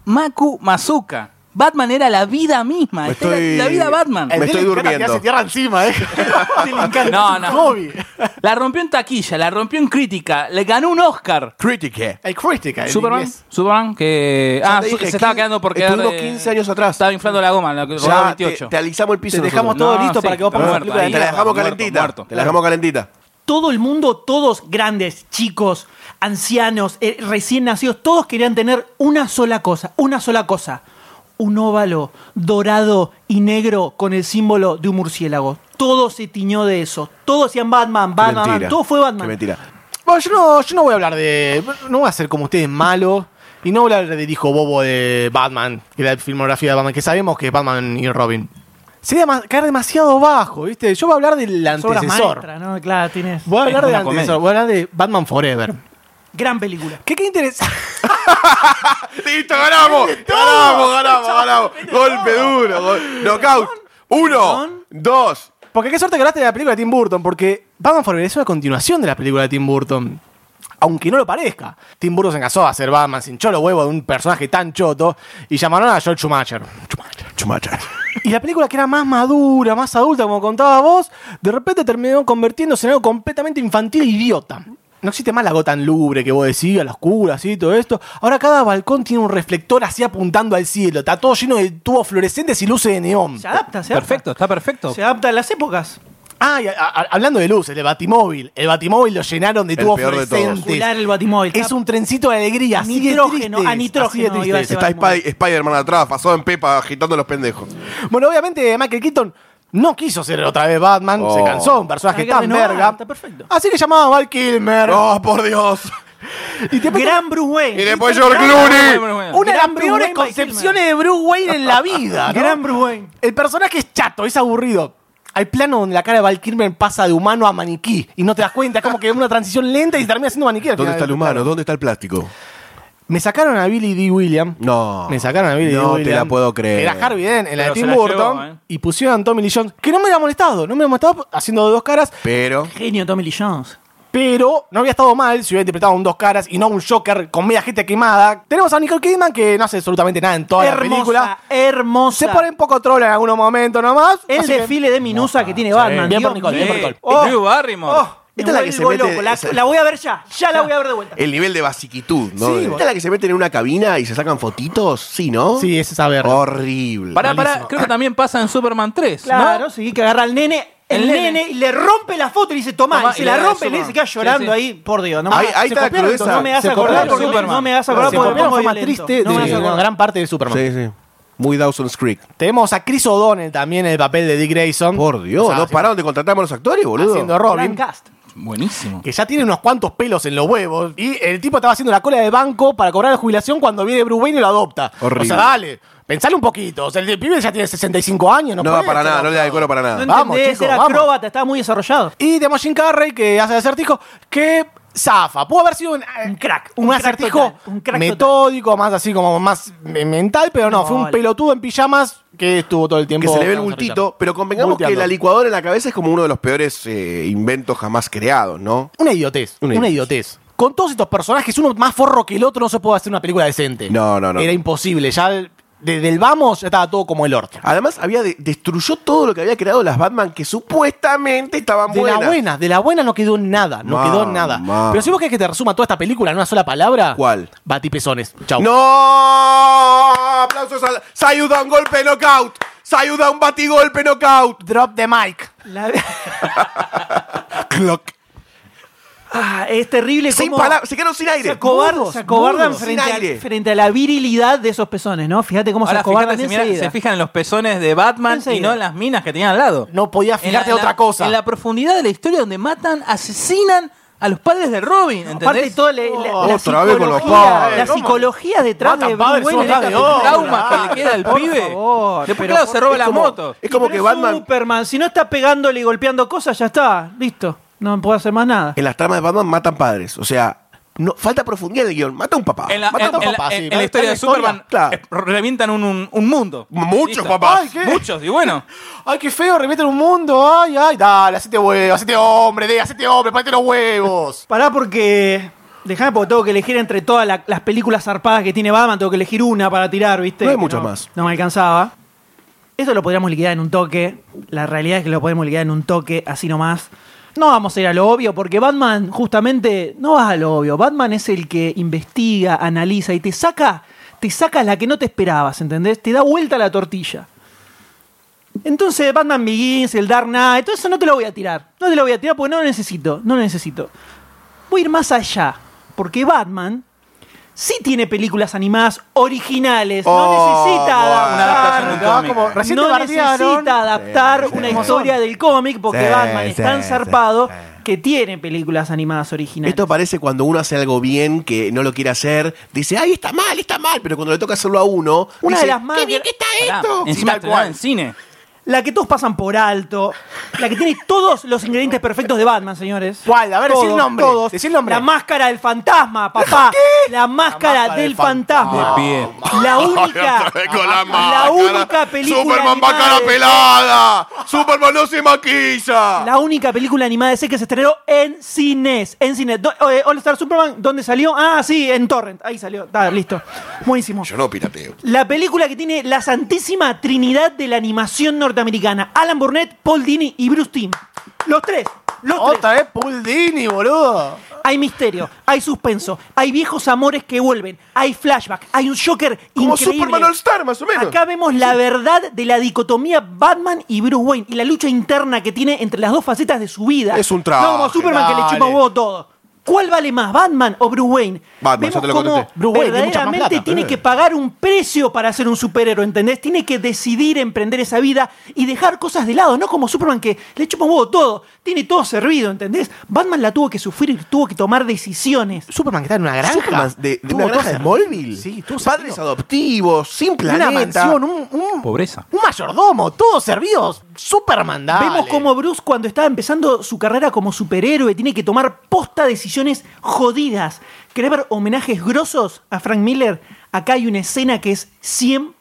Maku Mazuka. Batman era la vida misma.
Me
Esta era
estoy-
la vida Batman.
Me
El
estoy
Dylan Cana
durmiendo.
que hace tierra encima, ¿eh?
No, no.
Moby.
La rompió en taquilla, la rompió en crítica, le ganó un Oscar.
Critique.
El Critica. el
Superman,
inglés.
Superman, que.
Ya
ah,
te
su-
dije,
se estaba
15
quedando porque.
estuvimos 15 años atrás.
Estaba inflando la goma, la que rodaba
Ya, te,
28.
te alisamos el piso.
Te dejamos
nosotros.
todo
Ah.
No,
listo para
sí,
que vos pongas
muerto,
la película de
ahí.
Te la
mierda.
dejamos
muerto,
calentita.
muerto.
Te la dejamos calentita.
Todo el mundo, todos grandes, chicos, ancianos, eh, recién nacidos, todos querían tener una sola cosa, una sola cosa. Un óvalo dorado y negro con el símbolo de un murciélago. Todo se tiñó de eso. Todos decían Batman, Batman, Batman.
mentira.
todo fue
Qué
Batman.
mentira.
Bueno, yo no, yo no voy a hablar de. No voy a ser como ustedes malo. Y no voy a hablar del hijo bobo de Batman y la filmografía de Batman, que sabemos que es Batman y Robin. Sería dema- caer demasiado bajo, ¿viste? Yo voy a hablar del
Las obras
antecesor.
maestras, ¿no? Claro, tienes.
Voy a hablar
Es
del
una comedia.
antecesor, voy a hablar de Batman Forever.
Gran película.
¿Qué, qué interesante?
Listo, ganamos. Ganamos, ganamos, ganamos. Golpe duro. gol- Knockout. Uno, dos.
Porque qué suerte que hablaste de la película de Tim Burton, porque Batman Forever es una continuación de la película de Tim Burton. Aunque no lo parezca, Tim Burton se casó a hacer Batman sin cholo huevo de un personaje tan choto y llamaron a George Schumacher. Schumacher.
Chumacha.
Y la película que era más madura, más adulta, como contaba vos, de repente terminó convirtiéndose en algo completamente infantil e idiota. No existe más la gota tan lubre que vos decías, la oscura, así, todo esto. Ahora cada balcón tiene un reflector así apuntando al cielo. Está todo lleno de tubos fluorescentes y luces de neón.
Se adapta, se adapta.
Perfecto, está perfecto.
Se adapta a las épocas.
Ah, y a- a- hablando de luces, el batimóvil. El batimóvil lo llenaron de
El
tubos
peor de todos.
fluorescentes.
Jular el batimóvil.
es un trencito de alegría. así de
Nitrógeno,
tristes,
a nitrógeno
así de tristes.
iba a ser.
Está Spy- Spider-Man atrás, pasado en Pepa, agitando a los pendejos.
Bueno, obviamente Michael Keaton no quiso ser otra vez Batman,
Oh.
se cansó, un personaje
Hay que
tan
renovar,
verga.
está perfecto.
Así que llamaba a Val Kilmer.
¡Oh, por Dios!
Y te
Gran Bruce Wayne.
Y después George Clooney.
una de
Gran
las
Bruce
peores
Wayne, Val
concepciones de Bruce Wayne en la vida. ¿no?
Gran Bruce Wayne.
El personaje es chato, es aburrido. Hay plano donde la cara de Val Kilmer pasa de humano a maniquí y no te das cuenta, es como que es una transición lenta y termina siendo maniquí. al
¿Dónde
final
está el
del
humano?
plano.
¿Dónde está el plástico?
Me sacaron a Billy D. William.
No.
Me sacaron a Billy D.
No te
William.
la puedo creer.
Era Harvey Dent en la
Pero
de
se
Tim
la
Burton.
llevó, ¿eh?
Y pusieron a Tommy Lee Jones, que no me había molestado. No me había molestado haciendo de dos caras,
Pero.
Genio Tommy Lee Jones.
pero no había estado mal si hubiera interpretado un dos caras y no un Joker con media gente quemada. Tenemos a Nicole Kidman, que no hace absolutamente nada en toda la película.
Hermosa, hermosa.
Se pone un poco troll en algunos momentos nomás.
el
así que-
desfile de Minusa que tiene Batman.
Bien
Dios
por Nicole, bien
mío.
por Nicole.
Oh,
Drew Barrymore.
oh, me
Esta es la que se
vuelvo
mete-
loco, la-
esa-
La voy a ver ya. Ya la voy a ver de vuelta.
El nivel de basiquitud, ¿no?
Sí,
¿Esta
bueno.
es la que se meten en una cabina y se sacan fotitos? Sí, ¿no?
Sí, es esa verga.
Horrible.
Pará, pará, creo que también pasa en Superman 3.
Claro,
¿no?
sí, que agarra al nene. El,
El
nene,
nene.
y le rompe la foto y le dice, tomá,
Tomá,
y se
y
la
le da
rompe,
Superman.
le se queda
Sí,
llorando
sí.
ahí. Por Dios, no,
Ahí,
me-
ahí
se
está la
copiaron,
crudeza.
no me hagas
se
acordar
copiaron
porque
Superman.
no me hagas acordar
Se
porque
copiaron
me
forma
pongo
triste
violento. No me
de
hagas
una
acordar.
gran parte de Superman.
Sí, sí. Muy Dawson's Creek.
Tenemos a Chris O'Donnell también en el papel de Dick Grayson.
Por Dios,
O sea,
¿no pararon de contratar a los actores, boludo?
haciendo
Gran
Robin.
cast.
Buenísimo.
que ya tiene unos cuantos pelos en los huevos. Y el tipo estaba haciendo la cola de banco para cobrar la jubilación cuando viene Bruce Wayne y lo adopta.
Horrible.
O sea, dale, pensale un poquito. O sea, el pibe ya tiene 65 años. No,
No va
puede
para
ser
nada, no le da el cuero para
No
nada.
Vamos,
entendés,
chicos,
era
vamos.
acróbata, estaba muy desarrollado.
Y tenemos a Jim Carrey, que hace el acertijo, que zafa. Pudo haber sido un, eh,
Un crack,
Un,
un crack
acertijo
total, un crack
metódico, más así como más me- mental, pero no,
No,
fue un
vale.
pelotudo en pijamas que estuvo todo el
Que
tiempo.
se le ve el bultito, pero convengamos que
Volteando.
la licuadora en la cabeza es como uno de los peores eh, inventos jamás creados, ¿no?
Una idiotez,
Una
una, idiotez. Con todos estos personajes, uno más forro que el otro, no se puede hacer una película decente.
No, no, no.
Era imposible. Ya el- desde el vamos ya estaba todo como el orto.
Además, había de- destruyó todo lo que había creado las Batman que supuestamente estaban
De
buenas.
la buena, de la buena no quedó nada, no
Ma,
quedó nada.
ma.
Pero si vos querés que te resuma toda esta película en una sola palabra,
¿Cuál?
Batipezones. Chau.
¡No! ¡Aplausos! a- ¡Sayuda un golpe knockout! ¡Sayuda un batigolpe knockout!
Drop the mic.
La-
Clock.
Ah, es terrible
Sin
cómo-
palabras, se quedaron sin aire.
Se, acobar-
Mudos,
se acobardan
mudos,
frente,
sin
al-
aire.
frente a la virilidad de esos pezones, ¿no? Fíjate cómo se
Ahora
acobardan
fíjate, se, mira-
enseguida.
se fijan en los pezones de Batman y
Enseguida.
no en las minas que tenían al lado.
No podías
En la-
fijarte
en
en otra
la-
cosa.
En la profundidad de la historia donde matan, asesinan a los padres de Robin. ¿entendés?
Aparte de todo, la, la- la
Otra vez Oh, con los
psicología,
padres.
la
¿Cómo?
psicología detrás
Matan
de
padres,
Bruce Wayne
son
en esta
de obra.
el
película.
oh, trauma que le queda al
Por
pibe.
favor,
Después,
pero
claro, se roba
es
la
como-
moto.
Es como
Y
que
pero
Batman-
Superman, si no está pegándole y golpeando cosas, ya está, listo. No puedo hacer más nada.
En las tramas de Batman matan padres. O sea, no, falta profundidad en el guión. Mata a un papá.
En la,
mata a
en-
un
en
papá.
la-
sí,
en- en
¿no?
la historia
Está
de
la historia,
Superman
claro.
eh, revientan un, un- un mundo.
Muchos
Listo.
papás.
Ay, ¿qué?
Muchos, y bueno.
Ay, qué feo, revienten un mundo. Ay, ay, dale, hacete huevo, hacete hombre, de, hacete hombre, ponete los huevos.
Pará porque. Dejame porque tengo que elegir entre todas la- las películas zarpadas que tiene Batman, tengo que elegir una para tirar, ¿viste?
No hay
Que
muchas más.
No me alcanzaba. Esto lo podríamos liquidar en un toque. La realidad es que lo podemos liquidar en un toque, así nomás. No vamos a ir a lo obvio, porque Batman, justamente, no vas a lo obvio. Batman es el que investiga, analiza y te saca, te saca la que no te esperabas, ¿entendés? Te da vuelta la tortilla. Entonces, Batman Begins, el Dark Knight, todo eso no te lo voy a tirar. No te lo voy a tirar porque no lo necesito. No lo necesito. Voy a ir más allá. Porque Batman sí tiene películas animadas originales.
Oh,
no necesita
bueno.
adaptar.
Una adaptación de un
Ah,
cómic.
como recién te
no
bardearon.
necesita adaptar una historia del cómic porque
Sí,
Batman es
sí,
tan
sí,
zarpado que tiene películas animadas originales.
Esto parece cuando uno hace algo bien que no lo quiere hacer, dice, ay, está mal, está mal, pero cuando le toca hacerlo a uno,
una de
dice,
las más
¡Qué bien que está esto!
Pará, encima
Sí, tal
estrenada
cual.
en cine.
la que todos pasan por alto, la que tiene todos los ingredientes perfectos de Batman, señores.
¿Cuál? A ver, decí el
Todos,
nombre,
todos.
decí el nombre.
La máscara del fantasma, papá. La máscara,
máscara
del
del fantasma.
fantasma.
De pie.
La única,
Otra vez con la
la
máscara.
única película
Superman
animada
máscara
de-
pelada. Superman no se maquilla.
La única película animada de C que se estrenó en cines. En cines. Do- eh, All Star Superman, ¿dónde salió? Ah, sí, en Torrent. Ahí salió. Está, listo. Buenísimo.
Yo no pirateo.
La película que tiene la santísima trinidad de la animación norteamericana. Alan Burnett, Paul Dini y Bruce Timm. Los tres. Los tres.
Otra vez Paul Dini, boludo.
Hay misterio, hay suspenso, hay viejos amores que vuelven, hay flashback, hay un Joker
como
increíble.
Superman All Star, más o menos.
Acá vemos la verdad de la dicotomía Batman y Bruce Wayne y la lucha interna que tiene entre las dos facetas de su vida.
Es un traje,
No como Superman que le
dale.
chupa un huevo todo. ¿Cuál vale más, Batman o Bruce Wayne?
Batman,
Vemos
ya te lo
cómo
contesté.
Bruce Wayne tiene mucha más
verdaderamente
plata. eh.
tiene que pagar un precio para ser un superhéroe, ¿entendés? Tiene que decidir emprender esa vida y dejar cosas de lado, no como Superman que le chupa un huevo todo, tiene todo servido, ¿entendés? Batman la tuvo que sufrir, tuvo que tomar decisiones.
Superman que está en una granja.
Superman de, de
Tuvo
una granja
todo
de
cer-
Smallville.
Sí, tuvo
Padres
servido.
adoptivos, sin planeta.
Una mansión, un, un,
Pobreza.
un mayordomo, todos servidos. Superman, dale.
Vemos cómo Bruce cuando estaba empezando su carrera como superhéroe tiene que tomar posta decisiones jodidas. ¿Querés ver homenajes grosos a Frank Miller? Acá hay una escena que es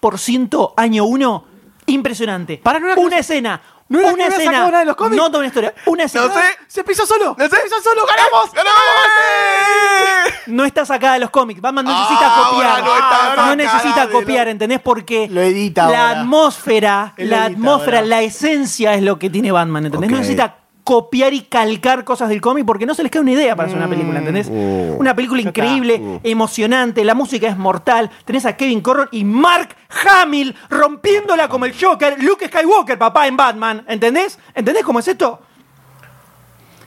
100% año 1 impresionante.
Pará, ¿no era que
una
no-
escena.
¿no era que
una
no había
escena.
sacado nada de los cómics?
No, toda una historia. Una escena.
No sé.
Ah, Se pisó solo.
No sé.
Se pisó solo. ¡Ganamos!
¡Ganamos!
No está sacada de los cómics. Batman no
Ah,
necesita
Ahora
copiar. Ah,
no está
No
sacada
necesita
de
copiar,
los-
¿entendés? Porque
Lo edita
la
ahora.
atmósfera,
Él
la
edita
atmósfera,
ahora.
la esencia es lo que tiene Batman, ¿entendés? No
Ok.
necesita copiar y calcar cosas del cómic porque no se les queda una idea para hacer una película,
Mm,
¿entendés?
uh,
una película increíble, emocionante, la música es mortal, tenés a Kevin Corron y Mark Hamill rompiéndola como el Joker, Luke Skywalker, papá, en Batman, ¿entendés? ¿Entendés cómo es esto?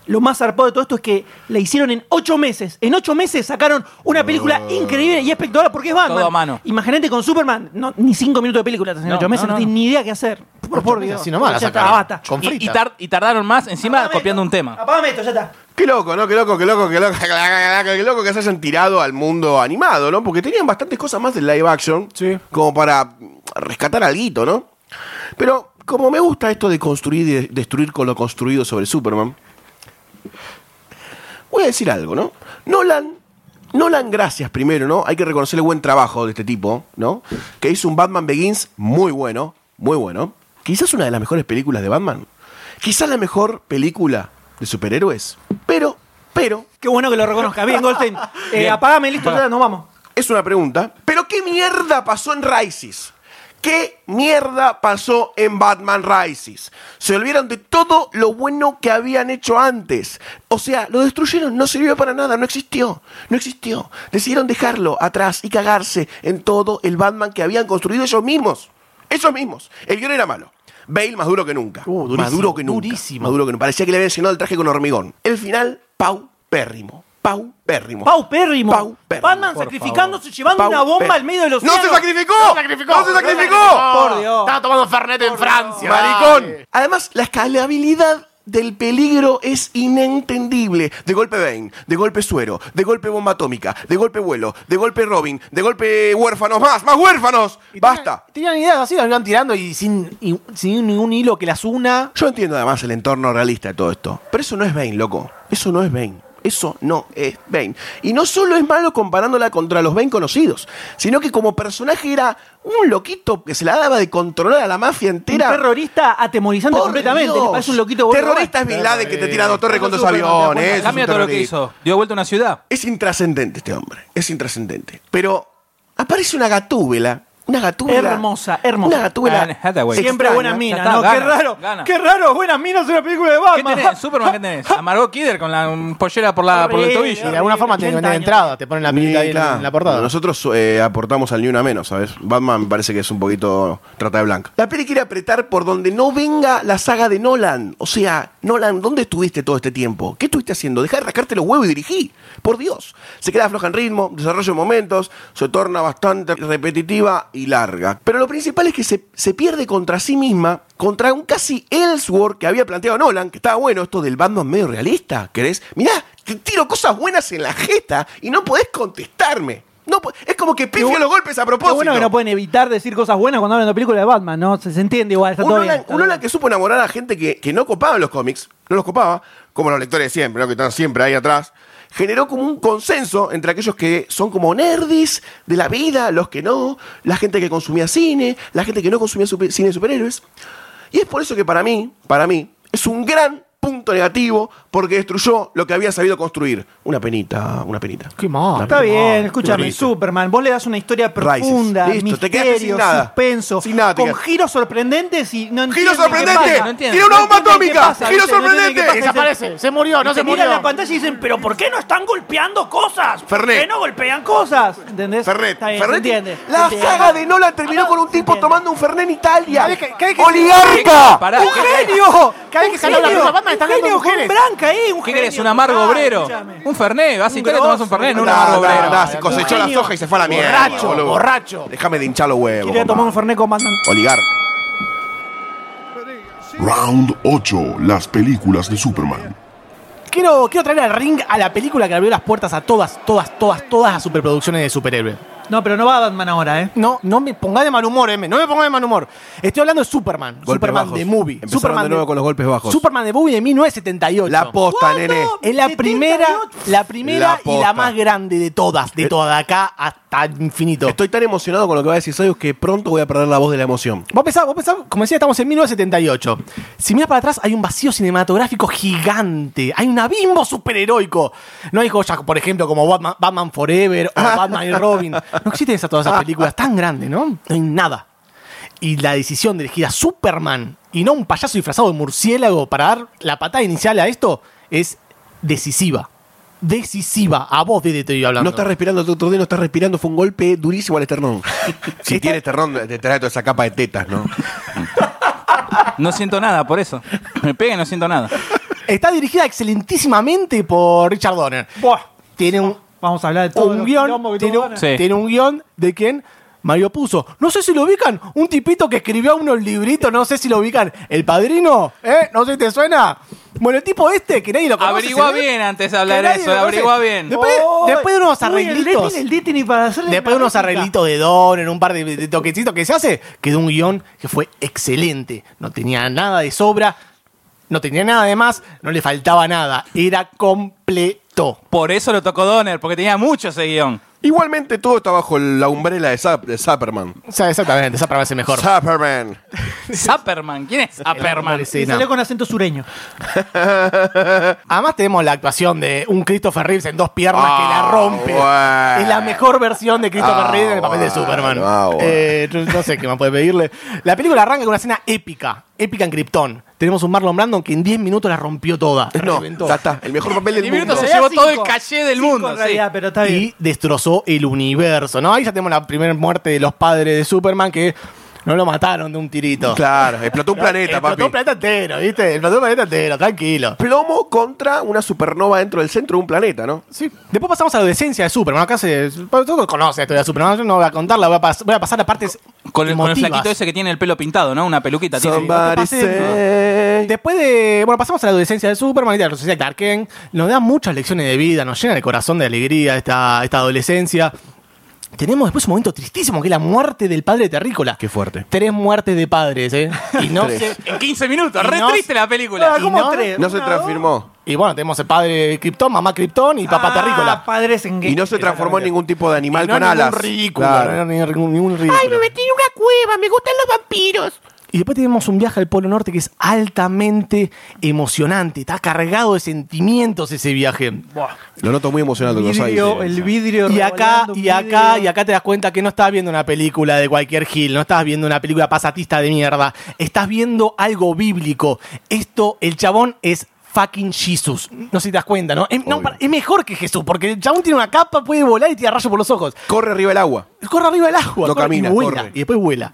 Lo más zarpado de todo esto es que la hicieron en ocho meses. En ocho meses sacaron una película
Oh.
increíble y espectacular porque es Batman.
Todo a mano.
Imagínate con Superman, no, ni cinco minutos de película te hacen en
No,
ocho meses,
no,
no,
no,
tienes ni idea qué hacer. Por, por Dios.
Así nomás la
ya está,
sacaron.
basta.
Con
Y, y
fritas.
tar- y tardaron más, encima
Apagame
copiando
esto,
un tema.
Apagame esto, ya está.
Qué loco, ¿no? Qué loco, qué loco, qué loco, qué loco que se hayan tirado al mundo animado, ¿no? Porque tenían bastantes cosas más del live action.
Sí.
Como para rescatar algo, ¿no? Pero como me gusta esto de construir y de- destruir con lo construido sobre Superman, voy a decir algo, ¿no? Nolan, Nolan, gracias primero, ¿no? Hay que reconocerle buen trabajo de este tipo, ¿no? Que hizo un Batman Begins muy bueno, muy bueno. Quizás una de las mejores películas de Batman. Quizás la mejor película de superhéroes. Pero, pero,
Qué bueno que lo reconozca. Bien, Goldstein. Eh,
Bien.
Apagame, listo, ya está, nos vamos.
es una pregunta. ¿Pero qué mierda pasó en Rises? ¿Qué mierda pasó en Batman Rises? Se olvidaron de todo lo bueno que habían hecho antes. O sea, lo destruyeron, no sirvió para nada, no existió, no existió. Decidieron dejarlo atrás y cagarse en todo el Batman que habían construido ellos mismos. Ellos mismos. El guión era malo. Bale más duro que nunca.
Uh, durísimo,
más duro que nunca.
durísimo.
Más duro que nunca. Parecía que le habían llenado el traje con hormigón. El final, paupérrimo. Paupérrimo.
Paupérrimo.
Paupérrimo.
Batman sacrificándose, llevando una bomba
Pau-
al medio de los
¡No se sacrificó!
¡No se sacrificó!
¡No se sacrificó!
Por Dios.
Estaba tomando Fernet en Francia.
¡Maricón! Además, la escalabilidad del peligro es inentendible. De golpe Bane, de golpe Suero, de golpe Bomba Atómica, de golpe Vuelo, de golpe Robin, de golpe Huérfanos, más, más huérfanos. Basta.
Tenían ideas así, las iban tirando y sin, y sin ningún hilo que las una.
Yo entiendo además el entorno realista de todo esto. Pero eso no es Bane, loco. Eso no es Bane. Eso no es Bane. Y no solo es malo comparándola contra los Bane conocidos, sino que como personaje era un loquito que se la daba de controlar a la mafia entera.
un terrorista atemorizante
Por
completamente.
Dios.
Le parece un loquito boludo.
Terrorista es Bin Laden que te tira dos torres con dos
Superman, de acuerdo.
aviones. eso es
Cambia
un
todo lo que
terrorista.
hizo. Dio vuelta a una ciudad.
Es intrascendente este hombre. Es intrascendente. Pero aparece una gatúbela. Una gatúbela.
Hermosa, hermosa. Ah,
Una gatúbela.
Anne Hathaway.
Siempre
extraña.
buenas
Ya
minas,
está,
¿no? qué
gana,
raro.
gana.
Qué raro, buenas minas en una película de
¿Qué
Batman.
tenés? Superman, ¿qué tenés? A Margot Kidder con la mm, pollera por, la, por el
Horrible.
Y
tobillo.
de alguna forma te
80
venden
años.
entrada, te ponen la pinta ahí
Sí,
en-
claro.
en la portada.
Nosotros eh, aportamos al ni una menos, ¿sabes? Batman me parece que es un poquito trata de blanca. La peli quiere apretar por donde no venga la saga de Nolan. O sea, Nolan, ¿dónde estuviste todo este tiempo? ¿Qué estuviste haciendo? Deja de rascarte los huevos y dirigí. Por Dios. Se queda floja en ritmo, desarrollo de momentos, se torna bastante repetitiva y larga. Pero lo principal es que se, se pierde contra sí misma, contra un casi Ellsworth que había planteado Nolan, que estaba bueno esto del Batman medio realista. ¿Querés? Mirá, te tiro cosas buenas en la jeta y no podés contestarme. No, po- es como que pifio
bueno-
los golpes a
Qué
propósito.
bueno que no pueden evitar decir cosas buenas cuando hablan de películas de Batman, ¿no? Se, se entiende igual, está
un
todo
Nolan,
bien. está
un
todo
Nolan
bien.
que supo enamorar a gente que, que no copaba los cómics, no los copaba, como los lectores de siempre, ¿no? que están siempre ahí atrás, generó como un consenso entre aquellos que son como nerdis de la vida, los que no, la gente que consumía cine, la gente que no consumía super- cine de superhéroes. Y es por eso que para mí, para mí, es un gran punto negativo porque destruyó lo que había sabido construir. Una penita, una penita.
Qué mal.
Una
Está
penita.
bien, escúchame,
Listo.
Superman. Vos le das una historia
Rises.
profunda,
Listo, te quedaste
misterio,
sin nada.
suspenso,
Sin nada te
con
quedaste.
giros sorprendentes y no
¡Giro
entienden qué
sorprendente!
pasa.
no entiendo,
¡Giro una
no
bomba
entienden qué
atómica!
pasa,
¡Giro
¿viste? No entienden qué
sorprendente!
pasa.
Desaparece, se murió, no
Y
se
te miran la
murió.
pantalla y dicen, pero ¿por qué no están golpeando cosas? ¿Por
Fernet.
qué no golpean cosas? ¿Entendés?
Fernet.
Está bien, se
Fernet.
entiende, se
La
entiende.
saga de Nola terminó con un
se
tipo
entiende.
tomando un Fernet en Italia.
¿Sabés qué- qué- qué-
¡Oligarca!
Pará,
¡Un genio!
Cada vez que
¡Un
salió
genio!
la película Batman, están
¡Un
dando
genio con
mujeres.
blanca ahí! un
¿Qué querés?
genio
¿Un amargo
total,
obrero?
escúchame.
Un Fernet. Vas a
Un
Italia y tomás un
grosso,
Fernet, no un
un
amargo
Nah, nah,
obrero.
nah, se cosechó
Un
la
genio.
soja y se fue a la mierda.
Borracho,
boludo.
borracho.
Déjame de hinchar los huevos.
Quería tomar un
compa.
Fernet con Batman.
Oligarca.
Round 8. Las películas de Superman.
Quiero, quiero traer al ring a la película que abrió las puertas a todas, todas, todas, todas las superproducciones de superhéroes.
No, pero no va Batman ahora, ¿eh?
No, no me pongas de mal humor, M. No me pongas de mal humor. Estoy hablando de Superman.
Golpes
Superman
bajos.
de movie.
Empezaron
Superman
de nuevo con los golpes bajos.
Superman de movie de 1978.
La posta, nene.
Es la primera, la primera
La
y
posta.
la más grande de todas, de
Eh.
toda de acá hasta infinito.
Estoy tan emocionado con lo que va a decir Sayos que pronto voy a perder la voz de la emoción.
Vos pensás, vos pensás, como decía, estamos en 1978. Si miras para atrás, hay un vacío cinematográfico gigante. Hay un abismo superheroico. No hay joyas, por ejemplo, como Batman, Batman Forever o Batman y Robin. No existen esas, todas esas películas tan grandes, ¿no? No hay nada. Y la decisión de elegir a Superman y no un payaso disfrazado de murciélago para dar la patada inicial a esto es decisiva. Decisiva. A vos, de te estoy hablando.
No estás respirando, doctor D, no estás respirando. Fue un golpe durísimo al esternón. si tienes esternón, te trae toda esa capa de tetas, ¿no?
No siento nada por eso. Me pega y no siento nada.
Está dirigida excelentísimamente por Richard Donner.
Buah.
Tiene un
Vamos a hablar de todo.
un guión, tiene, un-
Sí.
tiene un guión de quien Mario Puzo. No sé si lo ubican, un tipito que escribió unos libritos, no sé si lo ubican. El padrino, ¿eh? No sé si te suena. Bueno, el tipo este, que nadie lo conoce.
Averigua
¿se ve?
bien antes de
Que
hablar
nadie
eso,
lo conoce.
averigua bien.
Después, después de unos arreglitos.
El D tiene para hacerle
Después de
una
unos
réplica.
arreglitos de don, en un par de, de toquecitos que se hace, quedó un guión que fue excelente. No tenía nada de sobra, no tenía nada de más, no le faltaba nada. Era completo.
Por eso lo tocó Donner, porque tenía mucho ese guión.
Igualmente todo está bajo la umbrela de, Zap- de Zapperman.
O sea, exactamente, esa para verse mejor.
Zapperman.
Zapperman, ¿quién es Zapperman?
Y
Escena.
salió con acento sureño.
Además tenemos la actuación de un Christopher Reeves en dos piernas que
Ah,
la rompe.
bueno.
Es la mejor versión de Christopher
Ah,
Reeves en el papel de
bueno,
Superman.
ah, bueno.
Eh, yo no sé qué más puede pedirle. La película arranca con una escena épica, épica en Krypton. Tenemos un Marlon Brando que en 10 minutos la rompió toda. la
Eh, No,
reventó.
ya está. El mejor papel del
Y minuto
mundo.
se
Sería
llevó todo el
cinco.
caché del
Cinco
mundo.
en
sí.
realidad, pero está bien.
Y destrozó el universo, ¿no? Ahí ya tenemos la primera muerte de los padres de Superman que No lo mataron de un tirito.
Claro, explotó un planeta,
Oh. Explotó
papi.
un planeta entero, ¿viste? Explotó un planeta entero, tranquilo.
Plomo contra una supernova dentro del centro de un planeta, ¿no?
Sí. Después pasamos a la decencia de Superman. Acá se. pues, Todo conoce esto de Superman. Yo no voy a contarla, voy a, pas- voy a pasar a partes.
Con el, con el
emotivas.
flaquito ese que tiene el pelo pintado, ¿no? Una peluquita tiene.
Somebody
Pase-
say-
Después de. Bueno, pasamos a la adolescencia de Superman y de la adolescencia de Clark Kent. Nos da muchas lecciones de vida, nos llena el corazón de alegría esta, esta adolescencia. Tenemos después un momento tristísimo que es la muerte del padre de Terrícola.
Qué fuerte.
Tres muertes de padres, ¿eh? Y no
Tres.
sé.
En 15 minutos,
Y
re
no-
triste la película.
Ah, ¿cómo tres?
No se transformó.
Y bueno, tenemos el padre Krypton, mamá Krypton y papá Terrícola.
Ah, Padres en
Y no se transformó en ningún tipo de animal
No,
con
ningún
alas.
ridículo,
Claro.
no, ni- ningún, ningún ridículo.
Ay, me metí en una cueva, me gustan los vampiros.
Y después tenemos un viaje al Polo Norte que es altamente emocionante. Está cargado de sentimientos ese viaje.
Lo noto muy emocionado
el
con los
vidrio,
aires.
el vidrio
Y acá,
revolando, un
y acá,
vidrio.
y acá te das cuenta que no estás viendo una película de cualquier Gil, no estás viendo una película pasatista de mierda. Estás viendo algo bíblico. Esto, el chabón es fucking Jesus. No sé si te das cuenta, ¿no? Es, no,
Obvio.
para- es mejor que Jesús, porque el chabón tiene una capa, puede volar y tira rayos por los ojos.
Corre arriba del agua.
Corre arriba del agua.
No
corre,
camina,
y vuela.
corre.
Y después vuela.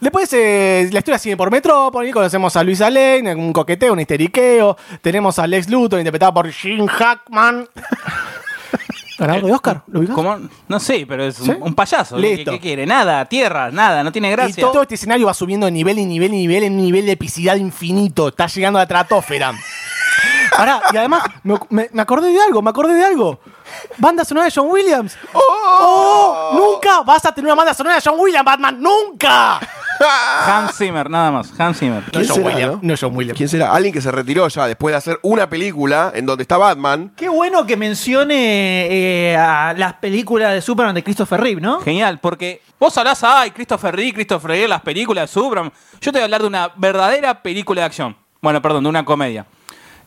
Después eh, la historia sigue por Metrópolis, conocemos a Luisa Lane, un coqueteo, un histeriqueo. Tenemos a Lex Luthor, interpretado por Jim Hackman. Ganador de Oscar, ¿lo ubicás?
¿Cómo? No sé, pero es un-
¿Sí?
un payaso. ¿Qué-
Listo.
¿Qué, quiere? Nada, tierra, nada, no tiene
Y
gracia.
todo este escenario va subiendo de nivel en nivel en nivel en nivel de epicidad infinito. Está llegando a la tratósfera. Pará, y además, me, me- me acordé de algo, me acordé de algo. Banda sonora de John Williams. ¡Oh! Nunca vas a tener una banda sonora de John Williams, Batman. ¡Nunca!
Hans Zimmer, nada más. Hans Zimmer.
¿Quién
John
será,
Williams, no John Williams.
¿Quién será? Alguien que se retiró ya después de hacer una película en donde está Batman.
Qué bueno que mencione eh, a las películas de Superman de Christopher Reeve, ¿no?
Genial, porque vos hablás, ay, Christopher Reeve, Christopher Reeve, las películas de Superman. Yo te voy a hablar de una verdadera película de acción. Bueno, perdón, de una comedia.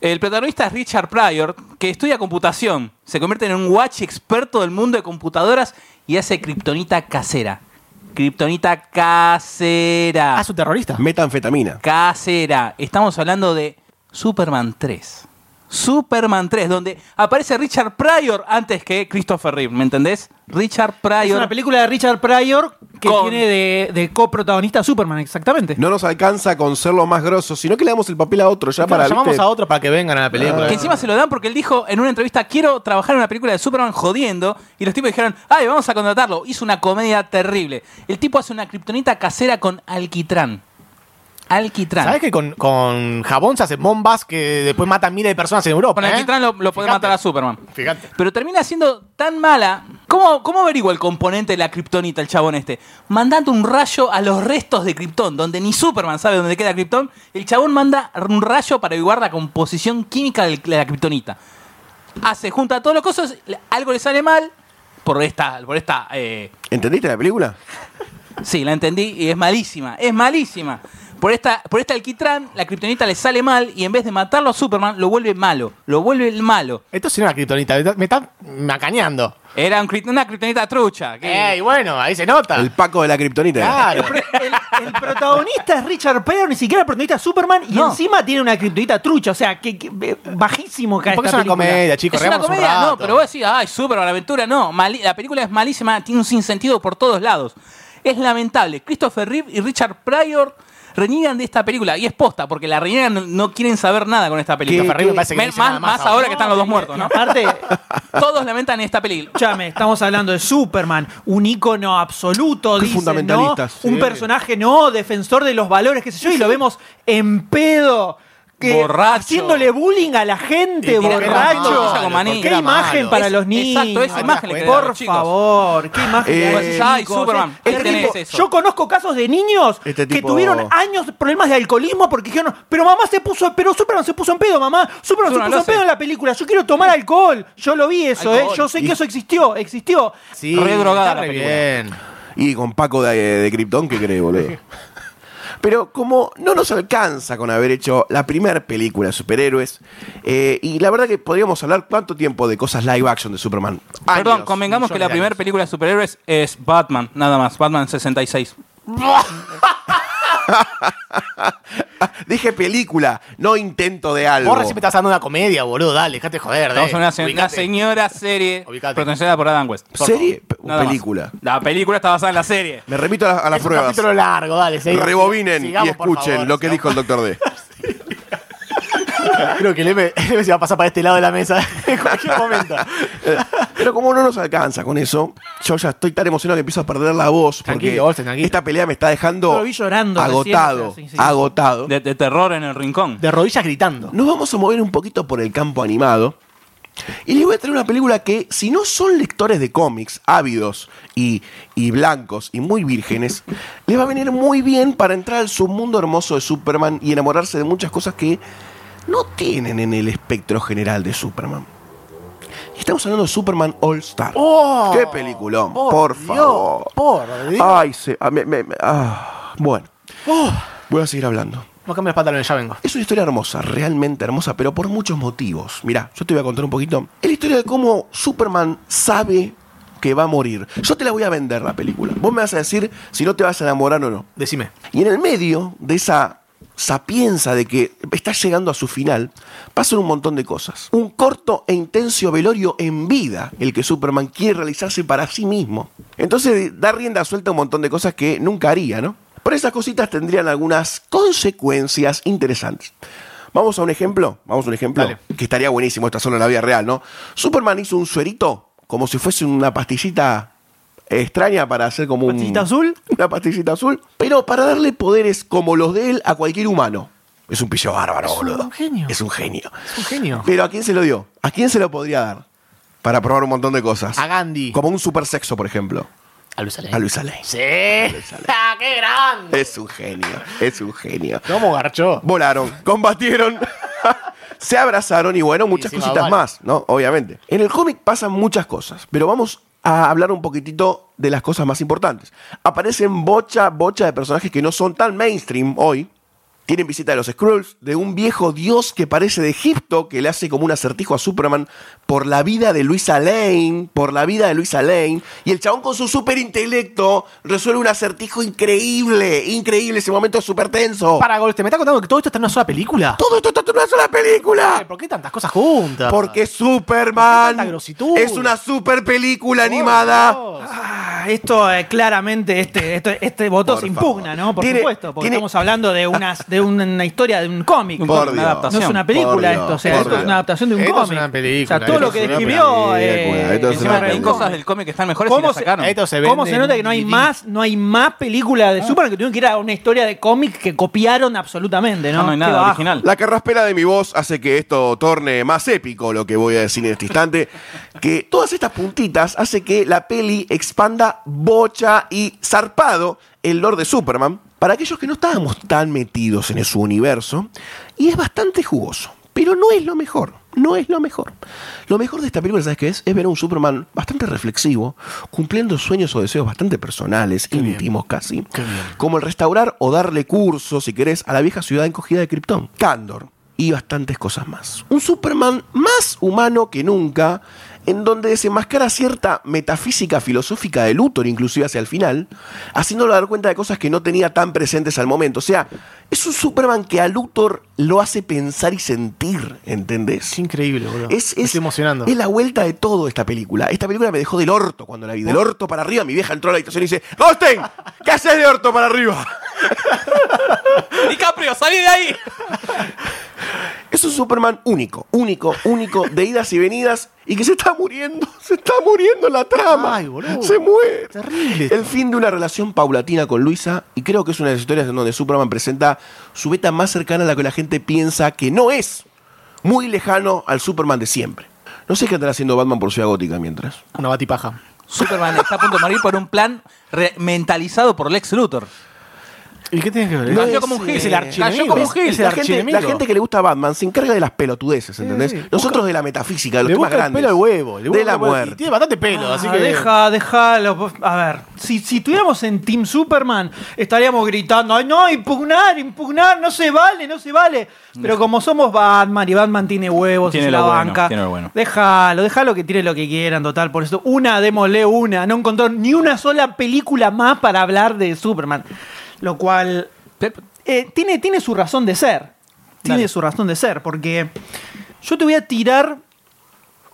El protagonista es Richard Pryor, que estudia computación. Se convierte en un watch experto del mundo de computadoras y hace kriptonita casera. Kriptonita casera.
Ah, es un terrorista.
Metanfetamina.
casera. Estamos hablando de Superman 3. Superman 3, donde aparece Richard Pryor antes que Christopher Reeve, ¿me entendés? Richard
Es
Pryor.
una película de Richard Pryor que
Con-
tiene de, de coprotagonista a Superman, exactamente.
No nos alcanza con ser lo más grosso, sino que le damos el papel a otro ya
Claro,
para.
llamamos
¿viste? Ah.
a otro para que vengan a la película.
Que encima se lo dan porque él dijo en una entrevista, quiero trabajar en una película de Superman jodiendo. Y los tipos dijeron, ay, vamos a contratarlo. Hizo una comedia terrible. El tipo hace una kriptonita casera con alquitrán. Alquitrán.
¿Sabes que con, con jabón se hacen bombas que después matan miles de personas en Europa?
Con
eh?
alquitrán lo, lo podés
Fíjate.
matar a Superman.
Fíjate.
Pero termina siendo tan mala. ¿Cómo, cómo averigua el componente de la kriptonita el chabón este? Mandando un rayo a los restos de Krypton, donde ni Superman sabe dónde queda Krypton. El chabón manda un rayo para averiguar la composición química del- de la kriptonita. Hace, junta todos los cosas, le- algo le sale mal. Por esta, por esta eh,
¿Entendiste la película?
Sí, la entendí y es malísima. Es malísima. Por esta, por esta alquitrán, la kriptonita le sale mal y en vez de matarlo a Superman, lo vuelve malo. Lo vuelve el malo.
Esto sí no es una criptonita, me está macañando.
Era un cri- una kriptonita trucha. que-
Ey, bueno, ahí se nota.
El Paco de la Kriptonita.
Claro.
El, el protagonista es Richard Pryor, ni siquiera el protagonista es Superman, y
No.
encima tiene una kriptonita trucha, o sea, que, que- eh, bajísimo cae
Porque es
esta
una
película.
comedia, chicos.
es una
riámonos Eh, un
comedia, no,
rato.
pero vos decís, ay, Superman, la aventura, no. mali- la película es malísima, tiene un sinsentido por todos lados. Es lamentable. Christopher Reeve y Richard Pryor reniegan de esta película. Y es posta, porque la reniegan, no, no quieren saber nada con esta película.
Christopher Reeve me parece que no
Men-
dice
más,
nada más
más ahora que están los dos muertos, ¿no?
Aparte,
todos lamentan esta película.
escúchame, estamos hablando de Superman, un ícono absoluto,
Qué
dicen,
fundamentalistas,
¿no? Un
sí.
personaje, ¿no? Defensor de los valores, qué sé yo, y lo vemos en pedo. que-
Borracho.
Haciéndole bullying a la gente,
Y tira
borracho.
con maní.
Qué
Era
imagen
malo.
para
Es-
los niños.
exacto, esa imagen le queda a
Por
los chicos.
favor, qué imagen.
Eh,
le da a
Vos decís,
los
"Ay,
chicos".
Superman,
Es
¿qué
terrible.
tenés eso?
Yo conozco casos de niños
Este
que
tipo-
tuvieron años de problemas de alcoholismo porque dijeron, pero mamá se puso, pero Superman se puso en pedo, mamá. Superman se
Superman
puso
lo
en pedo
hace.
en la película. Yo quiero tomar alcohol. Yo lo vi eso, ¿eh?
Alcohol.
Yo sé que eso existió, existió.
Sí,
Re drogada
está
la
re
película.
bien.
Y con Paco de, de Krypton, ¿qué crees, boludo? Pero como no nos alcanza con haber hecho la primera película de superhéroes, eh, y la verdad que podríamos hablar cuánto tiempo de cosas live action de Superman. Años.
Perdón, convengamos que la
millones de
primera
años.
película de superhéroes es Batman, nada más, Batman 66.
Dije película, no intento de algo.
Vos recién me estás dando una comedia, boludo. Dale, dejate de joder.
Estamos en una, se-
dale,
una
ubicate.
señora serie
Ubicate.
protagonizada por Adam West. Por
¿Serie
favor.
o
Nada más.
película?
La película está basada en la serie.
Me remito a, la- a las
Es un
pruebas.
capítulo largo, dale. seguimos.
Rebobinen
Sigamos,
y
por
escuchen
favor,
lo que dijo el doctor D.
Creo que el M, el M se va a pasar para este lado de la mesa en cualquier momento.
Pero como no nos alcanza con eso, yo ya estoy tan emocionado que empiezo a perder la voz. Porque
Tranquilo, Olsen, tranquilo.
esta pelea me está dejando
Lo vi llorando recién,
agotado.
o sea, sí, sí.
Agotado.
De, de terror en el rincón.
De rodillas gritando.
Nos vamos a mover un poquito por el campo animado. Y les voy a traer una película que, si no son lectores de cómics, ávidos y, y blancos y muy vírgenes, les va a venir muy bien para entrar al submundo hermoso de Superman y enamorarse de muchas cosas que no tienen en el espectro general de Superman. Y Estamos hablando de Superman All Star.
¡Oh!
¡Qué peliculón! Por,
Dios,
favor.
Por Dios.
Ay, se, ah, me- me- me- ah. bueno,
Oh.
voy a seguir hablando.
No cambies pantalones, ya vengo.
Es una historia hermosa, realmente hermosa, pero por muchos motivos. Mirá, yo te voy a contar un poquito. Es la historia de cómo Superman sabe que va a morir. Yo te la voy a vender la película. Vos me vas a decir si no te vas a enamorar o no.
Decime.
Y en el medio de esa sapienza de que está llegando a su final, pasan un montón de cosas. Un corto e intenso velorio en vida, el que Superman quiere realizarse para sí mismo. Entonces da rienda suelta a un montón de cosas que nunca haría, ¿no? Pero esas cositas tendrían algunas consecuencias interesantes. Vamos a un ejemplo, vamos a un ejemplo
Dale.
que estaría buenísimo, está solo en la vida real, ¿no? Superman hizo un suerito como si fuese una pastillita extraña para hacer como un-
¿Pastillita azul?
una pastillita azul, pero para darle poderes como los de él a cualquier humano. Es un pillo bárbaro, boludo.
genio.
Es un genio.
Es un genio.
Pero ¿a quién se lo dio? ¿A quién se lo podría dar? Para probar un montón de cosas.
A Gandhi.
Como un super sexo, por ejemplo.
A Luis Alén.
A Luis Alén.
Sí. ¡Ah, qué grande!
Es un genio. Es un genio.
¿Cómo garchó?
Volaron, combatieron, se abrazaron y bueno, muchas
encima
cositas
vale.
más, ¿no? Obviamente. En el cómic pasan muchas cosas, pero vamos a hablar un poquitito de las cosas más importantes. Aparecen bocha, bocha de personajes que no son tan mainstream hoy. Tienen visita de los Skrulls, de un viejo dios que parece de Egipto, que le hace como un acertijo a Superman por la vida de Luisa Lane, por la vida de Luisa Lane. Y el chabón con su super intelecto resuelve un acertijo increíble, increíble, ese momento es súper tenso.
Para Goldstein, ¿me está contando que todo esto está en una sola película?
Todo esto está en una sola
Ay,
película.
¿Por qué tantas cosas juntas?
Porque
¿Por qué
Superman
tanta grositud?
es una super película
Por
animada.
Dios.
Ah, esto eh, claramente, este, esto- este voto
Por
se impugna,
favor.
¿no? Por
Tiene-
supuesto, porque
tiene-
estamos hablando de, unas, de una, historia, de un cómic. no
Por Dios.
es una
por
película
Dios,
esto, o sea,
por
esto
Dios.
es una adaptación de un
Esto es
cómic.
una película,
O sea, todo
esto
lo que
es una
describió.
película,
eh,
esto
encima
es una
Encima
de
hay
un
película.
cómic.
cosas del cómic que están mejores y
¿Cómo
las
se,
sacaron.
Esto se
¿Cómo
vende Ah.
se nota
en
que no hay
DVD?
más, no hay más películas de Superman que tuvieron que ir a una historia de cómic que copiaron absolutamente, ¿no?
No, no hay
Qué
nada
bajo.
original.
La carraspela de mi voz hace que esto torne más épico lo que voy a decir en este instante. Que todas estas puntitas hace que la peli expanda bocha y zarpado el lore de Superman para aquellos que no estábamos tan metidos en su universo. Y es bastante jugoso. Pero no es lo mejor. No es lo mejor. Lo mejor de esta película, ¿sabes qué es? Es ver a un Superman bastante reflexivo, cumpliendo sueños o deseos bastante personales, íntimos casi. Como el restaurar o darle curso, si querés, a la vieja ciudad encogida de Krypton. Cándor. Y bastantes cosas más. Un Superman más humano que nunca, en donde desenmascara cierta metafísica filosófica de Luthor, inclusive hacia el final, haciéndolo dar cuenta de cosas que no tenía tan presentes al momento. O sea, es un Superman que a Luthor lo hace pensar y sentir, ¿entendés?
Es increíble, boludo.
Es,
Me
es-
estoy emocionando.
es la vuelta de todo esta película. Esta película me dejó del orto cuando la vi. Del orto para arriba, mi vieja entró a la habitación y dice: ¡Goldstein! ¿Qué haces de orto para arriba?
DiCaprio, salí de ahí.
Es un Superman único, único, único, de idas y venidas, y que se está muriendo, se está muriendo la trama.
Ay, boludo.
Se muere.
Terrible esto.
El fin de una relación paulatina con Luisa, y creo que es una de las historias en donde Superman presenta su beta más cercana a la que la gente piensa que no es. Muy lejano al Superman de siempre. No sé qué andará haciendo Batman por Ciudad Gótica mientras.
Una batipaja.
Superman está a punto de morir por un plan re- mentalizado por Lex Luthor.
¿Y qué tienes que ver?
No
Cayó
es,
como un
eh,
gil. Es el archienemigo.
cayó como un gil.
Es el
la, gente,
archienemigo.
la gente que le gusta a Batman se encarga de las pelotudeces, ¿entendés?
sí.
Nosotros de la metafísica, de los
le
temas
busca el
grandes.
pelo al huevo. le busca
de la
el huevo. Y
muerte.
Tiene bastante pelo, así
Ah,
que...
Deja, déjalo. A ver, si, si estuviéramos en Team Superman, estaríamos gritando, "Ay, no, impugnar, impugnar, no se vale, no se vale. Pero como somos Batman y Batman tiene huevos
Tiene
en
lo
la
bueno,
banca,
tiene lo bueno.
déjalo, déjalo que tire lo que quieran, total. Por eso, una, démosle una. No encontró ni una sola película más para hablar de Superman. Lo cual
Pero-
eh, tiene, tiene su razón de ser. Tiene
Dale.
su razón de ser, porque yo te voy a tirar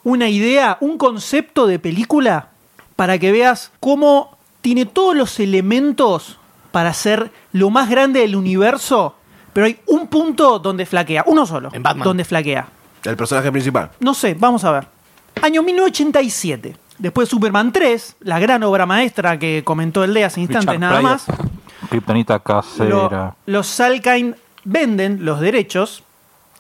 una idea, un concepto de película, para que veas cómo tiene todos los elementos para ser lo más grande del universo, pero hay un punto donde flaquea, uno solo,
En Batman.
donde flaquea.
El personaje principal.
No sé, vamos a ver. Año 1987. Después de Superman 3, la gran obra maestra que comentó el de hace instantes
Richard
nada
Pryor.
más.
Kryptonita
Lo-
casera.
los Salkind venden los derechos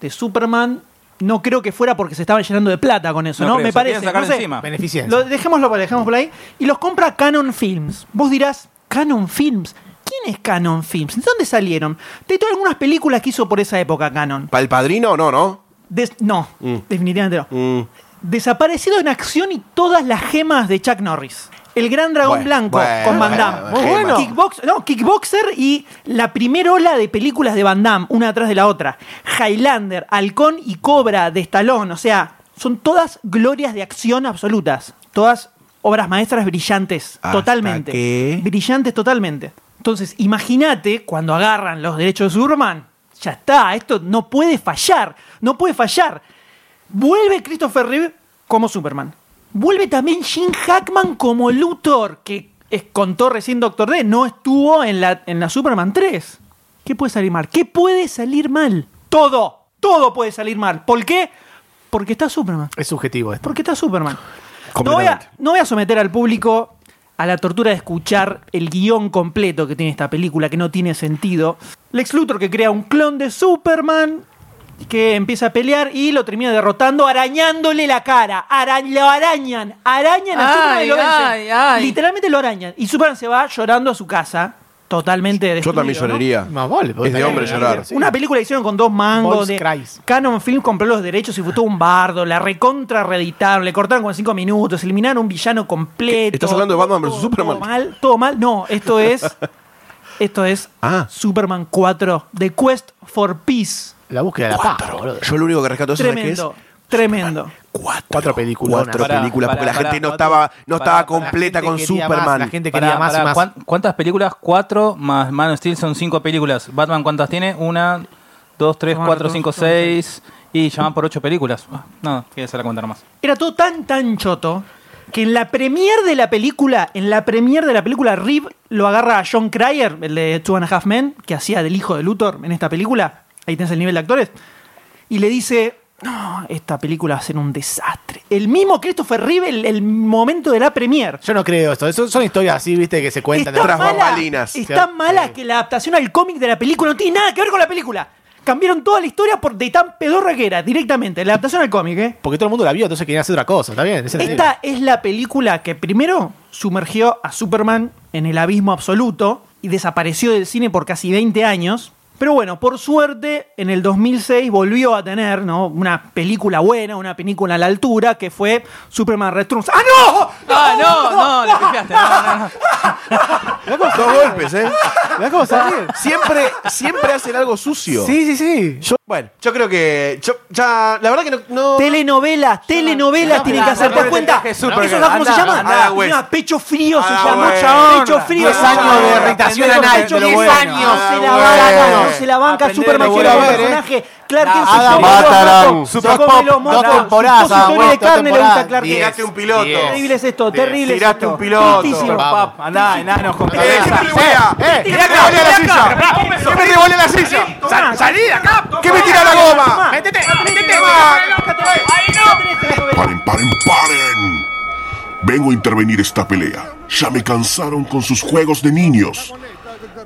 de Superman. No creo que fuera porque se estaban llenando de plata con eso,
No
¿no?
creo,
Me
se quieren
parece.
sacar
no sé.
encima.
Beneficiencia.
Lo, dejémoslo, por ahí, dejémoslo por ahí. Y los compra Canon Films. Vos dirás, ¿Canon Films? ¿Quién es Canon Films? ¿De dónde salieron? De todas algunas películas que hizo por esa época Canon.
¿Para el padrino? No, no.
Des- no, definitivamente no.
Mm.
Desaparecido en acción y todas las gemas de Chuck Norris. El gran dragón
Bueno,
blanco
bueno,
con Van
bueno,
Damme.
Muy gemas. bueno.
Kickbox- no, Kickboxer y la primera ola de películas de Van Damme, una atrás de la otra. Highlander, Halcón y Cobra de Stallone. O sea, son todas glorias de acción absolutas. Todas obras maestras brillantes,
Hasta
totalmente.
que-
Brillantes totalmente. Entonces, imagínate cuando agarran los derechos de Superman. Ya está, esto no puede fallar. No puede fallar. Vuelve Christopher Reeve como Superman. Vuelve también Jim Hackman como Luthor, que es- contó recién Doctor D. No estuvo en la, en la Superman 3. ¿Qué puede salir mal? ¿Qué puede salir mal? Todo. Todo puede salir mal. ¿Por qué? Porque está Superman.
Es subjetivo esto.
Porque está Superman. No voy, a,
Completamente.
no voy a someter al público a la tortura de escuchar el guión completo que tiene esta película, que no tiene sentido. Lex Luthor que crea un clon de Superman, que empieza a pelear y lo termina derrotando, arañándole la cara. Ara- lo arañan, arañan a Superman y lo
Ay,
vencen.
ay, ay.
Literalmente lo arañan. Y Superman se va llorando a su casa, totalmente
Yo
destruido,
también
¿no?
lloraría.
Más vale, porque
Es de
también-
hombre llorar.
Una película que hicieron con dos mangos.
Balls
De
Cries.
Canon Film compró los derechos y fue un bardo. La recontra reeditaron, le cortaron con cinco minutos, eliminaron un villano completo.
¿Estás hablando de Batman versus
Todo-
Superman?
Todo mal, todo mal. No, esto es. Esto es
Ah.
Superman 4, The Quest for Peace.
La búsqueda de la paz, boludo.
Yo lo único que rescato es que es
Tremendo, tremendo.
cuatro,
Cuatro películas.
Cuatro
Pará,
películas,
pará,
porque la
pará,
gente no
cuatro.
estaba, no
Pará,
estaba
pará, la
completa
gente
con
quería
Superman.
más, la gente quería
Pará,
más
pará,
y más.
¿cuán- ¿Cuántas películas? Cuatro más Man of Steel son cinco películas. Batman, ¿cuántas tiene? Una, dos, tres,
Bueno,
cuatro,
dos,
cinco,
dos,
seis. Y ya van por ocho películas. Ah, Nada, quería hacer la cuenta nomás.
Era todo tan, tan choto que en la premier de la película, en la premier de la película, Reeve lo agarra a John Cryer, el de Two and a Half Men, que hacía del hijo de Luthor en esta película. Ahí tenés el nivel de actores. Y le dice, no, esta película va a ser un desastre. El mismo Christopher Reeve, el, el momento de la premier.
Yo no creo esto. Eso- son historias así, viste, que se cuentan.
Está
Está
tras
mala,
bambalinas.
es tan mala que la adaptación al cómic de la película no tiene nada que ver con la película. Cambiaron toda la historia por de tan pedorra que era, directamente. La adaptación al cómic, ¿eh?
Porque todo el mundo la vio, entonces querían hacer otra cosa. Está bien. Es entendible.
Esta es la película que primero sumergió a Superman en el abismo absoluto y desapareció del cine por casi 20 años. Pero bueno, por suerte, en el 2006 volvió a tener ¿no? una película buena, una película a la altura, que fue Superman Returns. ¡Ah, no!
Ah, no, no, la pifiaste. No, no, no.
Dos golpes, ¿eh?
¿Ves cómo salió?
Siempre, siempre hacen algo sucio.
Sí, sí, sí.
Yo- bueno, yo creo que. yo- ya, la verdad que no. no-
Telenovelas, telenovelas
no,
tienen
no,
que hacer.
no,
¿Te das
no,
cuenta?
no,
¿Eso
no,
sabes
no,
cómo se
no,
llama?
no, no,
Se
West.
llama Pecho Frío se
Ah,
llama.
West.
Pecho Frío.
Diez
se llama.
años de
Ah,
irritación
Pecho
anal,
Frío,
de lo
diez
bueno.
años.
Ah,
se la
bueno.
banca, no se la banca.
Aprender
Superman
de
quiere
lo
un
bueno,
personaje. Clark Kent
Adam
se
West.
mataron.
Super Pop, dos temporadas, Adam
Su de
West, dos
carne le gusta a
temporadas.
Clark Kent.
Diez.
Tiraste un piloto.
Terrible es esto, terrible es esto.
Tiraste un piloto.
Tristísimo.
Vamos.
Pap, andá, enanos con
¡Eh,
cabeza.
que me revolea!
¡Eh!
¡Mirá que me revolea la silla! ¡Que me revolea la silla!
Tomá,
¡Salí de acá! ¡Que me tira la goma!
¡Métete! ¡Métete!
¡Paren, paren, paren! Vengo a intervenir esta pelea. Ya me cansaron con sus juegos de niños.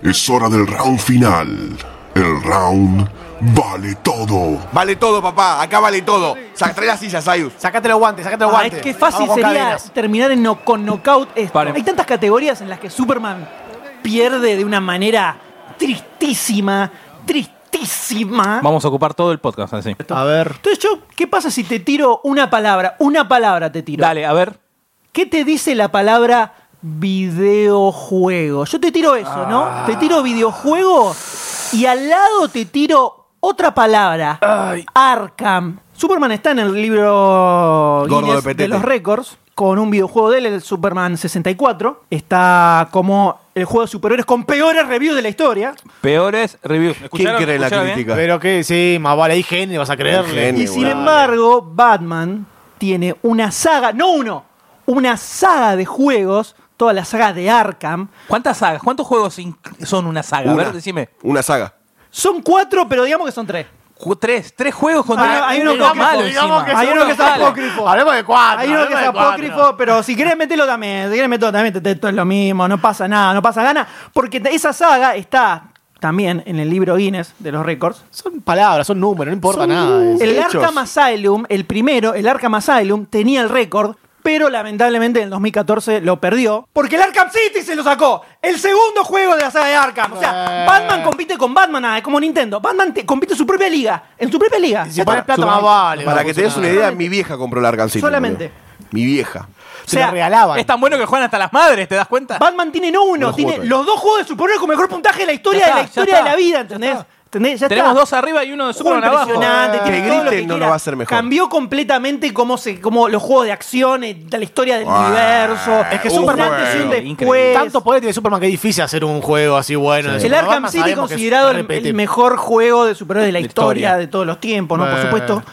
Es hora del round final. El round vale todo.
Vale todo, papá. Acá vale todo. Sa- Trae la silla, Sayus.
Sacate los guantes, sacate los
Ah, es
guantes.
que fácil
Vamos con
sería
cadenas.
terminar en no- con knockout. esto.
Paren.
Hay tantas categorías en las que Superman pierde de una manera tristísima, tristísima.
Vamos a ocupar todo el podcast así.
A ver.
Entonces yo, ¿qué pasa si te tiro una palabra? Una palabra te tiro.
Dale, a ver.
¿Qué te dice la palabra videojuego? Yo te tiro eso, ¿no?
Ah.
Te tiro videojuego y al lado te tiro otra palabra. Arkham. Superman está en el libro
Gordo
Guinness
de
de,
Petete.
los récords. con un videojuego de él, el Superman 64. Está como el juego de superhéroes con peores reviews de la historia.
Peores reviews. ¿Me
¿Quién
escucharon?
cree la
¿Escucharon bien?
crítica?
Pero que sí, más vale, hay genio, vas a creerle.
Genio,
Y sin
dale.
embargo, Batman tiene una saga, no uno, una saga de juegos, toda la saga de Arkham.
¿Cuántas sagas? ¿Cuántos juegos in- son una saga? A
Una.
ver, decime.
Una saga.
Son cuatro, pero digamos que son tres.
Ju- Tres, tres juegos
Ah,
contra
hay
uno
uno que-
malo
digamos
encima.
que
Hay
son
uno que es
unos malos.
apócrifo.
Hablemos de cuatro.
Hay uno que
hablemos
es
de cuatro.
apócrifo, pero si querés meterlo también, si querés meterlo también, te- te- todo es lo mismo, no pasa nada, no pasa gana, porque te- esa saga está también en el libro Guinness de los récords.
Son palabras, son números, no importa
Son
nada. de eso.
El
Hechos.
Arkham Asylum, el primero, el Arkham Asylum, tenía el récord, pero lamentablemente en el 2014 lo perdió, porque el Arkham City se lo sacó, el segundo juego de la saga de Arkham. O sea,
Eh.
Batman compite con Batman, ah, es como Nintendo. Batman te- compite en su propia liga, en su propia liga.
Si
Ya
pones
está.
plata, más vale. no
Para que
puso
te des una
nada.
idea, mi vieja compró el Arkham City,
Solamente.
boludo. Mi vieja.
O
Se la
sea,
regalaban.
Es tan bueno que juegan hasta las madres, ¿te das cuenta?
Batman tiene no uno,
No jugó
tiene
todavía.
los dos juegos de superhéroes con mejor puntaje de la historia
Ya está,
de la
ya
historia de
está,
la vida,
ya
¿entendés?
está.
¿Entendés? Ya
Tenemos
está.
dos arriba y uno de
Juego
Superman abajo.
impresionante,
Eh,
tiene
que
todo lo
griten no lo
quiera.
va a hacer mejor.
Cambió completamente cómo se, cómo los juegos de acción, eh, de la historia del
Ah,
universo.
es que
Un
Superman-
antes y un
Increíble.
después.
Tanto poder tiene Superman que es difícil hacer un juego así bueno. de
el
Superman.
Arkham
Batman
City
sabemos que es
considerado el,
repetible.
el mejor juego de superhéroes de la
De
historia,
historia.
de todos los tiempos, ¿no? Por
Eh,
supuesto.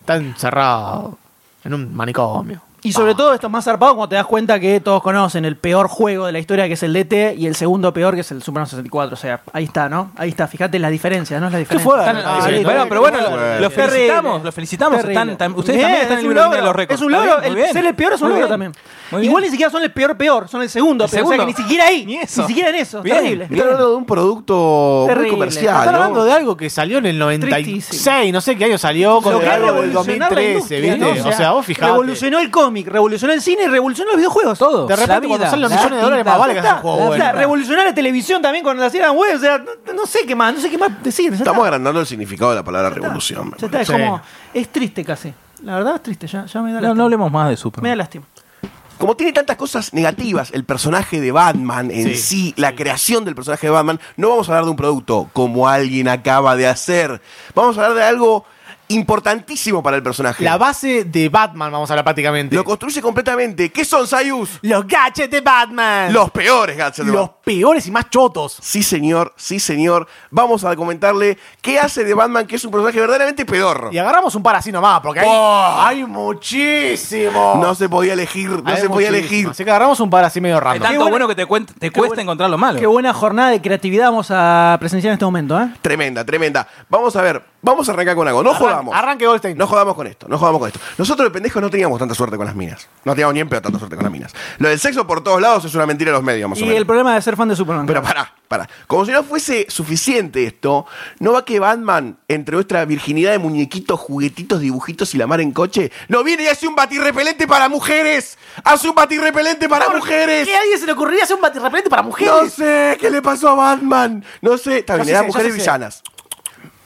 Está encerrado en un manicomio.
Y
Ah.
sobre todo esto es más zarpado cuando te das cuenta que todos conocen el peor juego de la historia que es el DT y el segundo peor que es el Superman 64. O sea, ahí está, ¿no? Ahí está, fíjate las diferencias, ¿no? Las diferencias.
fuerte.
Están-
Ah,
sí,
sí,
bueno,
sí,
pero bueno,
sí,
lo-
bueno.
los felicitamos,
Terrible.
los felicitamos.
Terrible.
Están, tam- ustedes
Bien,
también están en
es
el
un
libro de
logro,
los récords.
Es un
Está
logro.
bien, muy
el
bien.
ser el peor es un
Muy
logro también.
bien, muy
Igual ni
bien.
siquiera son el peor peor, son el segundo.
El
pero, o sea, que
segundo.
ni siquiera ahí.
Ni
Ni,
eso.
siquiera en eso.
Bien,
terrible.
Está hablando de un producto muy
Terrible.
comercial.
Están
¿no?
hablando de algo que salió en el 96,
Tristísimo.
no sé qué año salió, con
Lo que ha
algo del
revolucionado la
2013,
industria,
¿viste?
¿no?
O, sea, vos fijate.
Revolucionó el cómic, revolucionó el cine, revolucionó los videojuegos.
Todo.
De repente,
La vida,
cuando salen los
la
millones de dólares,
tinta,
más Ah,
Ya
vale que
está.
hagan un juego
O sea,
bueno.
revolucionar la televisión también cuando la hacían web. O sea, no, no sé qué más, no sé qué más decir. ya está.
Estamos agrandando el significado de la palabra revolución. me
Ya está, es
Sí.
como. Es triste casi. La verdad es triste, ya, ya me da
No,
lástima.
no hablemos más de
me da
Superman.
lástima.
Como tiene tantas cosas negativas el personaje de Batman en sí, la creación del personaje de Batman, no vamos a hablar de un producto como alguien acaba de hacer. Vamos a hablar de algo importantísimo para el personaje.
La base de Batman, vamos a hablar prácticamente.
Lo construye completamente. ¿Qué son Sayus?
los gadgets de Batman.
Los peores gadgets de
Los
Batman.
peores y más chotos.
Sí, señor, sí, señor. Vamos a comentarle qué hace de Batman, que es un personaje verdaderamente pedorro.
Y agarramos un par así nomás, porque hay, hay muchísimo.
No se podía elegir, no
Hay
se podía
muchísimo.
elegir.
Así que agarramos un par así medio
Es
random.
tanto
Qué buena-
bueno que te, cuen- te cuesta
buena-
encontrar lo malo.
Qué buena jornada de creatividad vamos a presenciar en este momento, ¿eh?
Tremenda, tremenda. Vamos a ver, vamos a arrancar con algo. No
Arran-
jodamos.
Arranque Goldstein.
No jodamos con esto, no jodamos con esto. Nosotros de pendejos no teníamos tanta suerte con las minas. No teníamos ni en pedo tanta suerte con las minas. Lo del sexo por todos lados es una mentira de los medios, más o
Y
menos.
el problema de ser fan de Superman.
Pero pará, pará. Como si no fuese suficiente esto, ¿no va que Batman, entre nuestra virginidad de muñequitos, juguetitos, dibujitos y la mar en coche, no viene y hace un batirrepelente para mujeres? ¡Hace un batirrepelente para mujeres!
¿Qué a alguien se le ocurriría hacer un batirrepelente para mujeres?
No sé, ¿qué le pasó a Batman? No sé. Está bien,
Yo sí
eran
sé, yo
mujeres
sí sé.
villanas.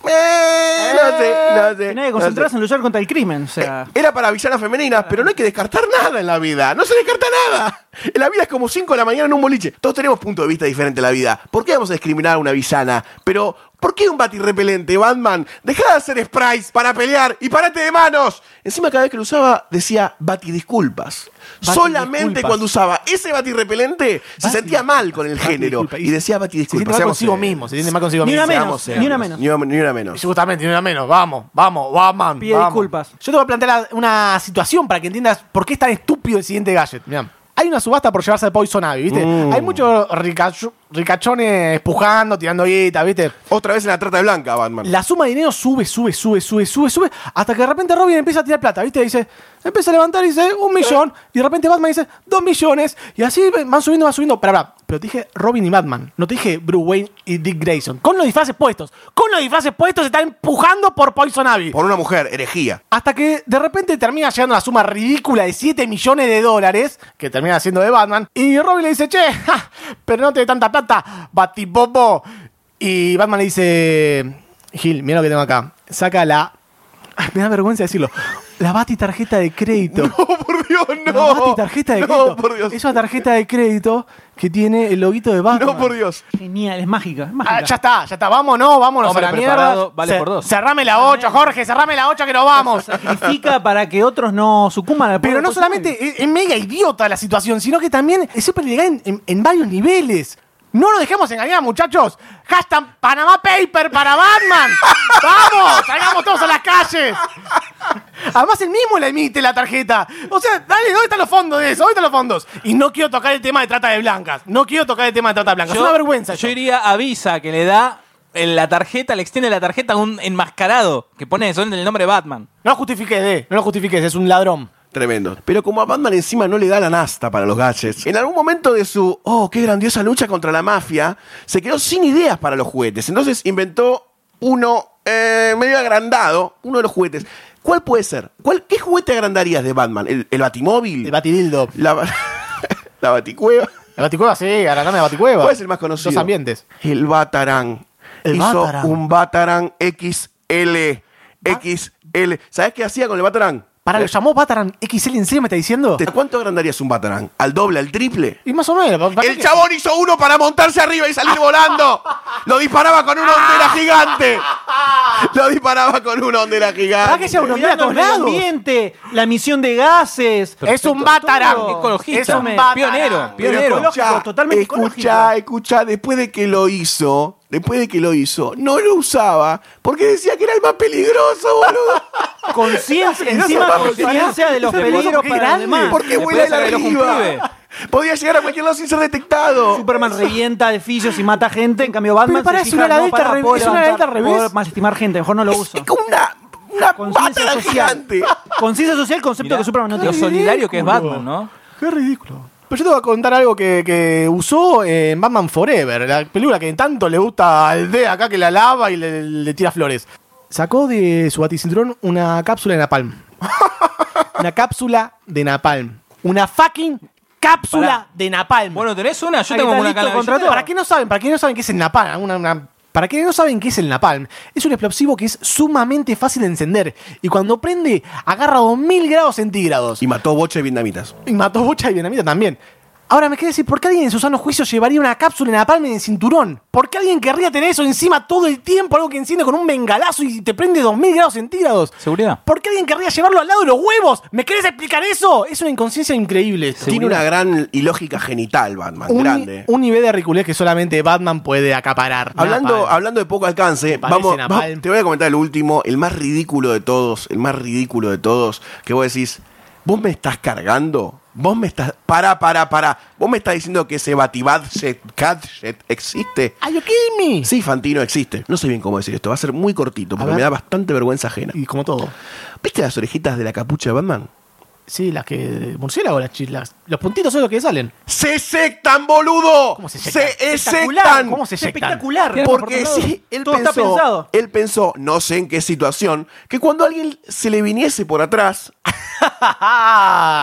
Eh, no sé, no sé.
Tenés que
no
concentrarse
sé.
en luchar contra el crimen. O sea,
Eh, Era para villanas femeninas, pero no hay que descartar nada en la vida. No se descarta nada. En la vida es como 5 de la mañana en un boliche. Todos tenemos puntos de vista diferentes en la vida. ¿Por qué vamos a discriminar a una villana? Pero, ¿por qué un batirrepelente, Batman? Dejá de hacer sprites para pelear y parate de manos. Encima, cada vez que lo usaba, decía batidisculpas. Solamente
Batidisculpas.
cuando usaba ese batirrepelente, se sentía mal con el género.
Batidisculpas.
Y decía
Se siente
batidisculpas.
mal
Seamos
consigo
serios.
mismo, se siente mal consigo
Ni
mismo.
una menos,
Seamos
ni una
serios.
menos.
Ni una, ni una menos.
Sí, Justamente, ni una menos. Vamos, vamos, Batman.
Pide
vamos.
disculpas.
Yo te voy a plantear la- una situación para que entiendas por qué es tan estúpido el siguiente gadget. Mirá. Hay una subasta por llevarse el Poison Ivy, ¿viste? Hay muchos ricacho- ricachones pujando, tirando guita, ¿viste?
Otra vez en la trata de blanca, Batman.
La suma de dinero sube, sube, sube, sube, sube, sube, hasta que de repente Robin empieza a tirar plata, ¿viste? Dice, empieza a levantar y dice, un millón, y de repente Batman dice, dos millones, y así van subiendo, van subiendo. Pará, pará, pero te dije Robin y Batman, no te dije Bruce Wayne y Dick Grayson. Con los disfraces puestos, con los disfraces puestos se están empujando por Poison Ivy.
Por una mujer, herejía.
Hasta que de repente termina llegando a la suma ridícula de 7 millones de dólares, que termina siendo de Batman, y Robin le dice, che, ja, pero no te dé tanta plata, batipopo. Y Batman le dice, Gil, mira lo que tengo acá. Saca la... Ay, Me da vergüenza decirlo. La bati tarjeta de crédito.
Dios, no.
Oh, No, Mati, tarjeta de
No,
crédito.
por Dios.
Es una tarjeta de crédito que tiene el loguito de Batman.
No, por Dios.
Genial, es mágica. Es mágica.
Ah, ya está, ya está. Vámonos, vámonos
Hombre
a la
preparado,
mierda.
vale por dos.
Cerrame la 8, Jorge, cerrame la 8 que nos vamos.
Sacrifica para que otros no sucumban al
Pero
poder
no
personal.
solamente es, es mega idiota la situación, sino que también es súper ilegal en, en- en varios niveles. No nos dejemos engañar, muchachos. Hashtag Panamá Paper para Batman. ¡Vamos! ¡Salgamos todos a las calles! Además, él mismo la emite la tarjeta. O sea, dale, ¿dónde están los fondos de eso? ¿Dónde están los fondos? Y no quiero tocar el tema de trata de blancas. No quiero tocar el tema de trata de blancas. es una vergüenza. eso.
Yo iría a Visa, que le da en la tarjeta, le extiende la tarjeta a un enmascarado que pone son el nombre Batman.
No lo justifiques, D. No lo justifiques, es un ladrón.
Tremendo. Pero como a Batman encima no le da la nasta para los gadgets, en algún momento de su, oh, qué grandiosa lucha contra la mafia, se quedó sin ideas para los juguetes. Entonces inventó uno eh, medio agrandado, uno de los juguetes. ¿Cuál puede ser? ¿Cuál, ¿Qué juguete agrandarías de Batman? ¿El, el batimóvil?
El batidildo.
la, ba- la baticueva.
La baticueva, sí, agarrame la baticueva.
¿Cuál es el más conocido?
Los ambientes.
El Batarán.
El
Hizo
Batarang.
un Batarán XL. XL. ¿Sabes qué hacía con el Batarán?
Para, lo llamó Bataran XL encima, me está diciendo.
¿A cuánto agrandarías un Batarang? ¿Al doble, al triple?
Y más o menos. pa-
El
que-
chabón hizo uno para montarse arriba y salir volando. Lo disparaba con una hondera gigante. Lo disparaba con una hondera
Ah,
para
gigante.
que sea un hombre a
Cuidando
todos
el medio
lados.
ambiente, la emisión de gases.
Es un Batarang.
Todo.
Ecologista.
Es un
Pionero.
Batarang.
Pionero.
Pero
Pionero.
ecológico,
escuchá,
totalmente
escuchá,
ecológico.
escuchá, después de que lo hizo, después de que lo hizo, no lo usaba porque decía que era el más peligroso, boludo.
Conciencia,
Peligroso
encima
para los
conciencia de los
Es peligroso
peligros para
porque es
los
grande.
demás.
Porque
después
vuela de
se reveló un pibe.
arriba. Podía llegar a cualquier lado sin ser detectado.
Superman revienta de fillos y mata gente, en cambio Batman
pará,
se
es
fija,
una
no,
ladita
pará,
al
puedo
revés, es una
levantar,
ladita al
puedo
revés.
malestimar gente, mejor no lo
Es,
uso.
es como una, una
Conciencia
bátara
social.
gigante.
Conciencia social, concepto
Mirá,
que Superman no
lo
tiene.
solidario que es
ridículo.
Batman, ¿no?
Qué ridículo. Pero yo te voy a contar algo que, que usó en Batman Forever, la película que tanto le gusta al D acá que la lava y le, le tira flores. Sacó de su baticinturón una cápsula de napalm. una cápsula de napalm. Una fucking cápsula
Pará.
de napalm.
Bueno, ¿tenés una? Yo
Ahí
tengo
está,
una
listo,
cara de
contrató.
billetera.
¿Para qué no saben? ¿Para qué no saben qué es el napalm? Una- una- ¿Para qué no saben qué es el napalm? Es un explosivo que es sumamente fácil de encender y cuando prende agarra 2000 grados centígrados.
Y mató boche de vietnamitas.
Y mató bocha de vietnamita también. Ahora me queda decir, ¿por qué alguien en su sano juicio llevaría una cápsula en la palma en el cinturón? ¿Por qué alguien querría tener eso encima todo el tiempo? Algo que enciende con un bengalazo y te prende 2000 grados centígrados.
Seguridad.
¿Por qué alguien querría llevarlo al lado de los huevos? ¿Me querés explicar eso? Es una inconsciencia increíble. esto.
Tiene una gran y lógica genital, Batman.
un,
grande.
un nivel de ridiculez que solamente Batman puede acaparar.
Hablando,
Napalm.
hablando de poco alcance,
parece
vamos,
Napalm.
vamos- te voy a comentar el último, el más ridículo de todos, el más ridículo de todos, que vos decís, vos me estás cargando, vos me estás, para, para, para, vos me estás diciendo que ese batibadget gadget existe.
¿Are you kidding me?
Sí, Fantino existe. No sé bien cómo decir esto, va a ser muy cortito, porque
ver.
me da bastante vergüenza ajena.
Y como todo.
¿Viste las orejitas de la capucha de Batman?
Sí, las que... Murciélago, las chilas. Los puntitos son los que salen.
¡Se sectan, boludo!
¿Cómo se sectan?
se
Espectacular.
sectan!
¿Cómo se
Es
eyectan?
Espectacular.
Porque
todos
sí, él
Todo
pensó,
está pensado.
él pensó, no sé en qué situación, que cuando alguien se le viniese por atrás,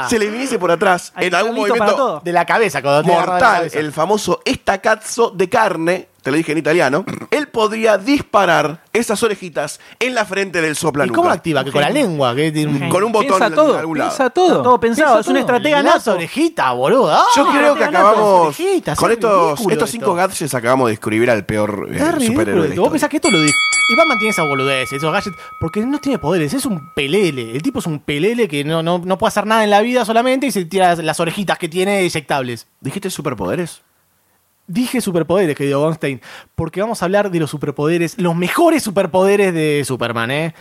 se le viniese por atrás,
Hay
en algún
Carlito para
movimiento
todo.
¡Ah, De la cabeza, cuando te agarra de la
mortal,
cabeza.
el famoso estacazzo de carne, te lo dije en italiano, él podría disparar esas orejitas en la frente del
¿Y
soplanuca.
cómo la activa? Que con la lengua. Que tiene un...
Con un botón
Piensa
en
todo,
algún lado.
piensa
Está
todo.
todo pensado.
Piensa
Es una
todo.
estrategia
Las
nato.
orejita, boludo.
Yo
Ah,
creo
te
que
ganaste las
acabamos.
orejitas,
con
es
estos,
ridículo
estos cinco
esto.
gadgets acabamos de describir al peor eh,
Es ridículo
superhéroe. de
esto.
la
Vos pensás
historia.
que esto lo dijo. Y Batman tiene esa boludez, esos gadgets, porque no tiene poderes, es un pelele. El tipo es un pelele que no, no, no puede hacer nada en la vida solamente y se tira las orejitas que tiene eyectables.
¿Dijiste superpoderes?
Dije superpoderes, querido Gonstein, porque vamos a hablar de los superpoderes, los mejores superpoderes de Superman, ¿eh?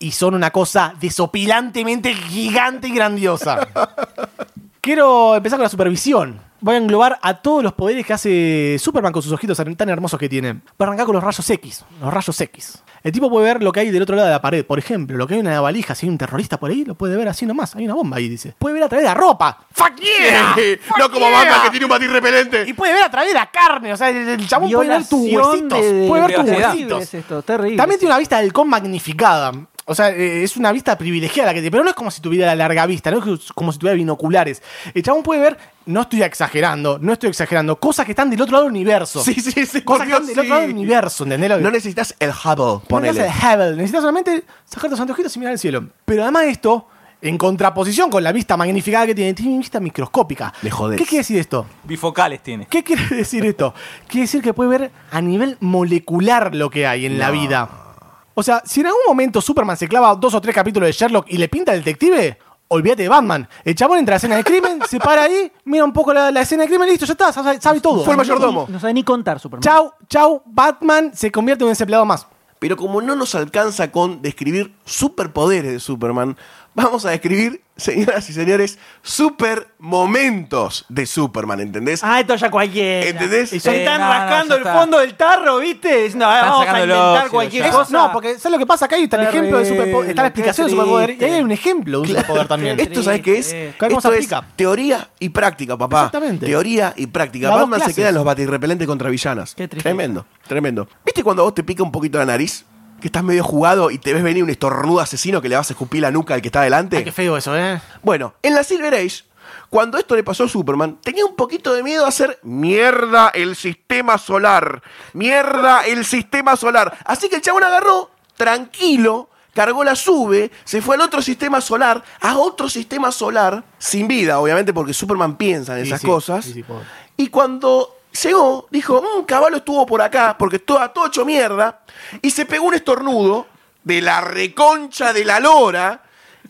Y son una cosa desopilantemente gigante y grandiosa. Quiero empezar con la supervisión. Voy a englobar a todos los poderes que hace Superman con sus ojitos tan tan hermosos que tiene. Voy a arrancar con los rayos X. Los rayos X. El tipo puede ver lo que hay del otro lado de la pared. Por ejemplo, lo que hay en una valija. Si hay un terrorista por ahí, lo puede ver así nomás. Hay una bomba ahí, dice. Puede ver a través de la ropa. ¡Fuck yeah! ¡Fuck
no como
yeah!
Batman que tiene un batir repelente.
Y puede ver a través de la carne, o sea, el, el chabón puede ver tus
Violación
huesitos.
de-
puede ver
de
tus
privacidad.
horrible es
huesitos.
esto, terrible.
También tiene una vista del con magnificada. O sea, eh, es una vista privilegiada que tiene, pero no es como si tuviera la larga vista, no es como si tuviera binoculares. El chabón puede ver, no estoy exagerando, no estoy exagerando, cosas que están del otro lado del universo.
Sí, sí, sí. por
Cosas que
Dios,
están del otro lado del
sí.
universo, ¿entendés? Lo que-
No necesitas el Hubble,
no necesitas
ponele.
el Hubble, necesitas solamente sacar tus anteojitos y mirar al cielo. Pero además de esto, en contraposición con la vista magnificada que tiene, tiene una vista microscópica.
Me jodés.
¿Qué quiere decir esto?
Bifocales tiene.
¿Qué quiere decir esto? Quiere decir que puede ver a nivel molecular lo que hay en la vida. O sea, si en algún momento Superman se clava dos o tres capítulos de Sherlock y le pinta al detective, olvídate de Batman. El chabón entra a la escena de crimen, se para ahí, mira un poco la, la escena de crimen, listo, ya está, sabe, sabe todo.
Fue el mayordomo.
No sabe ni contar, Superman.
Chau, chau, Batman se convierte en un desempleado más.
Pero como no nos alcanza con describir superpoderes de Superman, vamos a describir, señoras y señores, super momentos de Superman, ¿entendés?
Ah, esto ya cualquiera.
¿Entendés?
Y se
Sí,
están
Eh, no, no,
rascando
ya
el
está.
fondo del tarro, ¿viste? Diciendo, "Ah,
Están
vamos a
sacando el
inventar
óxido
cualquier
ya.
cosa.
no, porque ¿sabes lo que pasa? Acá ahí está el
Terrible,
ejemplo de superpoder, está
qué
la explicación del superpoder y ahí hay
triste.
un ejemplo de un superpoder también.
Esto, ¿sabes qué es?
Eh, ¿cómo se
Esto es
aplica?
teoría y práctica, papá.
Exactamente.
Teoría y práctica.
Las dos
Batman se
clases.
queda en los batirrepelentes contra villanas.
Qué triste.
tremendo, tremendo. ¿Viste cuando a vos te pica un poquito la nariz? Que estás medio jugado y te ves venir un estornudo asesino que le vas a escupir la nuca al que está delante.
Ay, qué feo eso, ¿eh?
Bueno, en la Silver Age, cuando esto le pasó a Superman, tenía un poquito de miedo a hacer mierda el sistema solar. Mierda el sistema solar. Así que el chabón agarró, tranquilo, cargó la sube, se fue al otro sistema solar, a otro sistema solar, sin vida, obviamente, porque Superman piensa en
Sí,
esas
sí,
cosas.
sí, sí, pobre.
Y cuando llegó, dijo, mmm, Caballo estuvo por acá, porque estaba todo hecho mierda, y se pegó un estornudo de la reconcha de la lora,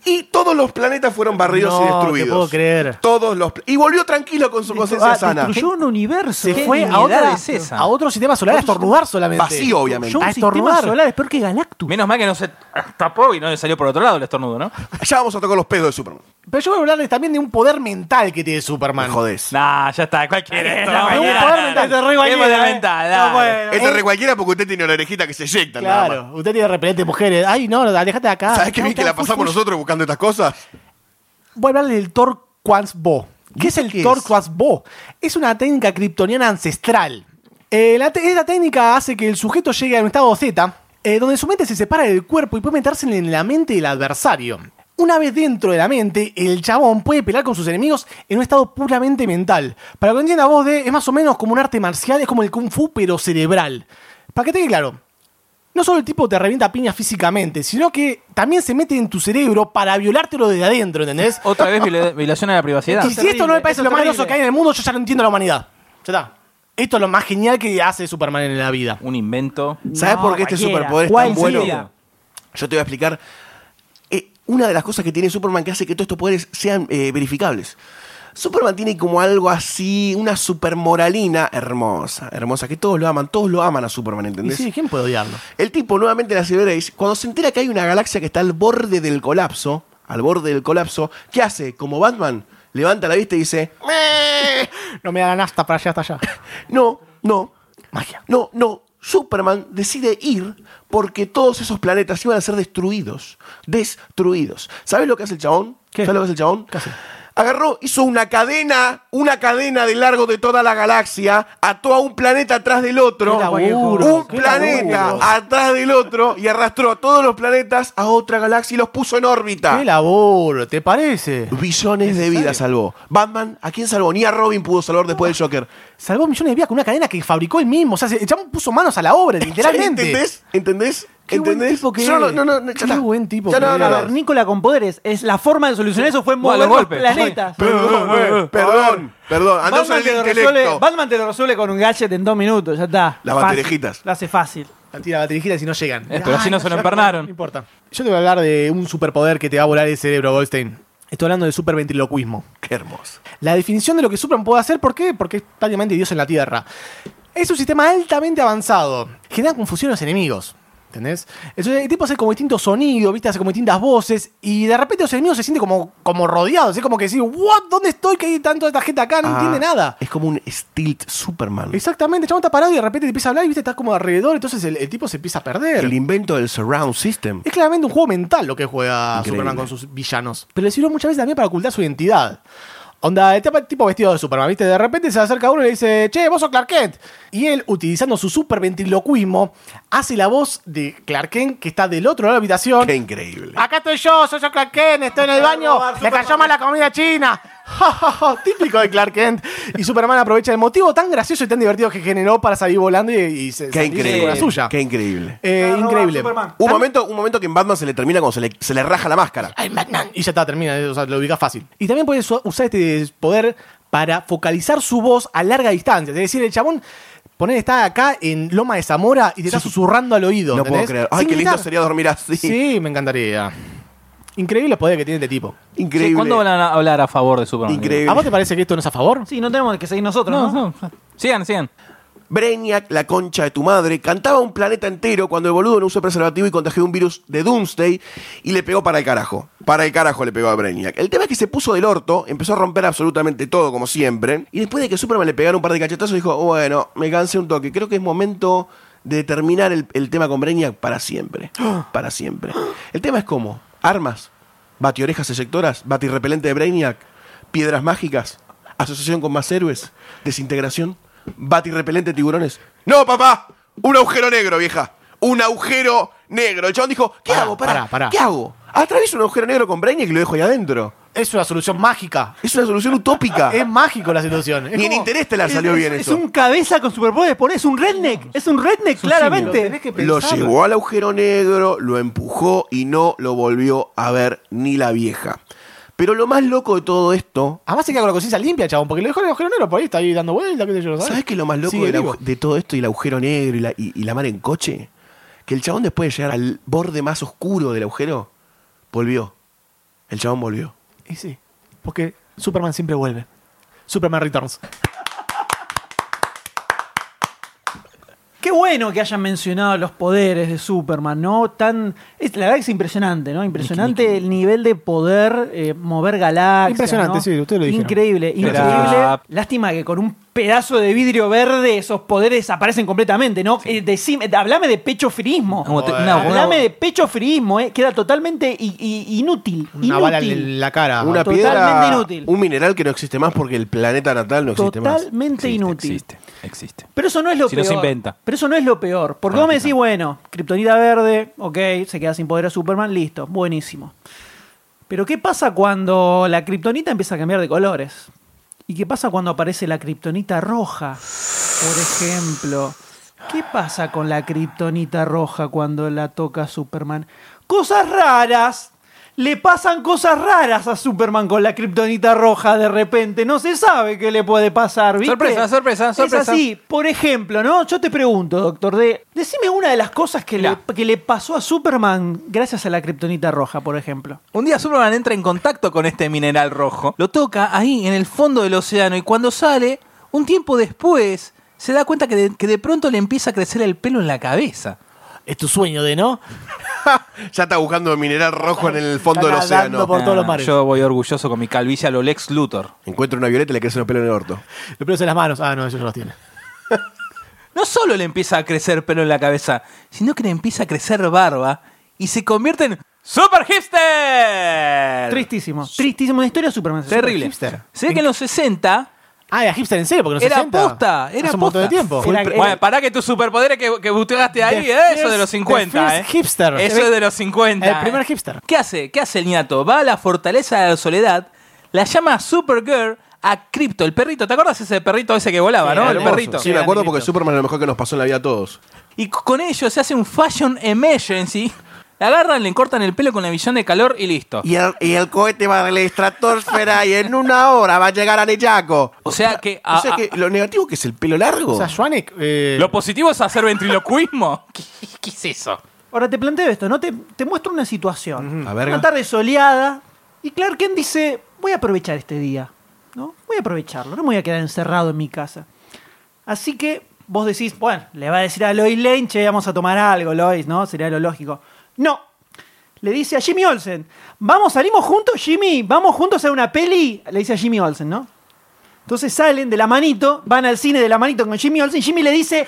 y todos los planetas fueron barridos
No,
y
te
destruidos.
puedo creer.
Todos los... pla- Y volvió tranquilo con su conciencia
Ah,
sana.
destruyó un universo.
Se
Qué
fue a,
dignidad
otra-
es esa.
a otro sistema solar a estornudar solamente.
Vacío, obviamente.
Yo un
A
sistema
estornudar.
solar es peor que Galactus.
Menos mal que no se tapó y no le salió por otro lado el estornudo, ¿no?
Ya vamos a tocar los pedos de Superman.
Pero yo voy a hablarles también de un poder mental que tiene Superman.
Me jodés.
Nah, ya está, cualquiera.
no,
esto,
no,
cualquiera,
un poder
dale.
mental, te re
Qué
cualquiera,
poder
eh.
mental,
No,
dale.
bueno.
Eh,
Este re cualquiera porque usted tiene una orejita que se eyecta. nada más.
Claro, usted tiene repelente mujeres. Ay, no, alejate de acá.
¿Sabes qué
No,
bien que la
fush,
pasamos
fush.
nosotros buscando estas cosas?
Voy a hablarles del Torquans Bo. ¿Qué es el
qué es?
Torquans Bo? Es una técnica kryptoniana ancestral. Eh, la te- esta técnica hace que el sujeto llegue a un estado Z, eh, donde su mente se separa del cuerpo y puede meterse en la mente del adversario. Una vez dentro de la mente, el chabón puede pelear con sus enemigos en un estado puramente mental. Para que lo entienda vos, de, es más o menos como un arte marcial, es como el kung fu, pero cerebral. Para que te quede claro, no solo el tipo te revienta piña físicamente, sino que también se mete en tu cerebro para violártelo desde adentro, ¿entendés?
Oh,
Otra vez viola- violación a la privacidad.
Y si esto no me
eso
parece
es
lo más
terrible.
groso que hay en el mundo, yo ya no entiendo la humanidad. Ya está. Esto es lo más genial que hace Superman en la vida.
Un invento.
¿Sabes
No,
por qué este
cualquiera.
superpoder es tan bueno?
Cualquiera.
Yo te voy a explicar. eh, una de las cosas que tiene Superman que hace que todos estos poderes sean eh, verificables. Superman tiene como algo así, una supermoralina hermosa, hermosa, que todos lo aman, todos lo aman a Superman,
Y
¿entendés?
sí, ¿quién puede odiarlo?
El tipo, nuevamente en la Cyber Age, cuando se entera que hay una galaxia que está al borde del colapso, al borde del colapso, ¿qué hace? Como Batman, levanta la vista y dice, "Meh".
No me dan hasta para allá, hasta allá.
no, no,
Magia.
no, no. Superman decide ir porque todos esos planetas iban a ser destruidos. Destruidos. ¿Sabes lo que hace el chabón?
¿Qué?
¿Sabes lo que hace el chabón?
¿Qué hace?
Agarró, hizo una cadena, una cadena de largo de toda la galaxia, ató a un planeta atrás del otro,
Qué laburo,
un
qué
planeta
laburo.
atrás del otro y arrastró a todos los planetas a otra galaxia y los puso en órbita.
¡Qué laburo! ¿Te parece?
Billones de vidas salvó. Batman, ¿a quién salvó? Ni a Robin pudo salvar después del Joker.
Salvó millones de vidas con una cadena que fabricó él mismo. O sea, se- el chabón puso manos a la obra, literalmente.
¿Entendés? ¿Entendés?
Qué buen
¿Entendés?
tipo que
Yo no,
es.
no, no, no, ya
Qué
está.
buen tipo
Ya
que
no,
es.
no, no.
Cavernícola con poderes. Es la forma de solucionar eso fue mover los,
los golpes.
planetas.
Perdón, eh, perdón, perdón. Andá
Batman,
sobre
te
el
lo resuelve,
intelecto.
Batman te lo resuelve con un gadget en dos minutos, ya está. Fácil.
Las banderejitas.
Lo hace fácil.
Tira la tirijita si no llegan.
Eh, pero así no se lo
No
empernaron.
importa. Yo te voy a hablar de un superpoder que te va a volar el cerebro, Goldstein. Estoy hablando de superventriloquismo.
Qué hermoso.
La definición de lo que Superman puede hacer, ¿por qué? Porque es prácticamente Dios en la Tierra. Es un sistema altamente avanzado. Genera confusión a los enemigos. ¿Entendés? Entonces, el tipo hace como distintos sonidos, ¿viste? Hace como distintas voces. Y de repente los enemigos se sienten como, como rodeados. Es como que decir, ¿what? ¿Dónde estoy? Que hay tanto de esta gente acá, no entiende nada.
Ah. Es como un Stilt Superman.
Exactamente, el chabón está parado y de repente te empieza a hablar y viste, estás como alrededor, entonces el, el tipo se empieza a perder.
El invento del Surround System.
Es claramente un juego mental lo que juega
Increíble.
Superman con sus villanos. Pero le sirve muchas veces también para ocultar su identidad. Onda, el tipo- tipo vestido de Superman, ¿viste? De repente se acerca uno y le dice, che, vos sos Clark Kent. Y él, utilizando su super ventriloquismo, hace la voz de Clark Kent que está del otro lado de la habitación. Ah,
Qué increíble.
Acá estoy yo, soy yo Clark Kent, estoy en el baño, le cayó mal la comida china. Ja, ja, ja, Típico de Clark Kent. Y Superman aprovecha el motivo tan gracioso y tan divertido que generó para salir volando y, y se
Qué
salirse con la
increíble.
suya.
Qué increíble.
Eh,
Claro,
increíble.
Superman.
Un momento, un momento que en Batman se le termina cuando se le, se le raja la máscara.
Ay, Batman. Y ya está, termina, eh, o sea, lo ubica fácil. Y también puedes u- usar este poder para focalizar su voz a larga distancia. Es decir, el chabón, poner está acá en Loma de Zamora y te está susurrando al oído.
No puedo
¿entendés?
creer. Ay,
Sin
qué lindo
gritar.
sería dormir así.
Sí, me encantaría. Increíble el poder que tiene este tipo.
Increíble.
¿Cuándo van a hablar a favor de Superman?
Increíble.
¿A vos te parece que esto no es a favor?
Sí, no tenemos que seguir nosotros,
No,
¿no?
no. Sigan, sigan.
Brainiac, la concha de tu madre, cantaba un planeta entero cuando el boludo no usó preservativo y contagió un virus de Doomsday y le pegó para el carajo. Para el carajo le pegó a Brainiac. El tema es que se puso del orto, empezó a romper absolutamente todo, como siempre. Y después de que Superman le pegara un par de cachetazos, dijo: Bueno, me cansé un toque. Creo que es momento de terminar el, el tema con Brainiac para siempre. Para siempre. El tema es cómo: armas, batiorejas eyectoras, batirrepelente de Brainiac, piedras mágicas, asociación con más héroes, desintegración. Batirrepelente tiburones. No, papá. Un agujero negro, vieja. Un agujero negro. El chabón dijo, ¿qué
Pará,
hago? Pará,
pará, pará.
¿Qué hago? Atravieso un agujero negro con Brainiac y lo dejo ahí adentro.
Es una solución mágica.
Es una solución utópica.
Ah, Es mágico la situación. Es
Ah. Ni en
como-
Interestelar salió
es,
bien
es
eso.
un cabeza con superpoderes, ponés un redneck. Es un redneck, claramente.
Lo llevó al agujero negro, lo empujó y no lo volvió a ver ni la vieja. Pero lo más loco de todo esto...
Además se queda con la conciencia limpia, chabón, porque le dejó el agujero negro por ahí, está ahí dando vueltas, qué sé yo,
¿Sabes qué es lo más loco
Sigue
del
vivo.
agu- de todo esto y el agujero negro y la, y- y la mar en coche? Que el chabón después de llegar al borde más oscuro del agujero, volvió. El chabón volvió.
Y sí, porque Superman siempre vuelve. Superman Returns.
Qué bueno que hayan mencionado los poderes de Superman, ¿no? Tan, es, la verdad que es impresionante, ¿no? Impresionante el nivel de poder eh, mover galaxias.
Impresionante,
¿no?
sí, ustedes lo dijeron.
Increíble, increíble.
Era-
Lástima que con un pedazo de vidrio verde esos poderes desaparecen completamente, ¿no? Eh, decime- hablame de pecho frismo.
Una bot- una-
Hablame de pecho frismo, ¿eh? Queda totalmente i- i- inútil.
Una
inútil.
bala en la cara.
Una
Totalmente
piedra,
inútil.
un mineral que no existe más porque el planeta natal no existe más.
Totalmente
Existe,
inútil.
Existe, existe.
Pero eso no es lo
Si no
peor.
se inventa.
Pero eso no es lo peor. Porque vos me decís, bueno, Kryptonita verde, ok, se queda sin poder a Superman, listo, buenísimo. Pero ¿qué pasa cuando la Kryptonita empieza a cambiar de colores? ¿Y qué pasa cuando aparece la Kryptonita roja? Por ejemplo, ¿qué pasa con la Kryptonita roja cuando la toca Superman? Cosas raras. Le pasan cosas raras a Superman con la Kryptonita roja de repente. No se sabe qué le puede pasar, ¿viste?
Sorpresa, sorpresa, sorpresa.
Es así, por ejemplo, ¿no? Yo te pregunto, doctor D, decime una de las cosas que, le,
Mirá.
que le pasó a Superman gracias a la Kryptonita roja, por ejemplo.
Un día Superman entra en contacto con este mineral rojo, lo toca ahí en el fondo del océano y cuando sale, un tiempo después, se da cuenta que de, que de pronto le empieza a crecer el pelo en la cabeza.
Es tu sueño de no.
Ya está buscando el mineral rojo en el fondo
Está
del
nadando
océano.
por- todos los mares.
Ah, Yo voy orgulloso con mi calvicie a lo Lex Luthor.
Encuentra una violeta y le crece los pelos en el orto.
Los pelos en las manos. Ah, no, eso no los tiene.
No solo le empieza a crecer pelo en la cabeza, sino que le empieza a crecer barba y se convierte en Super Hipster.
Tristísimo. Tristísimo. Una historia de Superman.
Terrible.
Hipster.
Se ve que en los 60
Ah, era hipster en serio, porque no
era
60.
posta. Era
Hace un montón de
posta.
tiempo.
Fue- Era-
Pero- bueno, pará que tus superpoderes que, que buscaste ahí,
The
eh, eso
first-
es de los 50,
the
eh.
first hipster.
Eso es de los 50.
El primer
eh.
hipster.
¿Qué hace? ¿Qué hace el ñato? Va a la fortaleza de la soledad, la llama a Supergirl a Crypto, el perrito. ¿Te acuerdas ese perrito ese que volaba,
Sí,
no? El
hermoso.
perrito.
Sí, me acuerdo porque Superman es lo mejor que nos pasó en la vida a todos.
Y c- con ello se hace un fashion emergency. La agarran, le cortan el pelo con la visión de calor y listo.
Y el, y el cohete va a la estratosfera y en una hora va a llegar a Nechaco.
O sea que.
O sea
a-
que lo negativo que es el pelo largo.
O sea, Schwanek. eh,
a- ¿Lo positivo es hacer ventriloquismo? ¿Qué, qué es eso?
Ahora te planteo esto, ¿no? Te, te muestro una situación.
Ujú. A ver.
Una tarde soleada y Clark Kent dice, voy a aprovechar este día, ¿no? Voy a aprovecharlo, no me voy a quedar encerrado en mi casa. Así que vos decís, bueno, le va a decir a Lois Lane, che, vamos a tomar algo, Lois, ¿no? Sería lo lógico. No. Le dice a Jimmy Olsen, vamos, salimos juntos, Jimmy, vamos juntos a una peli. Le dice a Jimmy Olsen, ¿no? Entonces salen de la manito, van al cine de la manito con Jimmy Olsen. Jimmy le dice,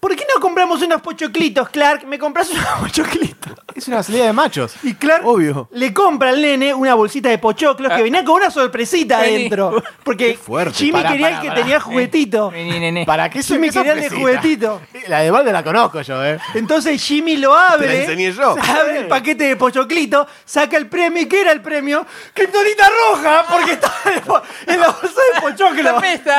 ¿por qué no compramos unos pochoclitos, Clark? ¿Me compras unos pochoclitos?
Es una salida de machos.
Y Clark
Obvio.
le compra al nene una bolsita de pochoclos que venía con una sorpresita adentro. Porque
fuerte.
Jimmy
Pará,
quería
pará,
el que
pará.
tenía juguetito.
Vení, nene.
¿Para qué soy
Jimmy
mi
quería el de juguetito.
La de balde la conozco yo, ¿eh?
Entonces Jimmy lo abre.
Te la enseñé yo.
Abre el paquete de pochoclito, saca el premio. ¿Y qué era el premio? ¡Criptonita roja! Porque estaba en el po- en la bolsa de pochoclo.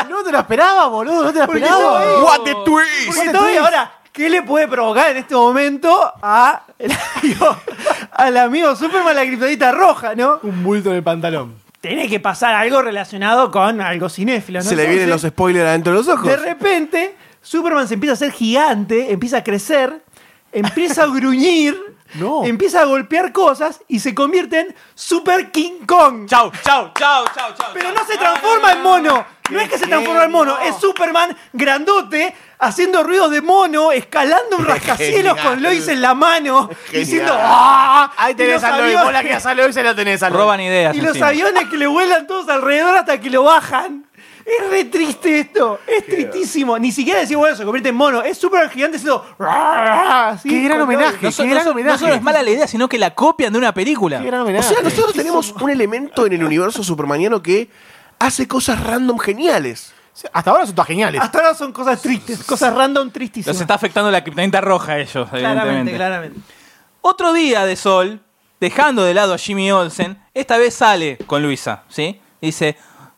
No te lo esperaba, boludo. No te lo
Porque
esperaba.
estaba ahí.
What the twist.
Porque todavía ahora, ¿qué le puede provocar en este momento a el amigo, al amigo Superman la criptonita roja, no?
Un bulto en el pantalón.
Tiene que pasar algo relacionado con algo cinéfilo, ¿no?
Se le vienen los
Entonces,
spoilers adentro de los ojos.
De repente, Superman se empieza a ser gigante, empieza a crecer, empieza a gruñir,
No.
empieza a golpear cosas y se convierte en Super King Kong.
Chau, chau, chau, chau, chau.
Pero no se transforma en mono. No es que se transforma en mono. Es Superman grandote haciendo ruidos de mono, escalando un rascacielos
Genial.
con Lois en la mano, diciendo
¡Ah! Ahí
Y
tenés
los
a Lois.
aviones.
Vos la querías a Lois y la tenés a Lois.
Roban ideas.
Y los
encima.
aviones que le vuelan todos alrededor hasta que lo bajan. Es re triste esto. Es tristísimo. Ni siquiera decir, bueno, se convierte en mono. Es Superman gigante haciendo. así,
Qué gran
con Lois.
homenaje.
No, so-
Qué
no
gran
so- no solo
homenaje.
es mala la idea, sino que la copian de una película.
Qué gran
O
homenaje.
sea, nosotros tenemos un elemento en el universo supermaniano que hace cosas random geniales.
Hasta ahora son todas geniales.
Hasta ahora son cosas tristes, cosas random
Los
tristísimas.
está afectando la criptonita roja a ellos,
claramente,
evidentemente.
claramente.
Otro día de sol, dejando de lado a Jimmy Olsen, esta vez sale con Luisa, ¿sí? Dice,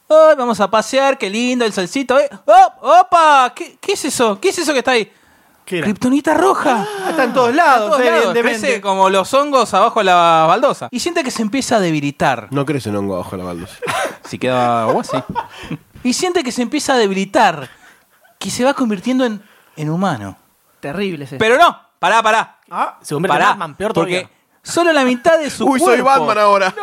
"Ay, vamos a pasear, qué lindo el solcito! eh. ¡Oh, ¡Opa! ¿Qué, qué es eso? ¿Qué es eso que está ahí?
¿Qué era?
¡Kriptonita roja!
Está en todos
A
lados,
Ah, todos lados,
evidentemente.
crece como los hongos abajo de la baldosa. Y siente que se empieza a debilitar.
No crece un hongo abajo de la baldosa.
Si queda agua, sí. Y siente que se empieza a debilitar. Que se va convirtiendo en, en humano.
Terrible ese.
Pero no, pará, pará.
Ah, se convierte en
Pará,
Batman, peor
porque
todavía.
solo la mitad de su
Uy, soy
cuerpo
Batman ahora.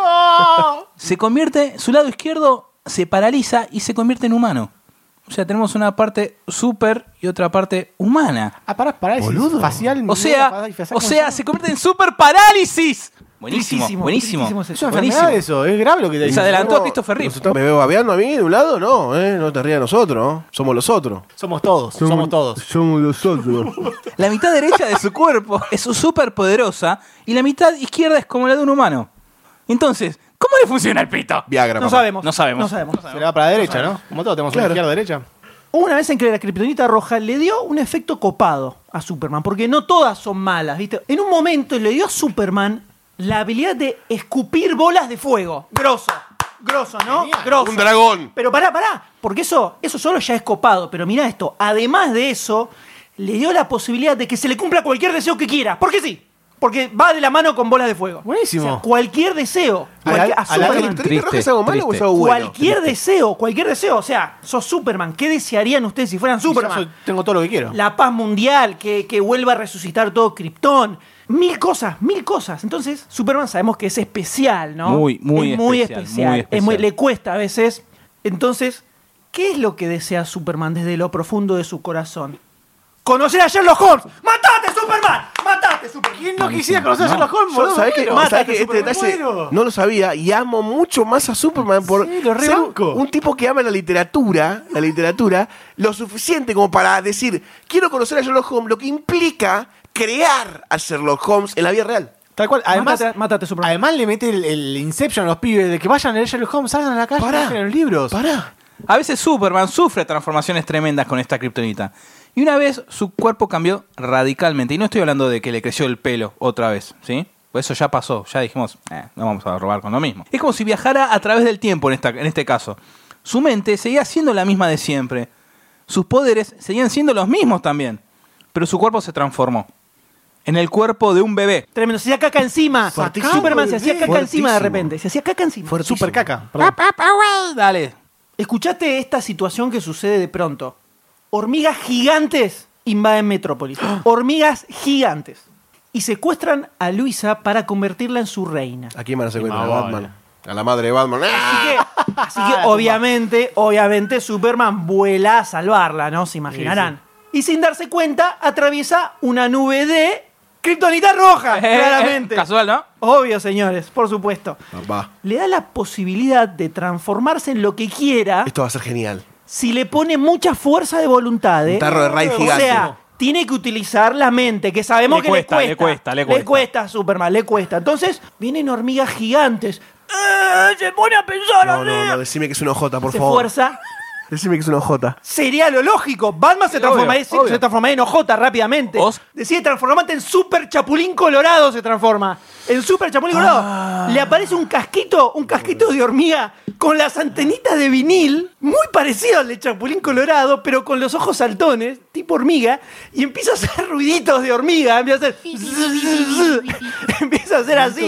se convierte, su lado izquierdo se paraliza y se convierte en humano. O sea, tenemos una parte super y otra parte humana.
Ah, pará, pará. es
Boludo.
Facial.
O sea,
pará, y facial,
o
¿cómo
sea,
llama?
se convierte en super parálisis. Buenísimo,
Tristísimo,
buenísimo.
tristísimo ese.
Es una
buenísimo.
enfermedad eso. Es grave lo que te
Se
dicen.
adelantó a Christopher Reeve.
¿Me veo babeando a mí de un lado? No, eh, no te rías de nosotros. ¿no? Somos los otros.
Somos todos. Somos todos.
Somos los otros.
La mitad derecha de su cuerpo es súper poderosa y la mitad izquierda es como la de un humano. Entonces, ¿cómo le funciona el pito?
Viagra,
no
papá.
sabemos.
No sabemos.
No sabemos.
Se le va para la derecha, ¿no? Como todos tenemos una
Claro.
izquierda derecha.
Hubo una vez en que la kriptonita roja le dio un efecto copado a Superman, porque no todas son malas, ¿viste? En un momento le dio a Superman la habilidad de escupir bolas de fuego. Grosso. Grosso, ¿no? Grosso.
Un dragón.
Pero pará, pará, porque eso, eso solo ya es copado. Pero mirá esto, además de eso, le dio la posibilidad de que se le cumpla cualquier deseo que quiera. Porque sí, porque va de la mano con bolas de fuego.
Buenísimo.
O sea, cualquier deseo.
A la-
cualquier- a
a la
Superman.
¿El Triste, roja
Triste,
es algo malo o es
triste.
algo bueno?
Cualquier deseo, cualquier deseo. O sea, sos Superman. ¿Qué desearían ustedes si fueran
Y yo
Superman?
soy- tengo todo lo que quiero.
La paz mundial, que, que vuelva a resucitar todo Krypton. Mil cosas, mil cosas. Entonces, Superman sabemos que es especial, ¿no?
Muy, muy
Es muy
especial,
especial.
muy
Es muy-
especial.
le cuesta a veces. Entonces, ¿qué es lo que desea Superman desde lo profundo de su corazón? ¡Conocer a Sherlock Holmes! ¡Matate, Superman! ¡Matate, Superman! ¿Quién no
quisiera conocer a Sherlock Holmes,
Yo,
boludo?
¿sabés que,
Bueno,
sabés
Mátate,
que este
Superman,
detalle
bueno.
no lo sabía y amo mucho más a Superman por
Sí, lo
ser un,
rebanco.
un tipo que ama la literatura, la literatura, lo suficiente como para decir, quiero conocer a Sherlock Holmes, lo que implica crear a Sherlock Holmes en la vida real.
Tal cual. Además,
Mátate, mátate, Superman.
además le mete el, el Inception a los pibes de que vayan a leer Sherlock Holmes, salgan a la calle,
Pará.
lean los libros.
Pará.
A veces Superman sufre transformaciones tremendas con esta kriptonita. Y una vez su cuerpo cambió radicalmente. Y no estoy hablando de que le creció el pelo otra vez, ¿sí? Pues eso ya pasó, ya dijimos, "Eh, no vamos a robar con lo mismo. Es como si viajara a través del tiempo en, esta- en este caso. Su mente seguía siendo la misma de siempre. Sus poderes seguían siendo los mismos también. Pero su cuerpo se transformó. En el cuerpo de un bebé.
Tremendo, se hacía caca encima.
Fuertísimo.
Superman se hacía caca encima de
Fuertísimo.
repente. Se hacía caca encima.
Super caca. perdón.
Papá, güey.
Dale.
Escuchate esta situación que sucede de pronto. Hormigas gigantes invaden Metrópolis. Hormigas gigantes. Y secuestran a Luisa para convertirla en su reina.
¿A quién van a secuestrar? A
Mamá,
Batman. A la madre de Batman.
Así
¡Ah!
que, así que obviamente, obviamente Superman vuela a salvarla, ¿no? Se imaginarán. Y sin darse cuenta, atraviesa una nube de kriptonita roja,
Eh,
claramente.
Casual, ¿no?
Obvio, señores, por supuesto.
Papá,
Le da la posibilidad de transformarse en lo que quiera.
esto va a ser genial.
si le pone mucha fuerza de voluntad. ¿eh?
Un tarro de raid
o
gigante.
sea, tiene que utilizar la mente, que sabemos
Le
que
cuesta,
le
le
cuesta.
cuesta, le cuesta.
a Superman, le cuesta. Entonces, vienen hormigas gigantes. ¡Eh! Se pone a pensar
No,
así.
no, no, decime que es una OJ, por
se
favor.
fuerza.
Decime que es una OJ.
Sería lo lógico. Batman se transforma, en- se transforma en OJ rápidamente.
Oz.
Decide transformarte en Super Chapulín Colorado. Se transforma. En Super Chapulín Colorado. Le aparece un casquito, un casquito de hormiga con las antenitas de vinil, muy parecido al de Chapulín Colorado, pero con los ojos saltones, tipo hormiga, y empieza a hacer ruiditos de hormiga. Empieza a hacer. empieza a hacer así.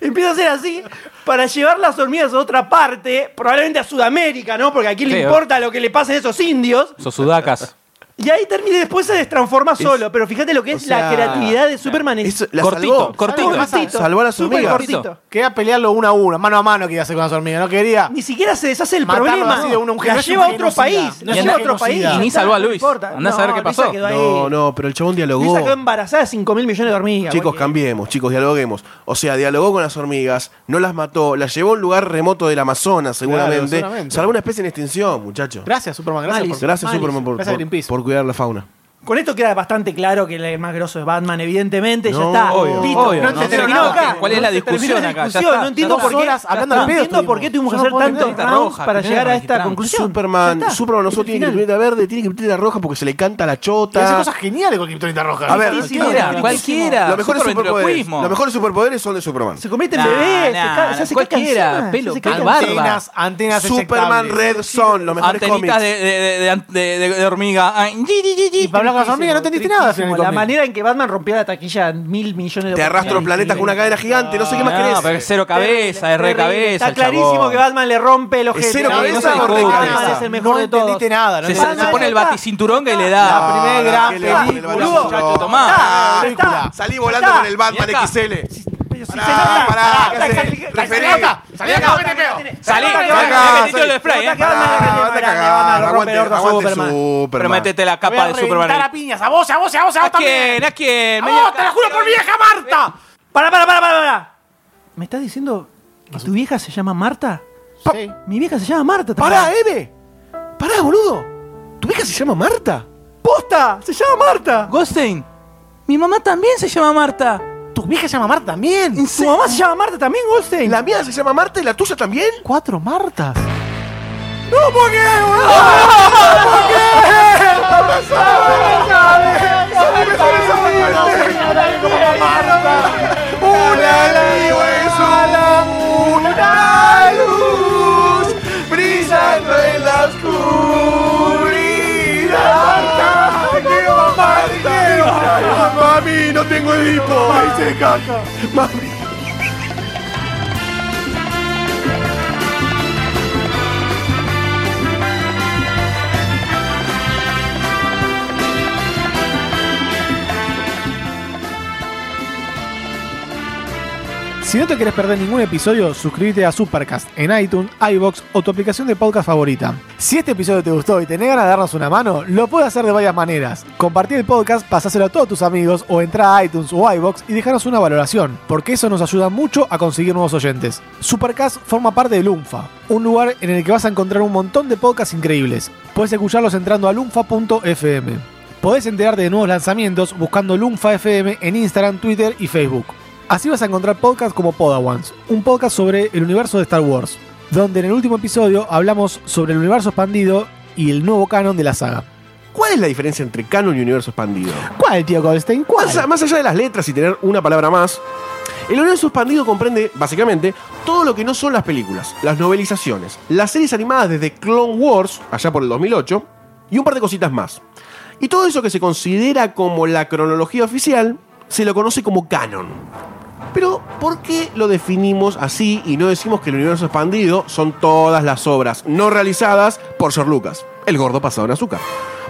Empieza a hacer así para llevar las hormigas a otra parte, probablemente a Sudamérica, ¿no? Porque aquí le
Sí,
importa lo que le pase a esos indios.
Sos sudacas.
Y ahí termina y después se destransforma solo. Pero fíjate lo que es la
sea,
creatividad de Superman. Es
Es, la
cortito,
salvó.
cortito.
cortito.
Salvó a las
súper
hormigas.
cortito.
Quería pelearlo uno a uno, mano a mano quería hacer con las hormigas. No quería.
Ni siquiera se deshace el
Matarlo
problema.
así de uno a un
la
genocidio.
lleva a otro
Genocida.
país.
No
La
es
lleva a
un
otro país.
genocida. Y ni salvó a
No
Luis.
importa.
Andá a saber qué
Luisa
pasó.
quedó ahí.
No, no, pero el chabón dialogó.
Luisa quedó embarazada de 5.000 millones de hormigas.
Chicos,
porque-
cambiemos, chicos, dialoguemos. O sea, dialogó con las hormigas, no las mató, las llevó a un lugar remoto del Amazonas, seguramente.
seguramente.
Salvó una especie en extinción, muchachos.
Gracias, Superman. Gracias, por,
Gracias,
Malísimo.
Superman, por,
Gracias,
por-
Greenpeace.
por cuidar la fauna.
Con esto queda bastante claro que el más grosso es Batman, evidentemente, ya
No,
está.
obvio,
Listo.
obvio,
no,
no
se
hicieron
terminó
nada.
acá.
¿Cuál es
No
la
se terminó
discusión acá? Ya
discusión.
está,
No
ya
entiendo
está.
por
Dos
qué.
horas hablando
no
al pedo
entiendo
estuvimos.
por qué tuvimos que
Yo no
hacer
puedo
tantos
entender.
rounds para
Tenés
llegar a
registrado.
esta conclusión. Ya
Superman,
está.
Superman no solo
El
tiene
final.
criptonita verde, tiene criptonita roja porque se le canta
Pero
la
hace
chota.
cosas geniales con Kryptonita Roja.
A ver,
Cualquiera, cualquiera.
Los mejores,
Superventriloquismo.
superpoderes, los mejores superpoderes son de Superman.
Se convierte en
Nah,
bebé, se
nah,
ca- se hace caca
cualquiera,
encima,
pelo
se hace caca
calva.
encima.
Antenas, antenas
Superman
eyectables.
Red son los mejores cómics.
Antenitas de, de, de, de- de- de hormiga. Ay, yi, yi, yi, yi.
Y para hablar con las hormigas no entendiste nada. al final del
La
cómic.
manera en que Batman rompió la taquilla en mil millones de
Te arrastro planetas con una cadena gigante, no sé qué más
No, Ah, pero
querés.
es cero cabeza, es re
Terrible.
cabeza.
Está
el
clarísimo
chabón.
que Batman le rompe el ojete.
cero
No,
cabeza
se
o de
discute.
cabeza.
Batman es el mejor
No
de todos.
entendiste nada. no
Se,
Batman
se-
entendiste
se pone el
está.
baticinturón y le
La
da.
primera gran película,
muchacho, tomá.
Está, está,
Ah, película. Salí volando
está.
con el Batman
Mierda.
XL.
Pero si se
Pará,
nota.
pará,
Está, está,
referí,
está,
referí.
está, está.
Salí acá,
Nota,
vete,
nota,
peo.
nota,
Salí,
nota,
acá,
nota,
salí.
nota,
el spray,
nota,
eh.
que Batman la
Ah,
tiene
vete a
para-
cagar,
le van a romper
aguante,
el orto a
aguante
Superman.
Superman.
Pero métete la
Voy a
capa de
reventar
Superman.
a
ahí.
piñas. A vos, a vos, a vos, a
¿A
vos también.
quién? ¿A quién?
A
Media
vos, ¡Oh, te
cara.
lo juro por mi vieja Marta.
Pará, pará, pará, pará, pará. ¿Me estás diciendo que tu vieja se llama Marta?
Sí.
Mi vieja se llama Marta.
Pará, eh.
también.
M. Pará, boludo. ¿Tu vieja se llama Marta?
¡Posta! ¡Se llama Marta!
Goldstein, mi mamá también se llama Marta.
Tu vieja se llama Marta también.
¿Tu mamá se llama Marta también, Goldstein?
¿La mía se llama Marta y la tuya también?
Cuatro Martas.
Una luz, una luz, brillando en la oscuridad. Mami, no tengo hipo. Ahí se caca. Mami.
Si no te querés perder ningún episodio, suscríbete a Supercast en iTunes, iBox o tu aplicación de podcast favorita. Si este episodio te gustó y tenés ganas de darnos una mano, lo puedes hacer de varias maneras. Compartir el podcast, pasáselo a todos tus amigos o entra a iTunes o iBox y dejarnos una valoración, porque eso nos ayuda mucho a conseguir nuevos oyentes. Supercast forma parte de Lunfa, un lugar en el que vas a encontrar un montón de podcasts increíbles. Puedes escucharlos entrando a lunfa.fm. Podés enterarte de nuevos lanzamientos buscando Lunfa FM en Instagram, Twitter y Facebook. Así vas a encontrar podcasts como Podawans, un podcast sobre el universo de Star Wars, donde en el último episodio hablamos sobre el universo expandido y el nuevo canon de la saga.
¿Cuál es la diferencia entre canon y universo expandido?
¿Cuál, tío Goldstein? ¿Cuál?
Más, más allá de las letras y tener una palabra más, el universo expandido comprende, básicamente, todo lo que no son las películas, las novelizaciones, las series animadas desde Clone Wars, allá por el 2008, y un par de cositas más. Y todo eso que se considera como la cronología oficial, se lo conoce como canon. Pero, ¿por qué lo definimos así y no decimos que el universo expandido son todas las obras no realizadas por George Lucas, el gordo pasado en azúcar?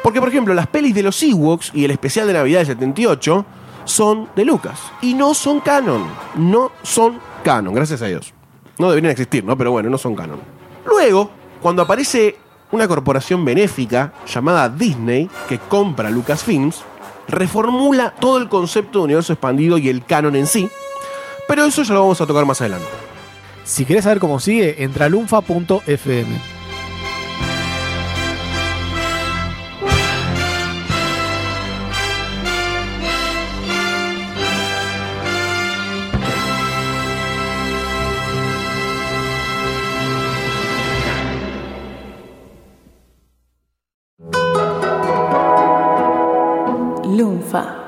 Porque, por ejemplo, las pelis de los Ewoks y el especial de Navidad del 78 son de Lucas y no son canon. No son canon, gracias a Dios. No deberían existir, ¿no? Pero bueno, no son canon. Luego, cuando aparece una corporación benéfica llamada Disney que compra Lucasfilms, reformula todo el concepto de universo expandido y el canon en sí, pero eso ya lo vamos a tocar más adelante.
Si querés saber cómo sigue, entra a lunfa.fm.
Lunfa.